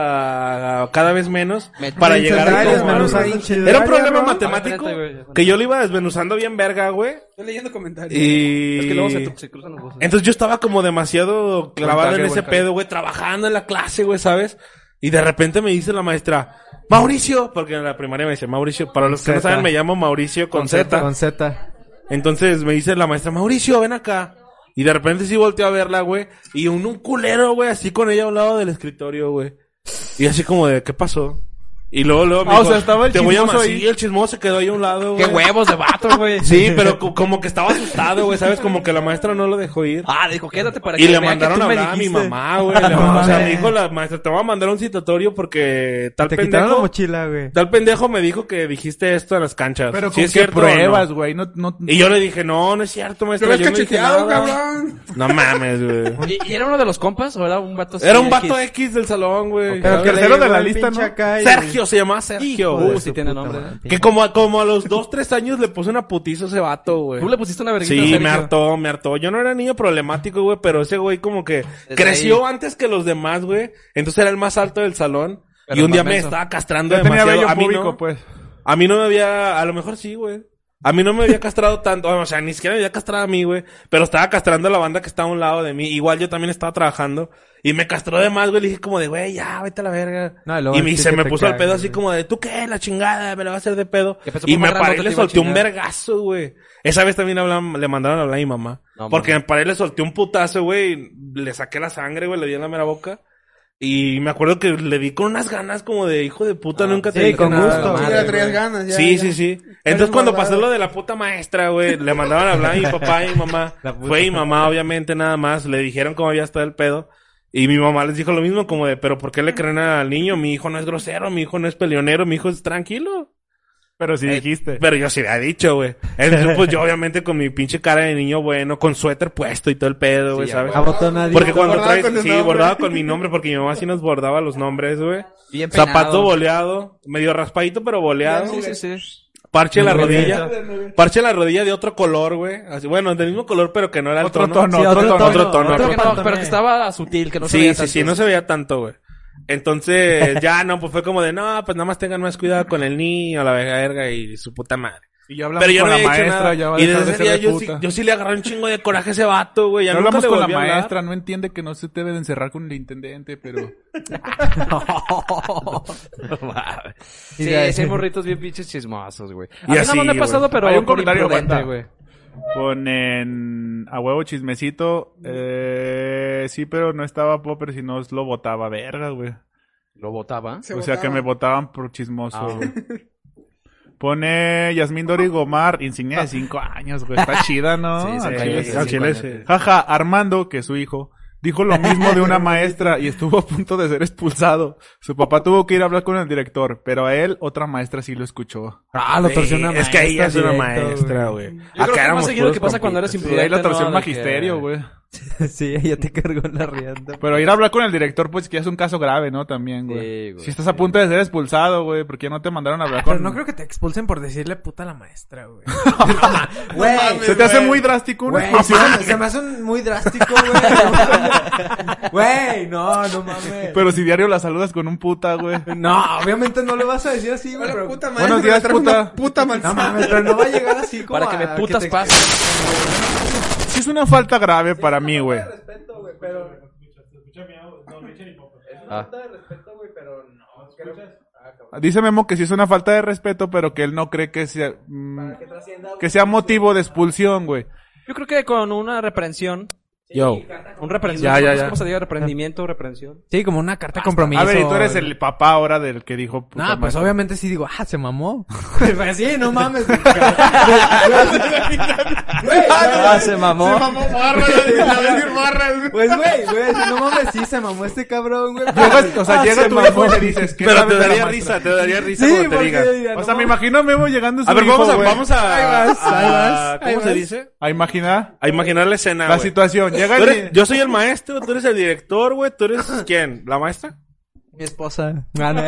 [SPEAKER 7] cifra cada vez menos
[SPEAKER 3] Me-
[SPEAKER 7] para llegar a...
[SPEAKER 4] Centrales,
[SPEAKER 7] como-
[SPEAKER 4] menos ahí, chingados.
[SPEAKER 7] Era un problema
[SPEAKER 4] Ay,
[SPEAKER 7] matemático
[SPEAKER 3] espérate, güey.
[SPEAKER 7] que yo lo iba desmenuzando bien verga, güey.
[SPEAKER 6] Estoy leyendo comentarios.
[SPEAKER 7] Y... Eh,
[SPEAKER 3] Es que luego se, tru- se cruzan los dos.
[SPEAKER 7] Entonces yo estaba como demasiado clavado
[SPEAKER 5] Voltaje,
[SPEAKER 7] en ese
[SPEAKER 5] voltaje.
[SPEAKER 7] pedo, güey, trabajando en la clase, güey, ¿sabes? Y de repente me dice la maestra, Mauricio, porque en la primaria me dice Mauricio, para los que no
[SPEAKER 4] Zeta.
[SPEAKER 7] saben me llamo Mauricio con Z.
[SPEAKER 4] Con Z.
[SPEAKER 7] Entonces me dice la maestra, Mauricio, ven acá. Y de repente sí volteo a verla, güey, y un, un culero, güey, así con ella a un lado del escritorio, güey. Y así como de, ¿qué pasó? Y luego, luego me
[SPEAKER 5] Ah, o sea, estaba el
[SPEAKER 7] te voy a
[SPEAKER 5] chismoso
[SPEAKER 7] ma-".
[SPEAKER 5] ahí.
[SPEAKER 7] Sí, el chismoso se quedó ahí a un lado, güey.
[SPEAKER 3] ¡Qué huevos de vato, güey!
[SPEAKER 7] Sí, pero co- como que estaba asustado, güey, ¿sabes? Como que la maestra no lo dejó ir.
[SPEAKER 3] Ah, dijo, quédate para
[SPEAKER 7] Y
[SPEAKER 3] que
[SPEAKER 7] le
[SPEAKER 3] vea que
[SPEAKER 7] mandaron
[SPEAKER 3] tú
[SPEAKER 7] a
[SPEAKER 3] me
[SPEAKER 7] hablar a mi
[SPEAKER 3] dijiste.
[SPEAKER 7] mamá, güey. Le- o sea, me dijo la maestra, te voy a mandar un citatorio porque tal
[SPEAKER 4] Te quitaron la
[SPEAKER 7] pendejo,
[SPEAKER 4] mochila, güey.
[SPEAKER 7] tal pendejo me dijo que dijiste esto en las canchas.
[SPEAKER 5] Pero
[SPEAKER 7] ¿Sí
[SPEAKER 5] con
[SPEAKER 7] es
[SPEAKER 5] qué
[SPEAKER 7] cierto o no?
[SPEAKER 5] pruebas, güey. No, no,
[SPEAKER 7] Y yo le dije, no, no es cierto,
[SPEAKER 6] Te
[SPEAKER 7] maestra.
[SPEAKER 6] lo has
[SPEAKER 7] yo no dije
[SPEAKER 6] cacheteado,
[SPEAKER 7] nada".
[SPEAKER 6] cabrón.
[SPEAKER 7] No mames, güey.
[SPEAKER 3] ¿Y, y era uno de los compas o era un vato así
[SPEAKER 7] Era un
[SPEAKER 3] X?
[SPEAKER 7] vato X del salón, güey.
[SPEAKER 4] Pero que le
[SPEAKER 5] tercero de
[SPEAKER 4] llegó
[SPEAKER 5] la
[SPEAKER 4] el
[SPEAKER 5] lista,
[SPEAKER 4] pinche
[SPEAKER 5] ¿no?
[SPEAKER 4] acá y-
[SPEAKER 7] Sergio se llamaba Sergio.
[SPEAKER 4] Hijo de
[SPEAKER 7] güey.
[SPEAKER 3] Uh, sí
[SPEAKER 4] su
[SPEAKER 3] tiene
[SPEAKER 4] puta
[SPEAKER 3] nombre.
[SPEAKER 4] madre.
[SPEAKER 7] Que como, como a los dos, tres años le puse una putiza a ese vato, güey.
[SPEAKER 3] Tú le pusiste una verguita.
[SPEAKER 7] Sí,
[SPEAKER 3] Sergio?
[SPEAKER 7] me hartó, me hartó. Yo no era niño problemático, güey, pero ese güey como que creció antes que los demás, güey. Entonces era el más alto del salón.
[SPEAKER 3] Pero
[SPEAKER 7] y un día
[SPEAKER 3] más
[SPEAKER 7] me
[SPEAKER 3] menso.
[SPEAKER 7] estaba castrando
[SPEAKER 5] yo tenía
[SPEAKER 7] demasiado.
[SPEAKER 5] bello
[SPEAKER 7] A mí,
[SPEAKER 5] público,
[SPEAKER 7] no,
[SPEAKER 5] pues.
[SPEAKER 7] a mí no me había... A lo mejor sí, güey. A mí no me había castrado tanto. O sea, ni siquiera me había castrado a mí, güey. Pero estaba castrando a la banda que estaba a un lado de mí. Igual yo también estaba trabajando. Y me castró de más, güey. Le dije como de, güey, ya, vete a la verga.
[SPEAKER 4] No, y luego
[SPEAKER 7] y me-
[SPEAKER 4] sí
[SPEAKER 7] se
[SPEAKER 4] que
[SPEAKER 7] me
[SPEAKER 4] te
[SPEAKER 7] puso al pedo
[SPEAKER 4] cagas,
[SPEAKER 7] así
[SPEAKER 4] güey.
[SPEAKER 7] como de, ¿tú qué? La chingada, me la va a hacer de pedo.
[SPEAKER 3] Que pensó,
[SPEAKER 7] Y
[SPEAKER 3] "Por
[SPEAKER 7] me
[SPEAKER 3] más
[SPEAKER 7] paré y
[SPEAKER 3] grande
[SPEAKER 7] le
[SPEAKER 3] te iba a
[SPEAKER 7] solté un
[SPEAKER 3] chingar".
[SPEAKER 7] vergazo, güey. Esa vez también hablan- le mandaron a hablar a mi mamá.
[SPEAKER 3] No,
[SPEAKER 7] porque
[SPEAKER 3] mames.
[SPEAKER 7] me paré y le solté un putazo, güey. y Le saqué la sangre, güey. Le di en la mera boca. Y me acuerdo que le di con unas ganas como de hijo de puta, nunca te
[SPEAKER 4] sí,
[SPEAKER 7] dije
[SPEAKER 4] con
[SPEAKER 7] nada,
[SPEAKER 4] gusto.
[SPEAKER 6] Sí,
[SPEAKER 7] madre,
[SPEAKER 6] ya le traías
[SPEAKER 7] güey.
[SPEAKER 6] ganas, ya,
[SPEAKER 7] Sí,
[SPEAKER 6] ya.
[SPEAKER 7] sí, sí. Entonces cuando
[SPEAKER 6] guardado.
[SPEAKER 7] pasó lo de la puta maestra, güey, le mandaban a hablar a mi papá y mi mamá.
[SPEAKER 4] La puta.
[SPEAKER 7] Fue mi mamá, obviamente, nada más. Le dijeron cómo había estado el pedo. Y mi mamá les dijo lo mismo, como de, pero ¿por qué le
[SPEAKER 6] Mm.
[SPEAKER 7] creen al niño? Mi hijo no es grosero, mi hijo no es peleonero, mi hijo es tranquilo. Eh,
[SPEAKER 5] Pero sí dijiste.
[SPEAKER 7] Pero yo sí había dicho, güey. Entonces, pues yo obviamente con mi pinche cara de niño bueno, con suéter puesto y todo el pedo, güey, ¿sabes?
[SPEAKER 4] A nadie.
[SPEAKER 7] Porque cuando
[SPEAKER 6] Bordado
[SPEAKER 7] traes,
[SPEAKER 6] con el
[SPEAKER 7] sí,
[SPEAKER 6] nombre.
[SPEAKER 7] bordaba con mi nombre, porque mi mamá sí nos bordaba los nombres, güey.
[SPEAKER 3] Bien penado.
[SPEAKER 7] Zapato boleado, medio raspadito pero boleado.
[SPEAKER 3] Sí, sí, sí.
[SPEAKER 7] Parche en la
[SPEAKER 4] Muy
[SPEAKER 7] rodilla. Parche en la rodilla de otro color, güey. Así, bueno, del mismo color, pero que no era el
[SPEAKER 5] Otro
[SPEAKER 7] tono.
[SPEAKER 5] tono,
[SPEAKER 4] Sí,
[SPEAKER 5] otro
[SPEAKER 4] otro
[SPEAKER 5] tono.
[SPEAKER 4] tono.
[SPEAKER 7] Otro tono.
[SPEAKER 3] Pero
[SPEAKER 7] Otro
[SPEAKER 3] que
[SPEAKER 7] tono.
[SPEAKER 3] no, pero que estaba sutil, que no se
[SPEAKER 7] Sí,
[SPEAKER 3] veía
[SPEAKER 7] sí,
[SPEAKER 3] tanto.
[SPEAKER 7] sí, no se veía tanto, güey. Entonces, ya, no, pues fue como de, no, pues nada más tengan más cuidado con el niño, la verga y su puta madre.
[SPEAKER 5] Y ya hablamos
[SPEAKER 7] Pero yo
[SPEAKER 5] con
[SPEAKER 7] no
[SPEAKER 5] la
[SPEAKER 7] había hecho
[SPEAKER 5] maestra.
[SPEAKER 7] nada.
[SPEAKER 5] Ya va a
[SPEAKER 7] y
[SPEAKER 5] dejar
[SPEAKER 7] desde
[SPEAKER 5] de
[SPEAKER 7] ese
[SPEAKER 5] ser
[SPEAKER 7] día
[SPEAKER 5] de
[SPEAKER 7] yo sí,
[SPEAKER 5] puta.
[SPEAKER 7] yo sí le agarré un chingo de coraje a ese vato, güey. Ya
[SPEAKER 5] No
[SPEAKER 7] nunca
[SPEAKER 5] hablamos
[SPEAKER 7] le
[SPEAKER 5] con la
[SPEAKER 7] volví a hablar.
[SPEAKER 5] maestra, no entiende que no se debe de encerrar con el intendente, pero...
[SPEAKER 3] Sí,
[SPEAKER 4] de-
[SPEAKER 3] sí, hay morritos bien pinches chismosos, güey.
[SPEAKER 7] Y
[SPEAKER 3] A mí nada
[SPEAKER 7] así,
[SPEAKER 3] más me ha
[SPEAKER 7] güey.
[SPEAKER 3] pasado, pero
[SPEAKER 5] Hay un
[SPEAKER 3] por
[SPEAKER 5] comentario,
[SPEAKER 3] imprudente,
[SPEAKER 5] banda.
[SPEAKER 3] güey.
[SPEAKER 5] Ponen a huevo chismecito. Eh, sí, pero no estaba Popper, si no lo votaba. Verga, güey.
[SPEAKER 3] Lo botaba.
[SPEAKER 5] o sea que me votaban por chismoso.
[SPEAKER 3] Ah.
[SPEAKER 5] güey. Pone Yasmín Dori Gomar, insignia de 5 años, güey. Está chida, ¿no?
[SPEAKER 3] Ah. Sí, sí,
[SPEAKER 5] Al
[SPEAKER 3] sí,
[SPEAKER 5] chile,
[SPEAKER 3] sí,
[SPEAKER 5] al
[SPEAKER 3] sí,
[SPEAKER 5] chile,
[SPEAKER 3] sí.
[SPEAKER 5] sí. Jaja, Armando, que es su hijo, dijo lo mismo de una maestra y estuvo a punto de ser expulsado. Su papá tuvo que ir a hablar con el director, pero a él otra maestra sí lo escuchó.
[SPEAKER 4] Ah, lo torció una
[SPEAKER 7] Sí, Es que ahí ya es una
[SPEAKER 4] directo,
[SPEAKER 7] maestra, güey.
[SPEAKER 3] Yo creo que es más seguido
[SPEAKER 7] puros
[SPEAKER 3] que pasa cuando eres
[SPEAKER 7] compitas.
[SPEAKER 5] Sí, Pues ahí la
[SPEAKER 3] imprudente,
[SPEAKER 5] torsión
[SPEAKER 3] ¿no? De que-
[SPEAKER 5] magisterio, güey.
[SPEAKER 4] sí, ella te cargó la rienda.
[SPEAKER 5] Pero ir a hablar con el director, pues que ya es un caso grave, ¿no? También, güey.
[SPEAKER 3] Sí, güey,
[SPEAKER 5] si estás a punto de ser expulsado, güey, porque ya no te mandaron a hablar
[SPEAKER 10] Pero
[SPEAKER 5] con...
[SPEAKER 10] no creo que te expulsen por decirle puta a la maestra, güey.
[SPEAKER 6] Güey,
[SPEAKER 5] Se te hace muy drástico una
[SPEAKER 10] Güey, se,
[SPEAKER 5] expulsión.
[SPEAKER 10] me- se me hace un- muy drástico, güey. Güey, no, no mames.
[SPEAKER 5] Pero si diario la saludas con un puta, güey.
[SPEAKER 10] No, obviamente no lo vas a decir así, güey.
[SPEAKER 6] Hola,
[SPEAKER 10] pero-
[SPEAKER 6] puta
[SPEAKER 5] Buenos
[SPEAKER 6] madre,
[SPEAKER 5] días,
[SPEAKER 6] me traes
[SPEAKER 5] puta.
[SPEAKER 6] una puta
[SPEAKER 10] No
[SPEAKER 6] manzana.
[SPEAKER 10] mames, pero no va a llegar así como
[SPEAKER 3] Para que me
[SPEAKER 10] a
[SPEAKER 3] putas
[SPEAKER 10] te-
[SPEAKER 3] pases.
[SPEAKER 5] Sí es una falta grave para mí, güey.
[SPEAKER 10] respeto, güey, pero...
[SPEAKER 3] Ah.
[SPEAKER 5] Dice Memo que sí es una falta de respeto, pero que él no cree que sea... mm, que sea motivo de expulsión, güey.
[SPEAKER 3] Yo creo que con una reprensión.
[SPEAKER 7] Yo.
[SPEAKER 3] Un reprensión.
[SPEAKER 7] Ya, ya,
[SPEAKER 3] no sé
[SPEAKER 7] ya.
[SPEAKER 3] ¿Cómo se diga reprendiente o reprensión?
[SPEAKER 10] Sí, como una carta de compromiso.
[SPEAKER 5] A ver, y tú eres el papá ahora del que dijo...
[SPEAKER 10] No,
[SPEAKER 5] puta
[SPEAKER 10] pues
[SPEAKER 5] madre.
[SPEAKER 10] obviamente sí digo, ah, se mamó. Pues sí, no mames. güey. Güey,
[SPEAKER 4] Ah, se mamó.
[SPEAKER 10] Pues güey, güey, no mames, sí se mamó este cabrón, güey.
[SPEAKER 5] Llegas- o sea,
[SPEAKER 10] Ah,
[SPEAKER 5] llega
[SPEAKER 10] se
[SPEAKER 5] tu
[SPEAKER 10] mamó.
[SPEAKER 5] hijo y le dices... ¿qué
[SPEAKER 7] Pero
[SPEAKER 5] sabes
[SPEAKER 7] te
[SPEAKER 5] de la
[SPEAKER 7] daría
[SPEAKER 5] maestra?
[SPEAKER 7] risa, te daría risa
[SPEAKER 10] Sí,
[SPEAKER 7] cuando te
[SPEAKER 10] porque
[SPEAKER 7] digas.
[SPEAKER 10] diría, no
[SPEAKER 5] O sea,
[SPEAKER 10] mames.
[SPEAKER 5] me imagino a Memo llegando a su
[SPEAKER 7] A ver,
[SPEAKER 5] hijo,
[SPEAKER 7] vamos a,
[SPEAKER 5] güey,
[SPEAKER 7] vamos a,
[SPEAKER 10] Ahí vas, ahí
[SPEAKER 7] a-
[SPEAKER 10] vas, ahí
[SPEAKER 7] ¿cómo se
[SPEAKER 10] vas.
[SPEAKER 7] dice?
[SPEAKER 5] a imaginar...
[SPEAKER 7] A imaginar la escena,
[SPEAKER 5] La
[SPEAKER 7] güey.
[SPEAKER 5] situación. Llega
[SPEAKER 7] Tú
[SPEAKER 5] el...
[SPEAKER 7] eres- yo soy el maestro, tú eres el director, güey, tú eres quién, la maestra.
[SPEAKER 4] Mi esposa. Ah, no.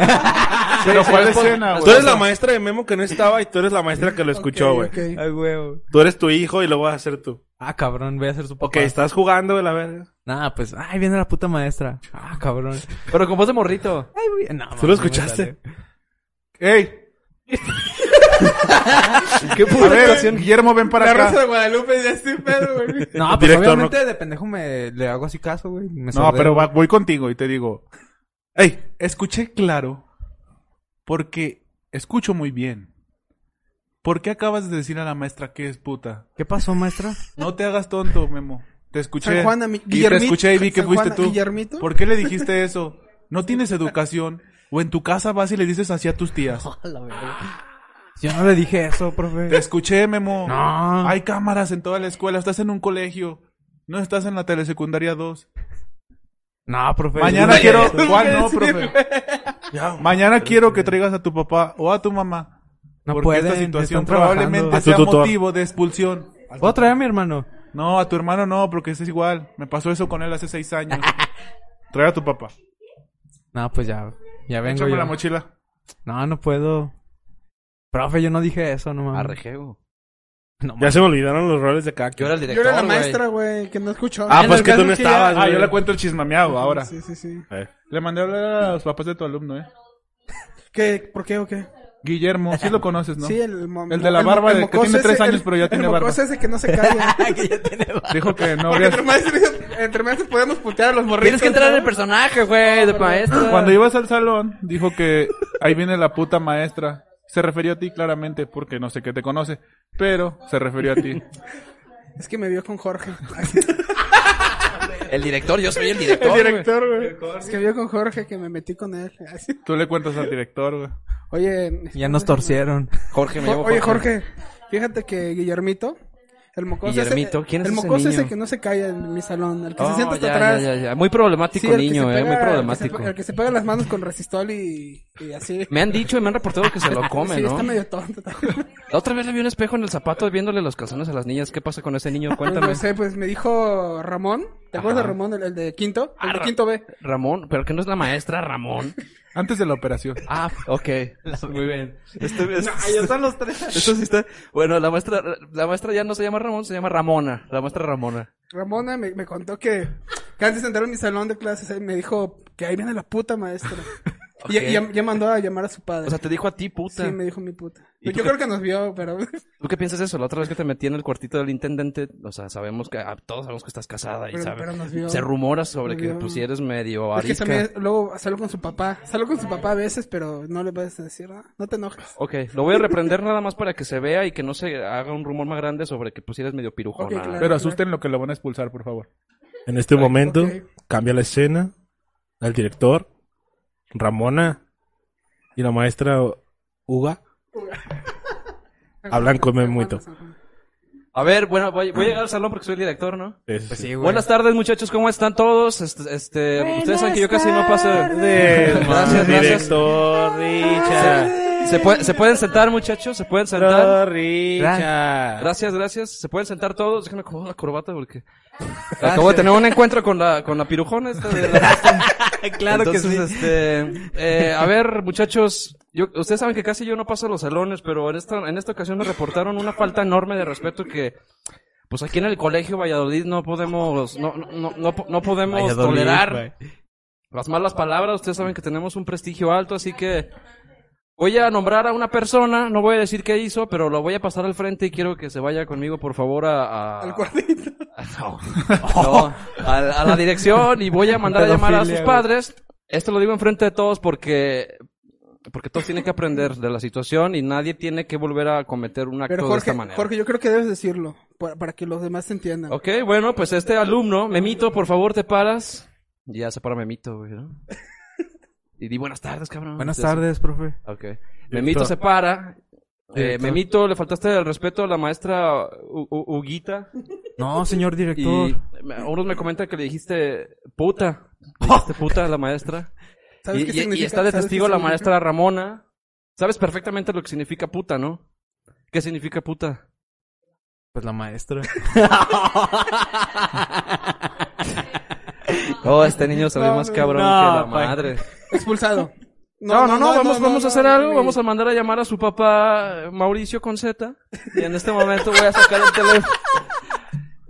[SPEAKER 5] Pero fue la escena,
[SPEAKER 7] Tú
[SPEAKER 5] güey.
[SPEAKER 7] eres la maestra de Memo que no estaba y tú eres la maestra que lo escuchó, güey.
[SPEAKER 6] Ok, ok.
[SPEAKER 4] Ay, huevo.
[SPEAKER 7] Tú eres tu hijo y lo vas a hacer tú.
[SPEAKER 4] Ah, cabrón, voy a ser su papá.
[SPEAKER 7] Ok, estás jugando, güey, la verga.
[SPEAKER 4] Nah, pues, ay, viene la puta maestra. Ah, cabrón.
[SPEAKER 3] Pero con voz de morrito.
[SPEAKER 4] Ay, güey. No,
[SPEAKER 7] ¿Tú lo escuchaste?
[SPEAKER 5] ¡Ey!
[SPEAKER 4] ¿Qué
[SPEAKER 5] A ver, Guillermo, ven para
[SPEAKER 6] La Rosa
[SPEAKER 5] acá.
[SPEAKER 6] de Guadalupe ya estoy pedo, güey.
[SPEAKER 4] No, pues
[SPEAKER 7] Director,
[SPEAKER 4] obviamente de pendejo me le hago así caso, güey. Me
[SPEAKER 5] No,
[SPEAKER 4] sordeo.
[SPEAKER 5] pero va- voy contigo y te digo. Ey, escuché claro. Porque escucho muy bien. ¿Por qué acabas de decir a la maestra que es puta?
[SPEAKER 4] ¿Qué pasó, maestra?
[SPEAKER 5] No te hagas tonto, Memo. Te escuché.
[SPEAKER 6] San Juana, mi-
[SPEAKER 5] y te
[SPEAKER 6] Guillermito.
[SPEAKER 5] escuché y vi que
[SPEAKER 6] San
[SPEAKER 5] fuiste
[SPEAKER 6] Juana,
[SPEAKER 5] tú.
[SPEAKER 6] Guillermito.
[SPEAKER 5] ¿Por qué le dijiste eso? No tienes educación. O en tu casa vas y le dices así a tus tías.
[SPEAKER 4] Yo no le dije eso,
[SPEAKER 5] Te
[SPEAKER 4] profe.
[SPEAKER 5] escuché, Memo.
[SPEAKER 4] No.
[SPEAKER 5] Hay cámaras en toda la escuela. Estás en un colegio. No estás en la telesecundaria 2.
[SPEAKER 4] No,
[SPEAKER 7] Pues,
[SPEAKER 4] profe.
[SPEAKER 5] Mañana
[SPEAKER 4] Yo-
[SPEAKER 5] quiero. ¿Cuál no, profe? Mañana quiero que traigas a tu papá o a tu mamá.
[SPEAKER 4] No
[SPEAKER 5] porque
[SPEAKER 4] pueden,
[SPEAKER 5] esta situación
[SPEAKER 4] están trabajando.
[SPEAKER 5] probablemente
[SPEAKER 7] A tu
[SPEAKER 5] sea
[SPEAKER 7] tutor.
[SPEAKER 5] motivo de expulsión.
[SPEAKER 4] ¿Puedo traer a mi hermano?
[SPEAKER 5] No, a tu hermano no, porque ese es igual. Me pasó eso con él hace seis años. Trae a tu papá.
[SPEAKER 4] No, pues ya. Ya vengo
[SPEAKER 5] Échame
[SPEAKER 4] yo.
[SPEAKER 5] la mochila.
[SPEAKER 4] No, no puedo. Profe, yo no dije eso, no
[SPEAKER 3] Ah.
[SPEAKER 4] mames.
[SPEAKER 3] Arrejeo.
[SPEAKER 7] Ya
[SPEAKER 4] No mames.
[SPEAKER 7] se me olvidaron los roles de cada
[SPEAKER 3] Yo
[SPEAKER 7] quien.
[SPEAKER 3] era el
[SPEAKER 6] Yo
[SPEAKER 3] director,
[SPEAKER 6] era la
[SPEAKER 3] güey.
[SPEAKER 6] maestra, güey, que no escuchó.
[SPEAKER 7] Ah,
[SPEAKER 5] En
[SPEAKER 7] pues
[SPEAKER 5] el
[SPEAKER 7] que tú
[SPEAKER 5] caso
[SPEAKER 7] no
[SPEAKER 5] es ya-
[SPEAKER 7] estabas,
[SPEAKER 5] Ah,
[SPEAKER 7] güey.
[SPEAKER 5] yo le cuento el chismameado ahora.
[SPEAKER 6] Sí, sí, sí.
[SPEAKER 7] Eh.
[SPEAKER 5] Le mandé a hablar a los papás de tu alumno, ¿eh?
[SPEAKER 6] ¿Qué? ¿Por qué o qué?
[SPEAKER 5] Guillermo, sí lo conoces, ¿no?
[SPEAKER 6] Sí, el, mo-
[SPEAKER 5] El de la barba de- que
[SPEAKER 6] mocoso
[SPEAKER 5] tiene tres
[SPEAKER 6] ese,
[SPEAKER 5] años, pero ya tiene barba.
[SPEAKER 6] El mocoso ese que no se calla.
[SPEAKER 5] Dijo que no
[SPEAKER 6] Porque
[SPEAKER 5] habías...
[SPEAKER 6] entre más, entre más podemos putear a los morritos.
[SPEAKER 3] Tienes que entrar en el
[SPEAKER 6] ¿no?
[SPEAKER 3] personaje, güey, de maestra.
[SPEAKER 5] Cuando ibas al salón, dijo que ahí viene la puta maestra. Se refirió a ti claramente, porque no sé qué te conoce, pero se refirió a ti.
[SPEAKER 6] Es que me vio con Jorge.
[SPEAKER 3] El director, yo soy el director.
[SPEAKER 6] el
[SPEAKER 3] güey.
[SPEAKER 6] director, güey. Es que me vio con Jorge que me metí con él. Así.
[SPEAKER 5] Tú le cuentas al director, güey.
[SPEAKER 6] Oye.
[SPEAKER 4] Ya nos torcieron.
[SPEAKER 3] Jorge, me
[SPEAKER 6] Jo-
[SPEAKER 3] llamo
[SPEAKER 6] Oye, Jorge, fíjate que Guillermito, el mocoso
[SPEAKER 3] Guillermito,
[SPEAKER 6] ese,
[SPEAKER 3] ¿quién es
[SPEAKER 6] el
[SPEAKER 3] ese
[SPEAKER 6] mocoso ese
[SPEAKER 3] niño?
[SPEAKER 6] que no se calla en mi salón, el que
[SPEAKER 3] Oh,
[SPEAKER 6] se sienta hasta
[SPEAKER 3] ya,
[SPEAKER 6] atrás.
[SPEAKER 3] ya, ya, ya. Muy problemático,
[SPEAKER 6] el que
[SPEAKER 3] niño,
[SPEAKER 6] se
[SPEAKER 3] eh. Muy
[SPEAKER 6] pega- el que se
[SPEAKER 3] problemático.
[SPEAKER 6] pe- El que se pega las manos con resistol y, y así.
[SPEAKER 3] Me han dicho y me han reportado que se lo come,
[SPEAKER 6] sí,
[SPEAKER 3] ¿no?
[SPEAKER 6] está medio tonto. también.
[SPEAKER 3] La otra vez le vi un espejo en el zapato viéndole los calzones a las niñas. ¿Qué pasa con ese niño? Cuéntame.
[SPEAKER 6] No sé, pues me dijo Ramón, ¿te acuerdas de
[SPEAKER 3] Ajá.
[SPEAKER 6] Ramón, el, el de quinto? El
[SPEAKER 3] Ah,
[SPEAKER 6] de
[SPEAKER 3] Ra-
[SPEAKER 6] quinto B.
[SPEAKER 3] Ramón, pero que no es la maestra, Ramón.
[SPEAKER 5] Antes de la operación.
[SPEAKER 3] Ah, ok. Muy bien. ya están los tres. Esto sí está. Bueno, la maestra, la maestra ya no se llama Ramón, se llama Ramona. La maestra Ramona.
[SPEAKER 6] Ramona eh, me, me contó que, que antes de entrar en mi salón de clases él me dijo que ahí viene la puta maestra. Y
[SPEAKER 3] Ok.
[SPEAKER 6] y ya, ya mandó a llamar a su padre.
[SPEAKER 3] O sea, te dijo a ti, puta.
[SPEAKER 6] Sí, me dijo mi puta.
[SPEAKER 3] ¿Y
[SPEAKER 6] Yo
[SPEAKER 3] tú qué-
[SPEAKER 6] creo que nos vio, pero...
[SPEAKER 3] ¿Tú qué piensas de eso? La otra vez que te metí en el cuartito del intendente, o sea, sabemos que ah, todos sabemos que estás casada y
[SPEAKER 6] Pero-
[SPEAKER 3] sabes.
[SPEAKER 6] pero nos vio.
[SPEAKER 3] se rumora sobre
[SPEAKER 6] Nos
[SPEAKER 3] que
[SPEAKER 6] vio.
[SPEAKER 3] pues si eres medio
[SPEAKER 6] Es que
[SPEAKER 3] arisca.
[SPEAKER 6] también luego salgo con su papá. Salgo con su papá a veces, pero no le puedes decir nada. No te enojes.
[SPEAKER 3] Ok, lo voy a reprender nada más para que se vea y que no se haga un rumor más grande sobre que pues si eres medio pirujona.
[SPEAKER 6] Ok, claro.
[SPEAKER 5] Pero asusten lo que lo van a expulsar, por favor.
[SPEAKER 7] En este momento,
[SPEAKER 6] ok.
[SPEAKER 7] cambia la escena. El director, Ramona y la maestra Uga hablan con Memo. y todo.
[SPEAKER 3] A ver, bueno, voy, voy a llegar al salón porque soy el director, ¿no?
[SPEAKER 7] Sí, sí, sí.
[SPEAKER 4] Sí, güey.
[SPEAKER 3] Buenas tardes, muchachos, ¿cómo están todos? Este, este, ustedes saben que yo casi no paso.
[SPEAKER 7] Del
[SPEAKER 3] Gracias, gracias.
[SPEAKER 7] Pues director Richard.
[SPEAKER 3] ¿Se, puede- se pueden sentar, muchachos, se pueden sentar.
[SPEAKER 7] Director Richard.
[SPEAKER 3] Gracias, gracias. Se pueden sentar todos. Déjenme acomodar la corbata porque acabo de tener un encuentro con la con la pirujona esta de la
[SPEAKER 4] claro
[SPEAKER 3] Entonces,
[SPEAKER 4] que sí.
[SPEAKER 3] este, eh, a ver, muchachos, yo, ustedes saben que casi yo no paso a los salones, pero en esta, en esta ocasión me reportaron una falta enorme de respeto que, pues aquí en el colegio Valladolid no podemos, no, no, no, no, po- no podemos
[SPEAKER 4] Valladolid,
[SPEAKER 3] tolerar
[SPEAKER 4] güey.
[SPEAKER 3] las malas palabras. Ustedes saben que tenemos un prestigio alto, así que voy a nombrar a una persona, no voy a decir qué hizo, pero lo voy a pasar al frente y quiero que se vaya conmigo, por favor, a... a-
[SPEAKER 6] Al cuartito.
[SPEAKER 3] no, no, a, a la dirección y voy a mandar a llamar a sus
[SPEAKER 4] Pedofilia, güey.
[SPEAKER 3] padres. Esto lo digo enfrente de todos porque porque todos tienen que aprender de la situación y nadie tiene que volver a cometer un acto
[SPEAKER 6] Pero
[SPEAKER 3] de
[SPEAKER 6] Jorge,
[SPEAKER 3] esta manera.
[SPEAKER 6] Jorge, yo creo que debes decirlo. Para, para que los demás se entiendan.
[SPEAKER 3] Ok, bueno, pues este alumno, Memito, por favor, te paras. Ya se para Memito, güey, ¿no? Y di buenas tardes, cabrón.
[SPEAKER 4] Buenas
[SPEAKER 3] Ya se-
[SPEAKER 4] tardes, profe.
[SPEAKER 3] Ok. Memito se para. Eh,
[SPEAKER 4] Director.
[SPEAKER 3] Memito, le faltaste el respeto a la maestra U- U- Huguita.
[SPEAKER 4] No, señor director.
[SPEAKER 3] Y me- unos me comentan que le dijiste puta. Le dijiste puta a la maestra.
[SPEAKER 6] Oh. ¿Sabes
[SPEAKER 3] Y,
[SPEAKER 6] qué
[SPEAKER 3] y- y
[SPEAKER 6] significa?
[SPEAKER 3] está de
[SPEAKER 6] ¿Sabes qué
[SPEAKER 3] testigo la
[SPEAKER 6] significa?
[SPEAKER 3] maestra Ramona. Sabes perfectamente lo que significa puta, ¿no? ¿Qué significa puta?
[SPEAKER 4] Pues la maestra.
[SPEAKER 3] Oh, este niño se ve más cabrón
[SPEAKER 4] no,
[SPEAKER 3] que la
[SPEAKER 4] pa-
[SPEAKER 3] madre.
[SPEAKER 6] Expulsado.
[SPEAKER 3] No, no, no, vamos, vamos a hacer algo. Vamos a mandar a llamar a su papá eh, Mauricio con Z. Y en este momento voy a sacar el teléfono.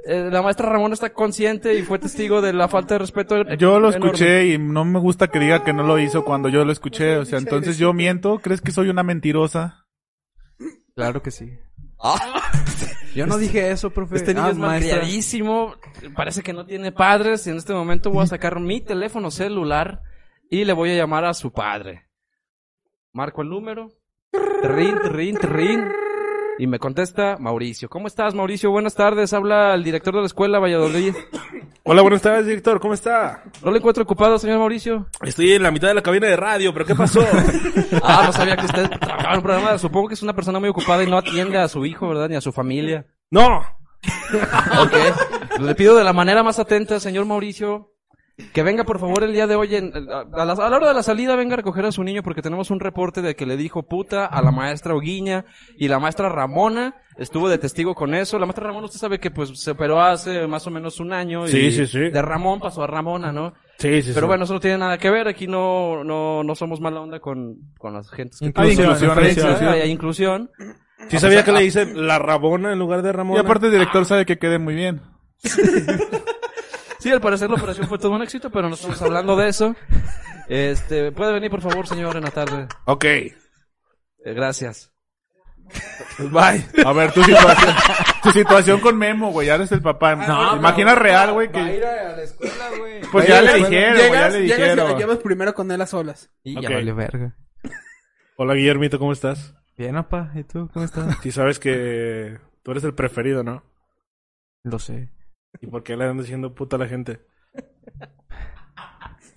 [SPEAKER 3] Eh, la maestra Ramón está consciente y fue testigo de la falta de respeto.
[SPEAKER 5] Yo lo
[SPEAKER 3] enorme.
[SPEAKER 5] escuché y no me gusta que diga que no lo hizo cuando yo lo escuché. O sea, entonces yo miento. ¿Crees que soy una mentirosa?
[SPEAKER 4] Claro que sí. Yo no dije eso, profe.
[SPEAKER 3] Ah. Este niño
[SPEAKER 4] Ah,
[SPEAKER 3] es malcriadísimo, parece que no tiene padres y en este momento voy a sacar mi teléfono celular y le voy a llamar a su padre. Marco el número, trin, trin, trin, y me contesta Mauricio. ¿Cómo estás, Mauricio? Buenas tardes, habla el director de la escuela Valladolid.
[SPEAKER 7] Hola, buenas tardes, director. ¿Cómo está?
[SPEAKER 3] No le encuentro ocupado, señor Mauricio.
[SPEAKER 7] Estoy en la mitad de la cabina de radio, pero ¿qué pasó?
[SPEAKER 3] Ah, no sabía que usted trabajaba en un programa. Supongo que es una persona muy ocupada y no atiende a su hijo, ¿verdad? Ni a su familia.
[SPEAKER 7] no.
[SPEAKER 3] Ok. Le pido de la manera más atenta, señor Mauricio, que venga por favor el día de hoy, en- a, a la, a la hora de la salida, venga a recoger a su niño porque tenemos un reporte de que le dijo puta a la maestra Oguiña y la maestra Ramona estuvo de testigo con eso. La maestra Ramona, usted sabe que pues se operó hace más o menos un año y
[SPEAKER 7] Sí, sí, sí.
[SPEAKER 3] de Ramón pasó a Ramona, ¿no?
[SPEAKER 7] Sí, sí,
[SPEAKER 3] Pero
[SPEAKER 7] sí.
[SPEAKER 3] bueno, eso no tiene nada que ver. Aquí no, no, no somos mala onda con, con las gentes que
[SPEAKER 5] Hay
[SPEAKER 7] inclusión,
[SPEAKER 5] inclusión, hay
[SPEAKER 7] inclusión.
[SPEAKER 5] inclusión.
[SPEAKER 3] Ah, Hay inclusión.
[SPEAKER 7] Sí sabía que le hice la Rabona en lugar de Ramón.
[SPEAKER 5] Y aparte el director sabe que quedé muy bien.
[SPEAKER 3] Sí, al parecer la operación fue todo un éxito, pero no estamos hablando de eso. Este, puede venir por favor, señor, en la tarde.
[SPEAKER 7] Ok.
[SPEAKER 3] Eh, gracias.
[SPEAKER 7] Bye.
[SPEAKER 5] A ver, tu situación, tu situación con Memo, güey. Ahora es el
[SPEAKER 4] Ah,
[SPEAKER 5] papá. Imagina real, güey,
[SPEAKER 4] Va a
[SPEAKER 5] que...
[SPEAKER 4] ir a la escuela, güey.
[SPEAKER 5] Pues ya le dijeron, güey, ya
[SPEAKER 6] Llegas,
[SPEAKER 5] le
[SPEAKER 6] llegas y
[SPEAKER 5] dijeron.
[SPEAKER 6] te llevas primero con él a solas.
[SPEAKER 4] Y
[SPEAKER 7] Ok.
[SPEAKER 4] ya vale verga.
[SPEAKER 7] Hola, Guillermito, ¿cómo estás?
[SPEAKER 4] Bien, apa. ¿Y tú cómo estás?
[SPEAKER 7] Sí sabes que tú eres el preferido, ¿no?
[SPEAKER 4] Lo sé.
[SPEAKER 7] ¿Y por qué le andan diciendo puta a la gente?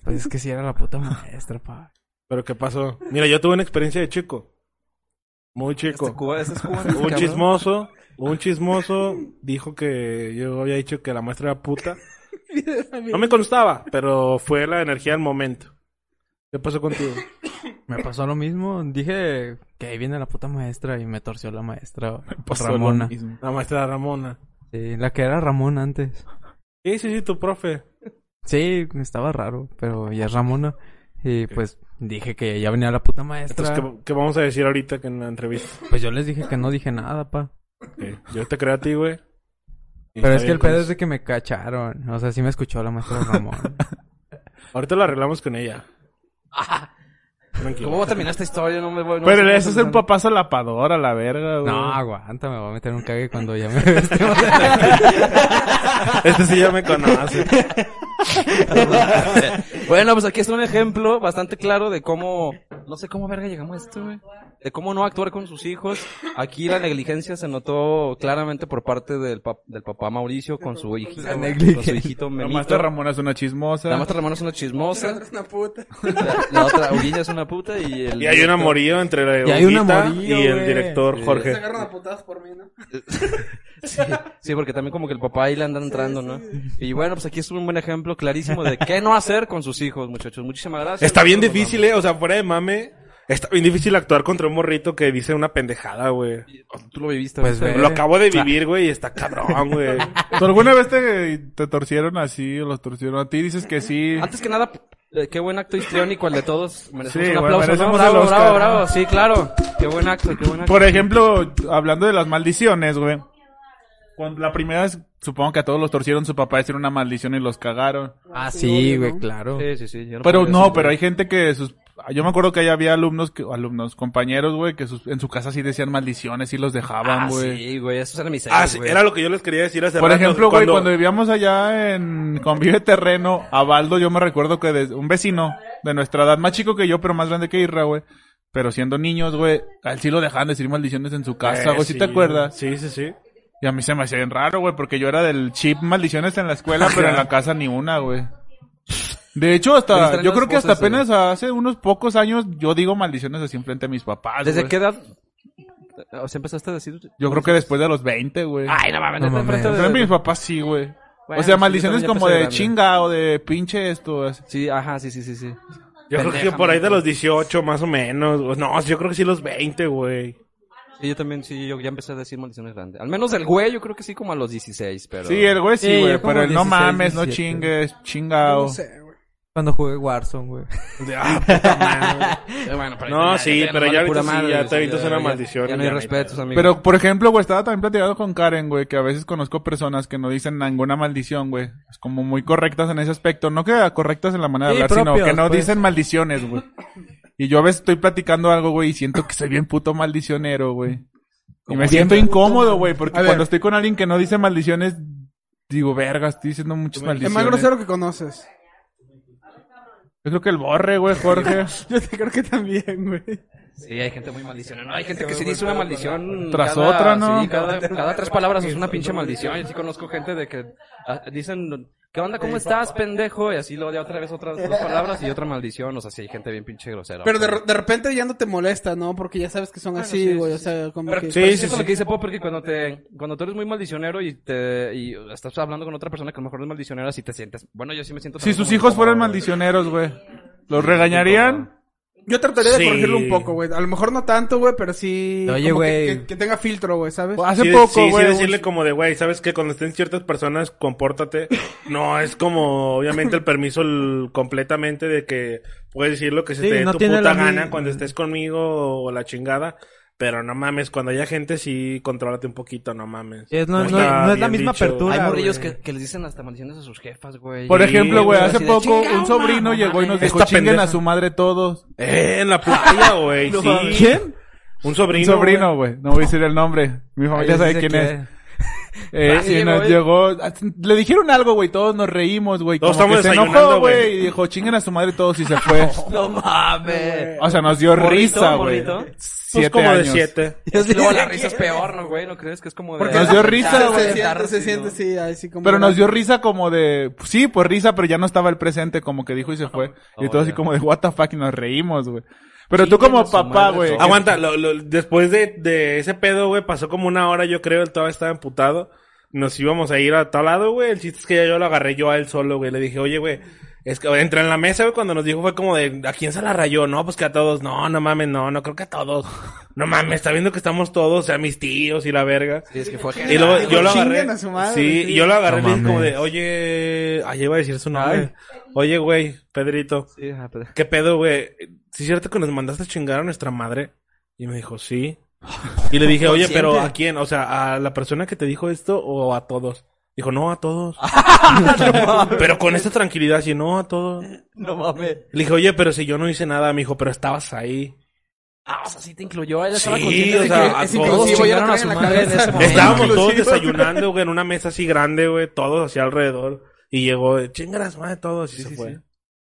[SPEAKER 4] Pues es que si era la puta maestra, pa.
[SPEAKER 7] ¿Pero qué pasó? Mira, yo tuve una experiencia de chico. Muy
[SPEAKER 3] Este
[SPEAKER 7] chico. un chismoso, un chismoso dijo que yo había dicho que la maestra era puta. No me constaba, pero fue la energía del momento. ¿Qué pasó contigo?
[SPEAKER 4] Me pasó lo mismo. Dije que ahí viene la puta maestra y me torció la maestra
[SPEAKER 5] Pasó lo
[SPEAKER 4] Ramona.
[SPEAKER 5] mismo.
[SPEAKER 7] La maestra Ramona.
[SPEAKER 4] Sí, la que era Ramón antes.
[SPEAKER 7] Sí, sí, sí, tu profe.
[SPEAKER 4] Sí, estaba raro, pero ya es Ramona. Y pues dije que ya venía la puta maestra.
[SPEAKER 7] Entonces, ¿qué, qué vamos a decir ahorita que en la entrevista?
[SPEAKER 4] Pues yo les dije que no dije nada, pa.
[SPEAKER 7] Ok, Yo te creo a ti, güey. Y
[SPEAKER 4] Pero
[SPEAKER 7] está
[SPEAKER 4] es que
[SPEAKER 7] bien pues.
[SPEAKER 4] el
[SPEAKER 7] con
[SPEAKER 4] pedo
[SPEAKER 7] eso.
[SPEAKER 4] es de que me cacharon. O sea, sí me escuchó la maestra Ramón.
[SPEAKER 7] Ahorita lo arreglamos con ella. Tranquilo.
[SPEAKER 3] Ah. ¿Cómo va a terminar esta historia? No me voy. no
[SPEAKER 5] Pero
[SPEAKER 3] sé-
[SPEAKER 5] ese es el papá solapador a la verga, güey.
[SPEAKER 4] No, aguanta, me voy a meter un cague cuando ya me vestemos.
[SPEAKER 7] Este sí ya me conoce.
[SPEAKER 3] Bueno, pues aquí está un ejemplo bastante claro de cómo, no sé cómo verga llegamos a esto, güey. De cómo no actuar con sus hijos. Aquí la negligencia se notó claramente por parte del, pap- del papá Mauricio con su hijito, con su hijito
[SPEAKER 5] La
[SPEAKER 3] Memito.
[SPEAKER 5] maestra Ramona es una chismosa.
[SPEAKER 3] La maestra Ramón es una chismosa,
[SPEAKER 6] Es una puta.
[SPEAKER 3] la, la otra Uriña es una puta y el...
[SPEAKER 7] Y hay un amorío entre la
[SPEAKER 4] Y hay un
[SPEAKER 7] Olguita
[SPEAKER 4] amorío,
[SPEAKER 7] y el
[SPEAKER 4] güey.
[SPEAKER 7] director
[SPEAKER 6] Se
[SPEAKER 7] Jorge.
[SPEAKER 6] agarran a putadas por mí, ¿no?
[SPEAKER 3] Sí, sí, porque también como que el papá ahí le anda entrando, ¿no? Y bueno, pues aquí es un buen ejemplo clarísimo de qué no hacer con sus hijos, muchachos. Muchísimas gracias.
[SPEAKER 7] Está bien
[SPEAKER 3] Nosotros
[SPEAKER 7] difícil, eh. O sea, fuera de mame. Está bien difícil actuar contra un morrito que dice una pendejada, güey.
[SPEAKER 3] nos vamos. Tú lo viviste.
[SPEAKER 4] Pues,
[SPEAKER 3] ¿viste?
[SPEAKER 4] ve.
[SPEAKER 7] Lo acabo de vivir, güey, y está cabrón, güey.
[SPEAKER 5] ¿Tú alguna vez te, te torcieron así o los torcieron a ti? Dices que sí.
[SPEAKER 3] Antes que nada, eh, qué buen acto histriónico el de todos. Merecemos
[SPEAKER 5] Sí,
[SPEAKER 3] un
[SPEAKER 5] bueno,
[SPEAKER 3] aplauso. ¿no?
[SPEAKER 5] merecemos el
[SPEAKER 3] bravo,
[SPEAKER 5] Oscar.
[SPEAKER 3] bravo, bravo. Sí, claro. Qué buen acto, qué buen acto.
[SPEAKER 5] Por ejemplo, hablando de las maldiciones, güey. Cuando la primera vez, supongo que a todos los torcieron, su papá decir una maldición y los cagaron.
[SPEAKER 4] Ah, sí, güey, claro.
[SPEAKER 3] Sí, sí, sí. yo
[SPEAKER 5] Pero
[SPEAKER 3] podría
[SPEAKER 5] no,
[SPEAKER 3] decir-
[SPEAKER 5] pero hay gente que sus... Yo me acuerdo que ahí había alumnos, que, alumnos, compañeros, güey, que sus- en su casa sí decían maldiciones y los dejaban,
[SPEAKER 3] Ah,
[SPEAKER 5] güey.
[SPEAKER 3] sí, güey. Esos eran mis
[SPEAKER 7] Ah,
[SPEAKER 3] héroes,
[SPEAKER 7] sí,
[SPEAKER 3] güey.
[SPEAKER 7] era lo que yo les quería decir hace
[SPEAKER 5] Por
[SPEAKER 7] rato, Eh,
[SPEAKER 5] ejemplo, güey, cuando vivíamos allá en Convive Terreno, a Baldo, yo me recuerdo que de- un vecino de nuestra edad, más chico que yo, pero más grande que Irra, güey. Pero siendo niños, güey, a él sí lo dejaban decir maldiciones en su casa,
[SPEAKER 7] Eh,
[SPEAKER 5] güey, si te acuerdas?
[SPEAKER 7] Sí, sí, sí.
[SPEAKER 5] Y a mí se me hacía bien raro, güey, porque yo era del chip maldiciones en la escuela, pero en la casa ni una, güey. De hecho,
[SPEAKER 3] Me
[SPEAKER 5] hasta,
[SPEAKER 3] extrañan
[SPEAKER 5] yo creo
[SPEAKER 3] las
[SPEAKER 5] que hasta
[SPEAKER 3] cosas,
[SPEAKER 5] apenas hace unos pocos años yo digo maldiciones así enfrente a mis papás,
[SPEAKER 3] ¿Desde
[SPEAKER 5] güey.
[SPEAKER 3] qué edad? O sea, empezaste a decir...
[SPEAKER 5] Yo creo que después de los 20, güey.
[SPEAKER 3] Ay, no mames.
[SPEAKER 4] No
[SPEAKER 3] neta,
[SPEAKER 4] mames.
[SPEAKER 3] enfrente de-
[SPEAKER 5] Enfrente a mis papás sí, güey.
[SPEAKER 3] Bueno,
[SPEAKER 5] o sea,
[SPEAKER 3] sí,
[SPEAKER 5] maldiciones
[SPEAKER 3] yo también ya
[SPEAKER 5] como
[SPEAKER 3] empecé
[SPEAKER 5] de
[SPEAKER 3] grande.
[SPEAKER 5] chinga o de pinche esto, así.
[SPEAKER 3] Sí, ajá, sí, sí, sí, sí.
[SPEAKER 7] Yo creo que por ahí de los 18, más o menos. güey. No, yo creo que sí los 20, güey.
[SPEAKER 3] Sí, yo también, sí, yo ya empecé a decir maldiciones grandes. Al menos el güey, yo creo que sí, como a los 16, pero...
[SPEAKER 5] Sí, el güey sí,
[SPEAKER 4] Sí,
[SPEAKER 5] güey,
[SPEAKER 4] yo como
[SPEAKER 5] pero el no
[SPEAKER 4] 16,
[SPEAKER 5] mames, no
[SPEAKER 4] 17.
[SPEAKER 5] chingues, chingao.
[SPEAKER 6] No sé, güey.
[SPEAKER 4] Cuando jugué Warzone, güey.
[SPEAKER 7] Ah,
[SPEAKER 3] Eh, bueno, pero
[SPEAKER 7] No,
[SPEAKER 3] ya-
[SPEAKER 7] sí,
[SPEAKER 3] ya
[SPEAKER 7] pero
[SPEAKER 3] vale
[SPEAKER 7] ya
[SPEAKER 3] pura
[SPEAKER 7] ahorita sí,
[SPEAKER 3] madre,
[SPEAKER 7] ya
[SPEAKER 3] güey,
[SPEAKER 7] te evitas
[SPEAKER 3] ya-
[SPEAKER 7] una
[SPEAKER 3] ya-
[SPEAKER 7] maldición.
[SPEAKER 3] Ya no hay
[SPEAKER 7] Ya,
[SPEAKER 3] respetos, amigo.
[SPEAKER 5] Pero, por ejemplo, güey, estaba también platicando con Karen, güey, que a veces conozco personas que no dicen ninguna maldición, güey. Es como muy correctas en ese aspecto. No que correctas en la manera de
[SPEAKER 4] Sí,
[SPEAKER 5] hablar, sino
[SPEAKER 4] propios,
[SPEAKER 5] que no
[SPEAKER 4] pues.
[SPEAKER 5] dicen maldiciones, güey. Y yo a veces estoy platicando algo, güey, y siento que soy bien puto maldicionero, güey. Y me siento incómodo, güey, porque
[SPEAKER 6] A ver.
[SPEAKER 5] cuando estoy con alguien que no dice maldiciones, digo, verga, estoy diciendo muchas
[SPEAKER 6] El más
[SPEAKER 5] maldiciones.
[SPEAKER 6] grosero que conoces.
[SPEAKER 5] Yo creo que el borre, güey, Jorge.
[SPEAKER 6] Yo te creo que también, güey.
[SPEAKER 3] Sí, hay gente muy maldicionera. No, hay gente que sí dice una maldición.
[SPEAKER 5] Tras
[SPEAKER 3] cada-
[SPEAKER 5] otra, ¿no?
[SPEAKER 3] Sí, cada, cada tres palabras es una pinche maldición. Yo sí conozco gente de que ah, dicen, ¿qué onda? ¿Cómo estás, pendejo? Y así lo de otra vez otras dos palabras y otra maldición. O sea, sí hay gente bien pinche grosera.
[SPEAKER 6] Pero de, re- de repente ya no te molesta, ¿no? Porque ya sabes que son así, güey. o sea, como
[SPEAKER 3] Pero,
[SPEAKER 6] que...
[SPEAKER 3] pero
[SPEAKER 7] sí,
[SPEAKER 3] es
[SPEAKER 7] sí,
[SPEAKER 3] eso
[SPEAKER 7] sí.
[SPEAKER 3] lo que dice Pop, porque cuando te, cuando tú eres muy maldicionero y te, y estás hablando con otra persona que a lo mejor no es maldicionera, si te sientes, bueno, yo sí me siento.
[SPEAKER 5] Si
[SPEAKER 3] también
[SPEAKER 5] sus
[SPEAKER 3] como
[SPEAKER 5] hijos
[SPEAKER 3] incómodo,
[SPEAKER 5] fueran
[SPEAKER 3] güey.
[SPEAKER 5] maldicioneros, güey, ¿los regañarían?
[SPEAKER 6] Yo trataría de
[SPEAKER 7] Sí.
[SPEAKER 6] corregirlo un poco, güey. A lo mejor no tanto, güey, pero sí...
[SPEAKER 4] Oye,
[SPEAKER 6] como que-
[SPEAKER 4] güey.
[SPEAKER 6] Que, que tenga filtro, güey, ¿sabes?
[SPEAKER 5] Hace
[SPEAKER 7] Sí, de- sí,
[SPEAKER 5] poco,
[SPEAKER 7] sí,
[SPEAKER 5] güey. un-
[SPEAKER 7] decirle como de, güey, sabes que cuando estén ciertas personas, compórtate. No, es como, obviamente, el permiso el- completamente de que puedes decir lo que se
[SPEAKER 4] Sí,
[SPEAKER 7] te dé
[SPEAKER 4] no
[SPEAKER 7] tu
[SPEAKER 4] tiene
[SPEAKER 7] puta
[SPEAKER 4] la mi-
[SPEAKER 7] gana cuando estés conmigo o la chingada. Pero no mames, cuando haya gente, sí, contrólate un poquito, no mames.
[SPEAKER 4] Sí, es- no- no-
[SPEAKER 7] está
[SPEAKER 4] no es la
[SPEAKER 7] bien
[SPEAKER 4] misma apertura.
[SPEAKER 3] Hay
[SPEAKER 4] Hola,
[SPEAKER 3] morrillos
[SPEAKER 4] güey.
[SPEAKER 3] que, que les dicen hasta maldiciones a sus jefas, güey.
[SPEAKER 5] Por
[SPEAKER 7] Sí,
[SPEAKER 5] ejemplo, güey,
[SPEAKER 7] güey,
[SPEAKER 5] hace
[SPEAKER 3] así de,
[SPEAKER 5] poco
[SPEAKER 3] "Chingao,
[SPEAKER 5] un sobrino
[SPEAKER 3] mamá,
[SPEAKER 5] llegó y nos
[SPEAKER 7] mames".
[SPEAKER 5] dijo,
[SPEAKER 7] Esta
[SPEAKER 5] chinguen
[SPEAKER 7] pendeja".
[SPEAKER 5] a su madre todos.
[SPEAKER 7] Eh, en la playa, güey, sí.
[SPEAKER 5] ¿Quién?
[SPEAKER 7] Un sobrino.
[SPEAKER 5] Un sobrino, güey. No voy a decir el nombre. Mi familia
[SPEAKER 4] Ahí
[SPEAKER 5] sabe
[SPEAKER 4] dice
[SPEAKER 5] quién
[SPEAKER 4] que-
[SPEAKER 5] es. Eh,
[SPEAKER 3] Ah, sí
[SPEAKER 5] y
[SPEAKER 3] llegó
[SPEAKER 5] nos
[SPEAKER 3] él.
[SPEAKER 5] llegó, le dijeron algo, güey, todos nos reímos, güey.
[SPEAKER 7] Todos
[SPEAKER 5] Como que
[SPEAKER 7] estamos
[SPEAKER 5] se enojó,
[SPEAKER 7] desayunando,
[SPEAKER 5] güey,
[SPEAKER 7] güey.
[SPEAKER 5] y dijo, chinguen a su madre todos y se fue.
[SPEAKER 3] No mames.
[SPEAKER 5] O sea, nos dio
[SPEAKER 3] Morrito,
[SPEAKER 5] risa, güey.
[SPEAKER 3] morrito.
[SPEAKER 7] Pues
[SPEAKER 5] Siete
[SPEAKER 7] como
[SPEAKER 5] años.
[SPEAKER 7] de siete.
[SPEAKER 3] Es que luego la risa es peor, ¿no, güey? ¿No crees que es como de...
[SPEAKER 5] Porque nos dio risa,
[SPEAKER 6] Ah, Se-
[SPEAKER 5] güey.
[SPEAKER 6] Se siente, se
[SPEAKER 3] Catarsis,
[SPEAKER 6] siente,
[SPEAKER 3] ¿no?
[SPEAKER 6] sí, así como...
[SPEAKER 5] Pero nos dio risa como de, sí, pues risa, pero ya no estaba el presente, como que dijo y se fue. Y todo así como de, what the fuck, y nos reímos, güey. Pero tú como papá, güey. que-
[SPEAKER 7] Aguanta, lo- lo- después de, de ese pedo, güey, pasó como una hora, yo creo, él todavía estaba emputado. Nos íbamos a ir a tal lado, güey. El chiste es que ya yo lo agarré yo a él solo, güey. Le dije, oye, güey, es que entra en la mesa, güey, cuando nos dijo fue como de, ¿a quién se la rayó? No, pues que a todos. No, no mames, no, no creo que a todos. No mames, está viendo que estamos todos, o sea, mis tíos y la verga.
[SPEAKER 3] Sí, es que fue
[SPEAKER 6] "Ah,
[SPEAKER 7] Y luego yo lo
[SPEAKER 6] "Chinguen
[SPEAKER 7] agarré.
[SPEAKER 6] pues a su madre",
[SPEAKER 7] sí,
[SPEAKER 6] sí.
[SPEAKER 7] y yo lo agarré y
[SPEAKER 4] No
[SPEAKER 7] le dije como
[SPEAKER 4] mames.
[SPEAKER 7] de, oye, ay, iba a decir su nombre. Oye, güey, Pedrito.
[SPEAKER 3] Sí, ajá, pero-
[SPEAKER 7] ¿Qué pedo, güey? ¿Sí es cierto que nos mandaste a chingar a nuestra madre? Y me dijo, sí. Y le dije, oye, pero ¿a quién? O sea, ¿a la persona que te dijo esto o a todos? Dijo, no, a todos. pero con esta tranquilidad, si no, a todos.
[SPEAKER 3] No mames.
[SPEAKER 7] Le dije, oye, pero si yo no hice nada, me dijo, pero estabas ahí.
[SPEAKER 3] Ah, o sea, sí te incluyó. Él estaba
[SPEAKER 7] Sí,
[SPEAKER 3] consciente
[SPEAKER 7] o
[SPEAKER 3] de
[SPEAKER 7] sea, a
[SPEAKER 6] es
[SPEAKER 7] todos.
[SPEAKER 6] inclusivo, ya
[SPEAKER 3] chingaron
[SPEAKER 6] lo
[SPEAKER 3] a
[SPEAKER 6] traen
[SPEAKER 3] su
[SPEAKER 6] en la
[SPEAKER 3] madre en
[SPEAKER 6] cabeza.
[SPEAKER 3] ese momento.
[SPEAKER 7] Estábamos todos
[SPEAKER 6] Inclusivo.
[SPEAKER 7] desayunando, güey, en una mesa así grande, güey, todos hacia alrededor. Y llegó, chingar a su madre todos y se fue.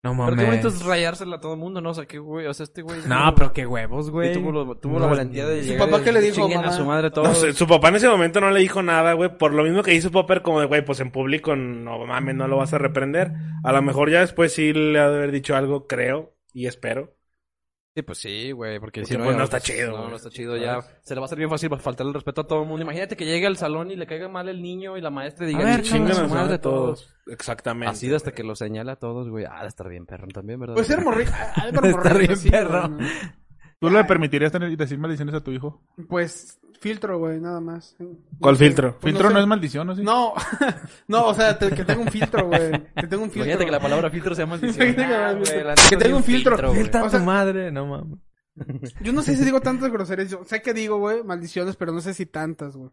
[SPEAKER 4] No
[SPEAKER 3] Pero qué bonito
[SPEAKER 4] mames.
[SPEAKER 3] es rayársela a todo el mundo, ¿no? O sea, qué güey, o sea, este güey... Pues,
[SPEAKER 4] No, pero qué huevos,
[SPEAKER 3] güey,
[SPEAKER 4] güey.
[SPEAKER 3] tuvo, lo- tuvo la
[SPEAKER 4] No,
[SPEAKER 3] valentía de llegar
[SPEAKER 6] papá
[SPEAKER 3] y
[SPEAKER 6] qué le dijo,
[SPEAKER 3] chinguen a
[SPEAKER 6] mamá?
[SPEAKER 3] su madre todo.
[SPEAKER 7] No sé, su papá en ese momento no le dijo nada, güey. Por lo mismo que hizo Popper, como de, güey, pues en público, no mames, no lo vas a reprender. A lo mejor ya después sí le ha de haber dicho algo, creo y espero.
[SPEAKER 3] Sí, pues sí, güey, porque,
[SPEAKER 7] Porque, pues, no está chido,
[SPEAKER 3] No,
[SPEAKER 7] güey.
[SPEAKER 3] no está chido, ya se le va a hacer bien fácil para faltarle el respeto a todo el mundo. Imagínate que llegue al salón y le caiga mal el niño y la maestra y diga,
[SPEAKER 4] A ver,
[SPEAKER 3] "Chingan
[SPEAKER 4] chingan
[SPEAKER 3] a
[SPEAKER 4] a
[SPEAKER 3] su
[SPEAKER 4] su
[SPEAKER 3] madre todos.
[SPEAKER 7] Exactamente.
[SPEAKER 3] Así de hasta que lo señale a todos, güey. Ah, de estar bien perro también, ¿verdad?
[SPEAKER 6] Puede ser Pues morri- Álvaro
[SPEAKER 4] Está
[SPEAKER 6] Morrillo,
[SPEAKER 4] bien
[SPEAKER 6] sí, güey,
[SPEAKER 4] perro.
[SPEAKER 6] ¿no?
[SPEAKER 5] ¿Tú le permitirías tener, decir maldiciones a tu hijo?
[SPEAKER 6] Pues filtro, güey, nada más.
[SPEAKER 7] ¿Cuál filtro?
[SPEAKER 6] Pues
[SPEAKER 5] Filtro
[SPEAKER 6] sé.
[SPEAKER 5] no es maldición, ¿o sí?
[SPEAKER 6] No, no, o sea, te- que tenga un filtro, güey. Que tenga un filtro.
[SPEAKER 3] Imagínate que la palabra filtro sea maldición.
[SPEAKER 6] Imagínate que la-
[SPEAKER 3] Ah, güey, la
[SPEAKER 6] que
[SPEAKER 3] neta
[SPEAKER 6] tenga
[SPEAKER 3] sí
[SPEAKER 6] un filtro.
[SPEAKER 3] güey.
[SPEAKER 4] Filtra
[SPEAKER 6] O
[SPEAKER 4] a
[SPEAKER 6] sea-
[SPEAKER 4] tu madre, no mames.
[SPEAKER 6] Yo no sé si digo tantas groserías. Yo sé que digo, güey, maldiciones, pero no sé si tantas, güey.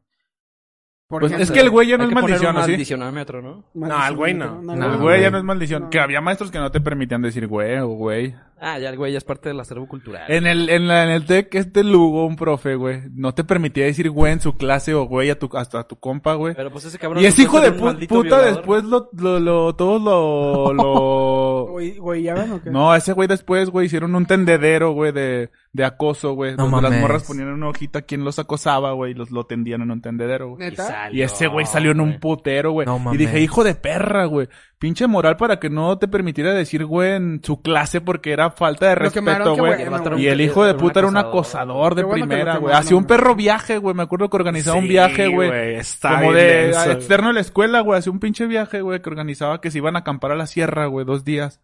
[SPEAKER 6] Por
[SPEAKER 5] Pues,
[SPEAKER 6] ejemplo,
[SPEAKER 5] es que el güey ya no
[SPEAKER 3] Hay
[SPEAKER 5] es
[SPEAKER 3] que poner
[SPEAKER 5] maldición,
[SPEAKER 3] un
[SPEAKER 5] ¿o sí?
[SPEAKER 3] maldicionómetro, ¿no?
[SPEAKER 6] maldición,
[SPEAKER 7] No, al güey no.
[SPEAKER 4] No,
[SPEAKER 5] El
[SPEAKER 4] Ah,
[SPEAKER 5] güey ya
[SPEAKER 4] güey.
[SPEAKER 5] no es maldición.
[SPEAKER 6] No.
[SPEAKER 5] Que había maestros que no te permitían decir güey o güey.
[SPEAKER 3] Ah, ya el güey ya es parte del acervo cultural.
[SPEAKER 5] En el, en la, en el TEC, este Lugo, un profe, güey, no te permitía decir güey en su clase o güey a tu, hasta a tu compa, güey.
[SPEAKER 3] Pero pues ese cabrón...
[SPEAKER 5] Y ese hijo
[SPEAKER 3] resulta
[SPEAKER 5] de
[SPEAKER 3] ser un
[SPEAKER 5] pu-
[SPEAKER 3] maldito
[SPEAKER 5] puta
[SPEAKER 3] violador.
[SPEAKER 5] después lo, lo, lo- todos lo, lo...
[SPEAKER 6] Güey, güey, ¿ya ven o qué?
[SPEAKER 5] No, ese güey después, güey, hicieron un tendedero, güey, de, de acoso, güey.
[SPEAKER 4] No
[SPEAKER 5] donde las
[SPEAKER 4] mames.
[SPEAKER 5] morras ponían una hojita a quien los acosaba, güey, y los lo tendían en un tendedero, güey.
[SPEAKER 6] ¿Neta?
[SPEAKER 5] Y ese güey salió en un putero, güey.
[SPEAKER 4] No
[SPEAKER 5] y
[SPEAKER 4] mames.
[SPEAKER 5] dije, hijo de perra, güey. Pinche moral para que no te permitiera decir, güey, en su clase porque era falta de
[SPEAKER 6] Lo quemaron,
[SPEAKER 5] respeto,
[SPEAKER 6] qué
[SPEAKER 5] güey.
[SPEAKER 6] bueno,
[SPEAKER 3] vato era
[SPEAKER 5] Y
[SPEAKER 3] un-
[SPEAKER 5] el hijo de
[SPEAKER 3] un
[SPEAKER 5] puta era un
[SPEAKER 3] acosador.
[SPEAKER 5] acosador de
[SPEAKER 6] Qué bueno que lo
[SPEAKER 5] primera, güey.
[SPEAKER 6] quemaron,
[SPEAKER 5] Hacía un
[SPEAKER 6] güey.
[SPEAKER 5] perro viaje, güey. Me acuerdo que organizaba un
[SPEAKER 7] Sí,
[SPEAKER 5] viaje, güey.
[SPEAKER 7] Está
[SPEAKER 5] Como
[SPEAKER 7] bien
[SPEAKER 5] de
[SPEAKER 7] eso,
[SPEAKER 5] a-
[SPEAKER 7] güey.
[SPEAKER 5] externo de la escuela, güey. Hacía un pinche viaje, güey, que organizaba que se iban a acampar a la sierra, güey, dos días.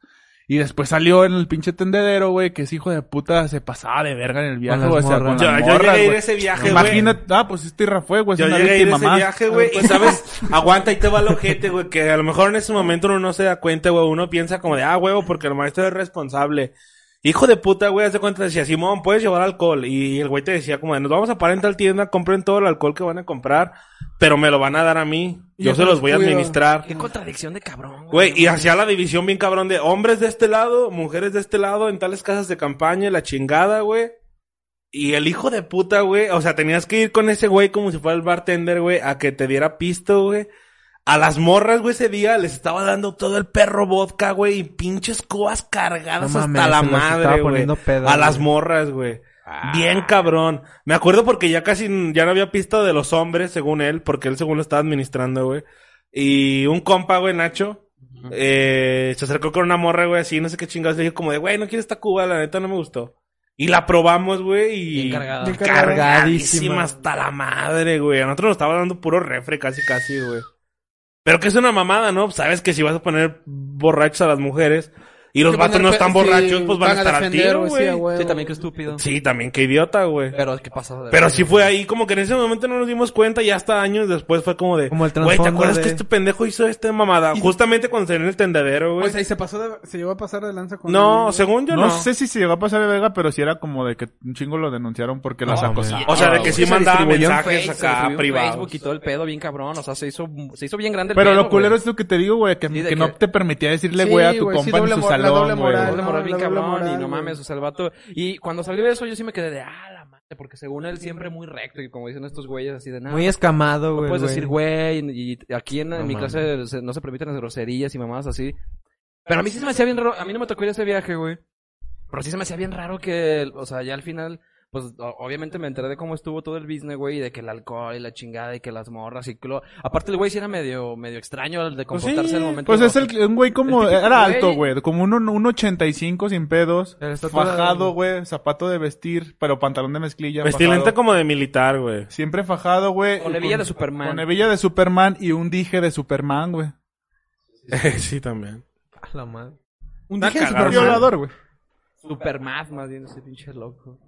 [SPEAKER 5] Y después salió en el pinche tendedero, güey, que ese hijo de puta se pasaba de verga en el viaje,
[SPEAKER 4] las
[SPEAKER 5] güey. O sea,
[SPEAKER 4] morras.
[SPEAKER 5] con
[SPEAKER 7] Yo-
[SPEAKER 5] las
[SPEAKER 7] yo llegué
[SPEAKER 5] morras,
[SPEAKER 7] a ir
[SPEAKER 5] güey.
[SPEAKER 7] ese viaje, güey.
[SPEAKER 5] Imagínate, ah, pues este Rafael, güey, es
[SPEAKER 7] Yo
[SPEAKER 5] una
[SPEAKER 7] llegué a ir a
[SPEAKER 5] víctima
[SPEAKER 7] ese
[SPEAKER 5] más. pues,
[SPEAKER 7] viaje, güey, y sabes, aguanta y te va el ojete, güey, que a lo mejor en ese momento uno no se da cuenta, güey, uno piensa como de, ah, huevo, porque el maestro es responsable. Hijo de puta, güey, hace cuenta, decía, Simón, puedes llevar alcohol. Y el güey te decía como de, nos vamos a parar en tal tienda, compren todo el alcohol que van a comprar, pero me lo van a dar a mí.
[SPEAKER 6] Y
[SPEAKER 7] Yo
[SPEAKER 6] yo
[SPEAKER 7] se los voy a
[SPEAKER 6] cuido.
[SPEAKER 7] administrar.
[SPEAKER 3] Qué contradicción de cabrón,
[SPEAKER 7] Güey, y hacía la división bien cabrón de hombres de este lado, mujeres de este lado, en tales casas de campaña, la chingada, güey. Y el hijo de puta, güey, o sea, tenías que ir con ese güey como si fuera el bartender, güey, a que te diera pisto, güey. A las morras, güey, ese día les estaba dando todo el perro vodka, güey, y pinches cubas cargadas
[SPEAKER 4] No mames,
[SPEAKER 7] hasta la
[SPEAKER 4] se las estaba
[SPEAKER 7] madre, güey.
[SPEAKER 4] poniendo pedas,
[SPEAKER 7] A las
[SPEAKER 4] güey.
[SPEAKER 7] morras, güey. Bien cabrón. Me acuerdo porque ya casi n- ya no había pista de los hombres, según él, porque él según lo estaba administrando, güey. Y un compa, güey, Nacho, eh, se acercó con una morra, güey, así, no sé qué chingados. Le dijo como de, güey, no quiero esta cuba, la neta no me gustó. Y la probamos, güey, y...
[SPEAKER 3] Bien cargada.
[SPEAKER 6] Bien
[SPEAKER 7] Cargadísima hasta la madre, güey. A nosotros nos estaba dando puro refre casi, casi, güey. Pero que es una mamada, ¿no? Sabes que si vas a poner borrachos a las mujeres y los
[SPEAKER 6] Que van
[SPEAKER 7] vatos
[SPEAKER 6] a
[SPEAKER 7] no
[SPEAKER 6] defe-
[SPEAKER 7] están
[SPEAKER 6] sí,
[SPEAKER 7] borrachos, pues van a estar a
[SPEAKER 6] defender,
[SPEAKER 7] tiro,
[SPEAKER 6] sí, a
[SPEAKER 7] güey.
[SPEAKER 6] huevo.
[SPEAKER 3] Eh, Sí, también qué estúpido.
[SPEAKER 7] Sí, también, qué idiota, güey.
[SPEAKER 3] Pero qué pasada de
[SPEAKER 7] Pero
[SPEAKER 3] verga.
[SPEAKER 7] sí fue ahí, como que en ese momento no nos dimos cuenta y hasta años después fue como de...
[SPEAKER 4] Como el
[SPEAKER 7] Güey, ¿te
[SPEAKER 4] trasfondo
[SPEAKER 7] acuerdas
[SPEAKER 4] de-
[SPEAKER 7] que este pendejo hizo esta mamada? Justamente cuando salió en el tendedero, güey.
[SPEAKER 6] O sea, y Pues, se pasó de- se llegó a pasar de lanza con
[SPEAKER 7] no, según yo
[SPEAKER 5] No,
[SPEAKER 7] no.
[SPEAKER 5] sé si se llegó a pasar de verga, pero sí era como de que un chingo lo denunciaron porque las
[SPEAKER 4] No,
[SPEAKER 5] acosaban.
[SPEAKER 7] O sea, de que sí
[SPEAKER 3] se
[SPEAKER 7] mandaba
[SPEAKER 3] distribuyó en
[SPEAKER 7] mensajes
[SPEAKER 3] Face, se
[SPEAKER 7] acá
[SPEAKER 3] distribuyó en
[SPEAKER 7] privados.
[SPEAKER 3] Facebook y todo el pedo bien cabrón. O sea, se hizo, se hizo bien grande el
[SPEAKER 5] Pero
[SPEAKER 3] pedo,
[SPEAKER 5] lo culero
[SPEAKER 3] güey.
[SPEAKER 5] es lo que te digo, güey, que,
[SPEAKER 3] Sí, de
[SPEAKER 5] que no
[SPEAKER 3] que-
[SPEAKER 5] te permitía decirle,
[SPEAKER 6] Sí,
[SPEAKER 5] güey, a tu
[SPEAKER 6] güey, sí,
[SPEAKER 5] compa en
[SPEAKER 6] doble
[SPEAKER 5] su
[SPEAKER 6] mor- la doble
[SPEAKER 5] salón, güey.
[SPEAKER 6] moral,
[SPEAKER 3] doble
[SPEAKER 6] ¿no?
[SPEAKER 3] moral bien
[SPEAKER 6] La doble
[SPEAKER 3] cabrón y
[SPEAKER 6] moral,
[SPEAKER 3] no
[SPEAKER 6] güey.
[SPEAKER 3] mames, o sea, el vato... Y cuando salió de eso yo sí me quedé de, ah, la madre, porque según él siempre muy recto y como dicen estos güeyes así de nada.
[SPEAKER 4] Muy escamado, güey.
[SPEAKER 3] no puedes
[SPEAKER 4] Pues, güey.
[SPEAKER 3] decir güey y y aquí en, en
[SPEAKER 4] No
[SPEAKER 3] mi
[SPEAKER 4] mames.
[SPEAKER 3] clase se- no se permiten las groserías y mamadas así. Pero a mí sí se me hacía bien raro, a mí no me tocó ir a ese viaje, güey. Pero sí se me hacía bien raro que, o sea, ya al final, pues o- obviamente me enteré de cómo estuvo todo el business, güey, y de que el alcohol y la chingada y que las morras y que lo... Aparte el güey sí era medio, medio extraño el de
[SPEAKER 7] Pues
[SPEAKER 3] comportarse
[SPEAKER 7] sí,
[SPEAKER 3] en el momento.
[SPEAKER 5] Pues es el, un güey como,
[SPEAKER 3] El típico
[SPEAKER 5] era
[SPEAKER 3] güey.
[SPEAKER 5] alto, güey, como un, un 85 sin pedos,
[SPEAKER 4] Pero está todo-
[SPEAKER 5] fajado, güey, zapato de vestir, pero pantalón de mezclilla.
[SPEAKER 7] Vestilenta
[SPEAKER 5] fajado.
[SPEAKER 7] como de militar, güey.
[SPEAKER 5] Siempre fajado, güey.
[SPEAKER 3] Con
[SPEAKER 5] y
[SPEAKER 3] hebilla de Superman.
[SPEAKER 5] Con hebilla de Superman y un dije de Superman, güey.
[SPEAKER 7] sí, también.
[SPEAKER 4] A la madre.
[SPEAKER 5] Un
[SPEAKER 7] Está
[SPEAKER 5] dije de
[SPEAKER 7] cagado,
[SPEAKER 5] Superman. violador, güey.
[SPEAKER 3] Superman, más bien, ese pinche loco.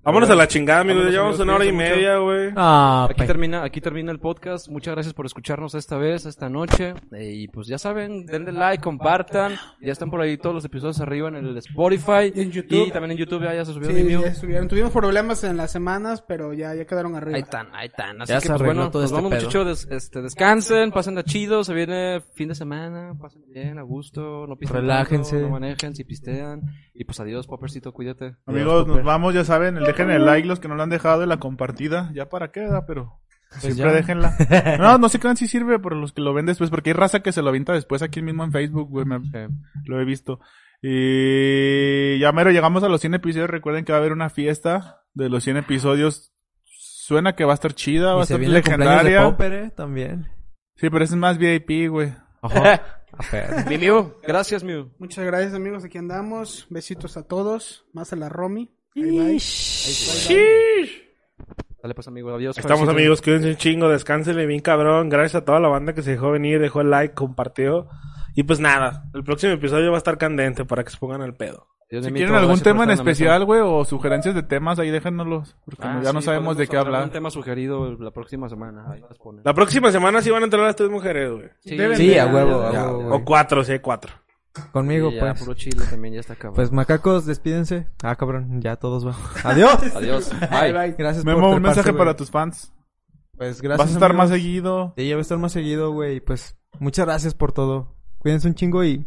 [SPEAKER 7] Vámonos a la chingada, amigos.
[SPEAKER 3] Vámonos,
[SPEAKER 7] Llevamos
[SPEAKER 3] amigos,
[SPEAKER 7] una hora y
[SPEAKER 3] cuídense mucho.
[SPEAKER 7] media, güey.
[SPEAKER 4] Ah,
[SPEAKER 3] Aquí
[SPEAKER 4] pe-
[SPEAKER 3] termina, aquí termina el podcast. Muchas gracias por escucharnos esta vez, esta noche. Eh, y pues ya saben, denle like, compartan. Ya están por ahí todos los episodios arriba en el Spotify.
[SPEAKER 6] Y en YouTube.
[SPEAKER 3] Y también en YouTube ya, ya se subió
[SPEAKER 6] Sí,
[SPEAKER 3] Vimeo.
[SPEAKER 6] ya subieron. Tuvimos problemas en las semanas, pero ya, ya quedaron arriba.
[SPEAKER 3] Ahí están, ahí están. Así
[SPEAKER 4] Ya
[SPEAKER 3] que
[SPEAKER 4] se
[SPEAKER 3] pues,
[SPEAKER 4] arregló
[SPEAKER 3] bueno,
[SPEAKER 4] todo
[SPEAKER 3] nos
[SPEAKER 4] este
[SPEAKER 3] vamos
[SPEAKER 4] pedo.
[SPEAKER 3] muchachos, des- este, descansen, pasen a chido, se viene fin de semana, pasen bien, a gusto, no pisten tanto,
[SPEAKER 4] Relájense.
[SPEAKER 3] no manejen, si pistean. Y pues adiós, Poppercito, cuídate.
[SPEAKER 5] Amigos, nos vamos, ya saben, el- dejen el like los que no lo han dejado y la compartida, ya para qué, ¿verdad? pero siempre
[SPEAKER 4] Pues ya.
[SPEAKER 5] déjenla. No, no se crean si sirve por los que lo ven después, porque hay raza que se lo avienta después aquí mismo en Facebook, güey, me- lo he visto. Y ya mero llegamos a los 100 episodios, recuerden que va a haber una fiesta de los 100 episodios. Suena que va a estar chida, va a
[SPEAKER 4] Y se
[SPEAKER 5] estar
[SPEAKER 4] viene el cumpleaños de
[SPEAKER 5] legendaria.
[SPEAKER 4] Popper, eh, también.
[SPEAKER 5] Sí, pero ese es más VIP, güey.
[SPEAKER 4] Pues Ajá. A ver.
[SPEAKER 3] Mi Miu, gracias Miu.
[SPEAKER 6] Muchas gracias, amigos. Aquí andamos. Besitos a todos. Más a la Romy. Ahí va.
[SPEAKER 3] Dale pues amigo, adiós.
[SPEAKER 7] Estamos,
[SPEAKER 3] Poppercito.
[SPEAKER 7] amigos. Cuídense un chingo. Descánsele bien, cabrón. Gracias a toda la banda que se dejó venir, dejó el like, compartió. Y pues nada, el próximo episodio va a estar candente para que se pongan al pedo.
[SPEAKER 3] Adiós,
[SPEAKER 5] Si
[SPEAKER 3] Mimito,
[SPEAKER 5] quieren algún
[SPEAKER 3] gracias por
[SPEAKER 5] tema en
[SPEAKER 3] estar la mesa.
[SPEAKER 5] especial, güey, o sugerencias de temas, ahí déjenoslos, porque
[SPEAKER 3] Ah,
[SPEAKER 5] ya no
[SPEAKER 3] sí,
[SPEAKER 5] sabemos de
[SPEAKER 3] podemos
[SPEAKER 5] qué
[SPEAKER 3] hablar
[SPEAKER 5] hablar.
[SPEAKER 3] Un tema sugerido la próxima semana. Ahí las ponen.
[SPEAKER 7] La próxima semana sí van a entrar las tres mujeres, güey.
[SPEAKER 3] Sí,
[SPEAKER 4] Sí,
[SPEAKER 3] ya,
[SPEAKER 4] a huevo, a
[SPEAKER 3] ya, ya.
[SPEAKER 4] huevo, güey.
[SPEAKER 7] O cuatro, sí, hay cuatro.
[SPEAKER 4] Conmigo,
[SPEAKER 3] Sí, ya,
[SPEAKER 4] pues.
[SPEAKER 3] puro chile también ya está acabado.
[SPEAKER 4] Pues macacos, despídense. Ah, cabrón, ya todos van. Adiós.
[SPEAKER 3] Adiós.
[SPEAKER 6] Ahí
[SPEAKER 3] Bye.
[SPEAKER 6] va.
[SPEAKER 4] Gracias
[SPEAKER 5] Memo,
[SPEAKER 4] por
[SPEAKER 5] un mensaje para
[SPEAKER 4] tus
[SPEAKER 5] tus fans.
[SPEAKER 4] Pues gracias.
[SPEAKER 5] Vas a estar más
[SPEAKER 4] amigos.
[SPEAKER 5] seguido.
[SPEAKER 4] Sí, ya voy a estar más seguido, güey. Pues muchas gracias por todo. Cuídense un chingo y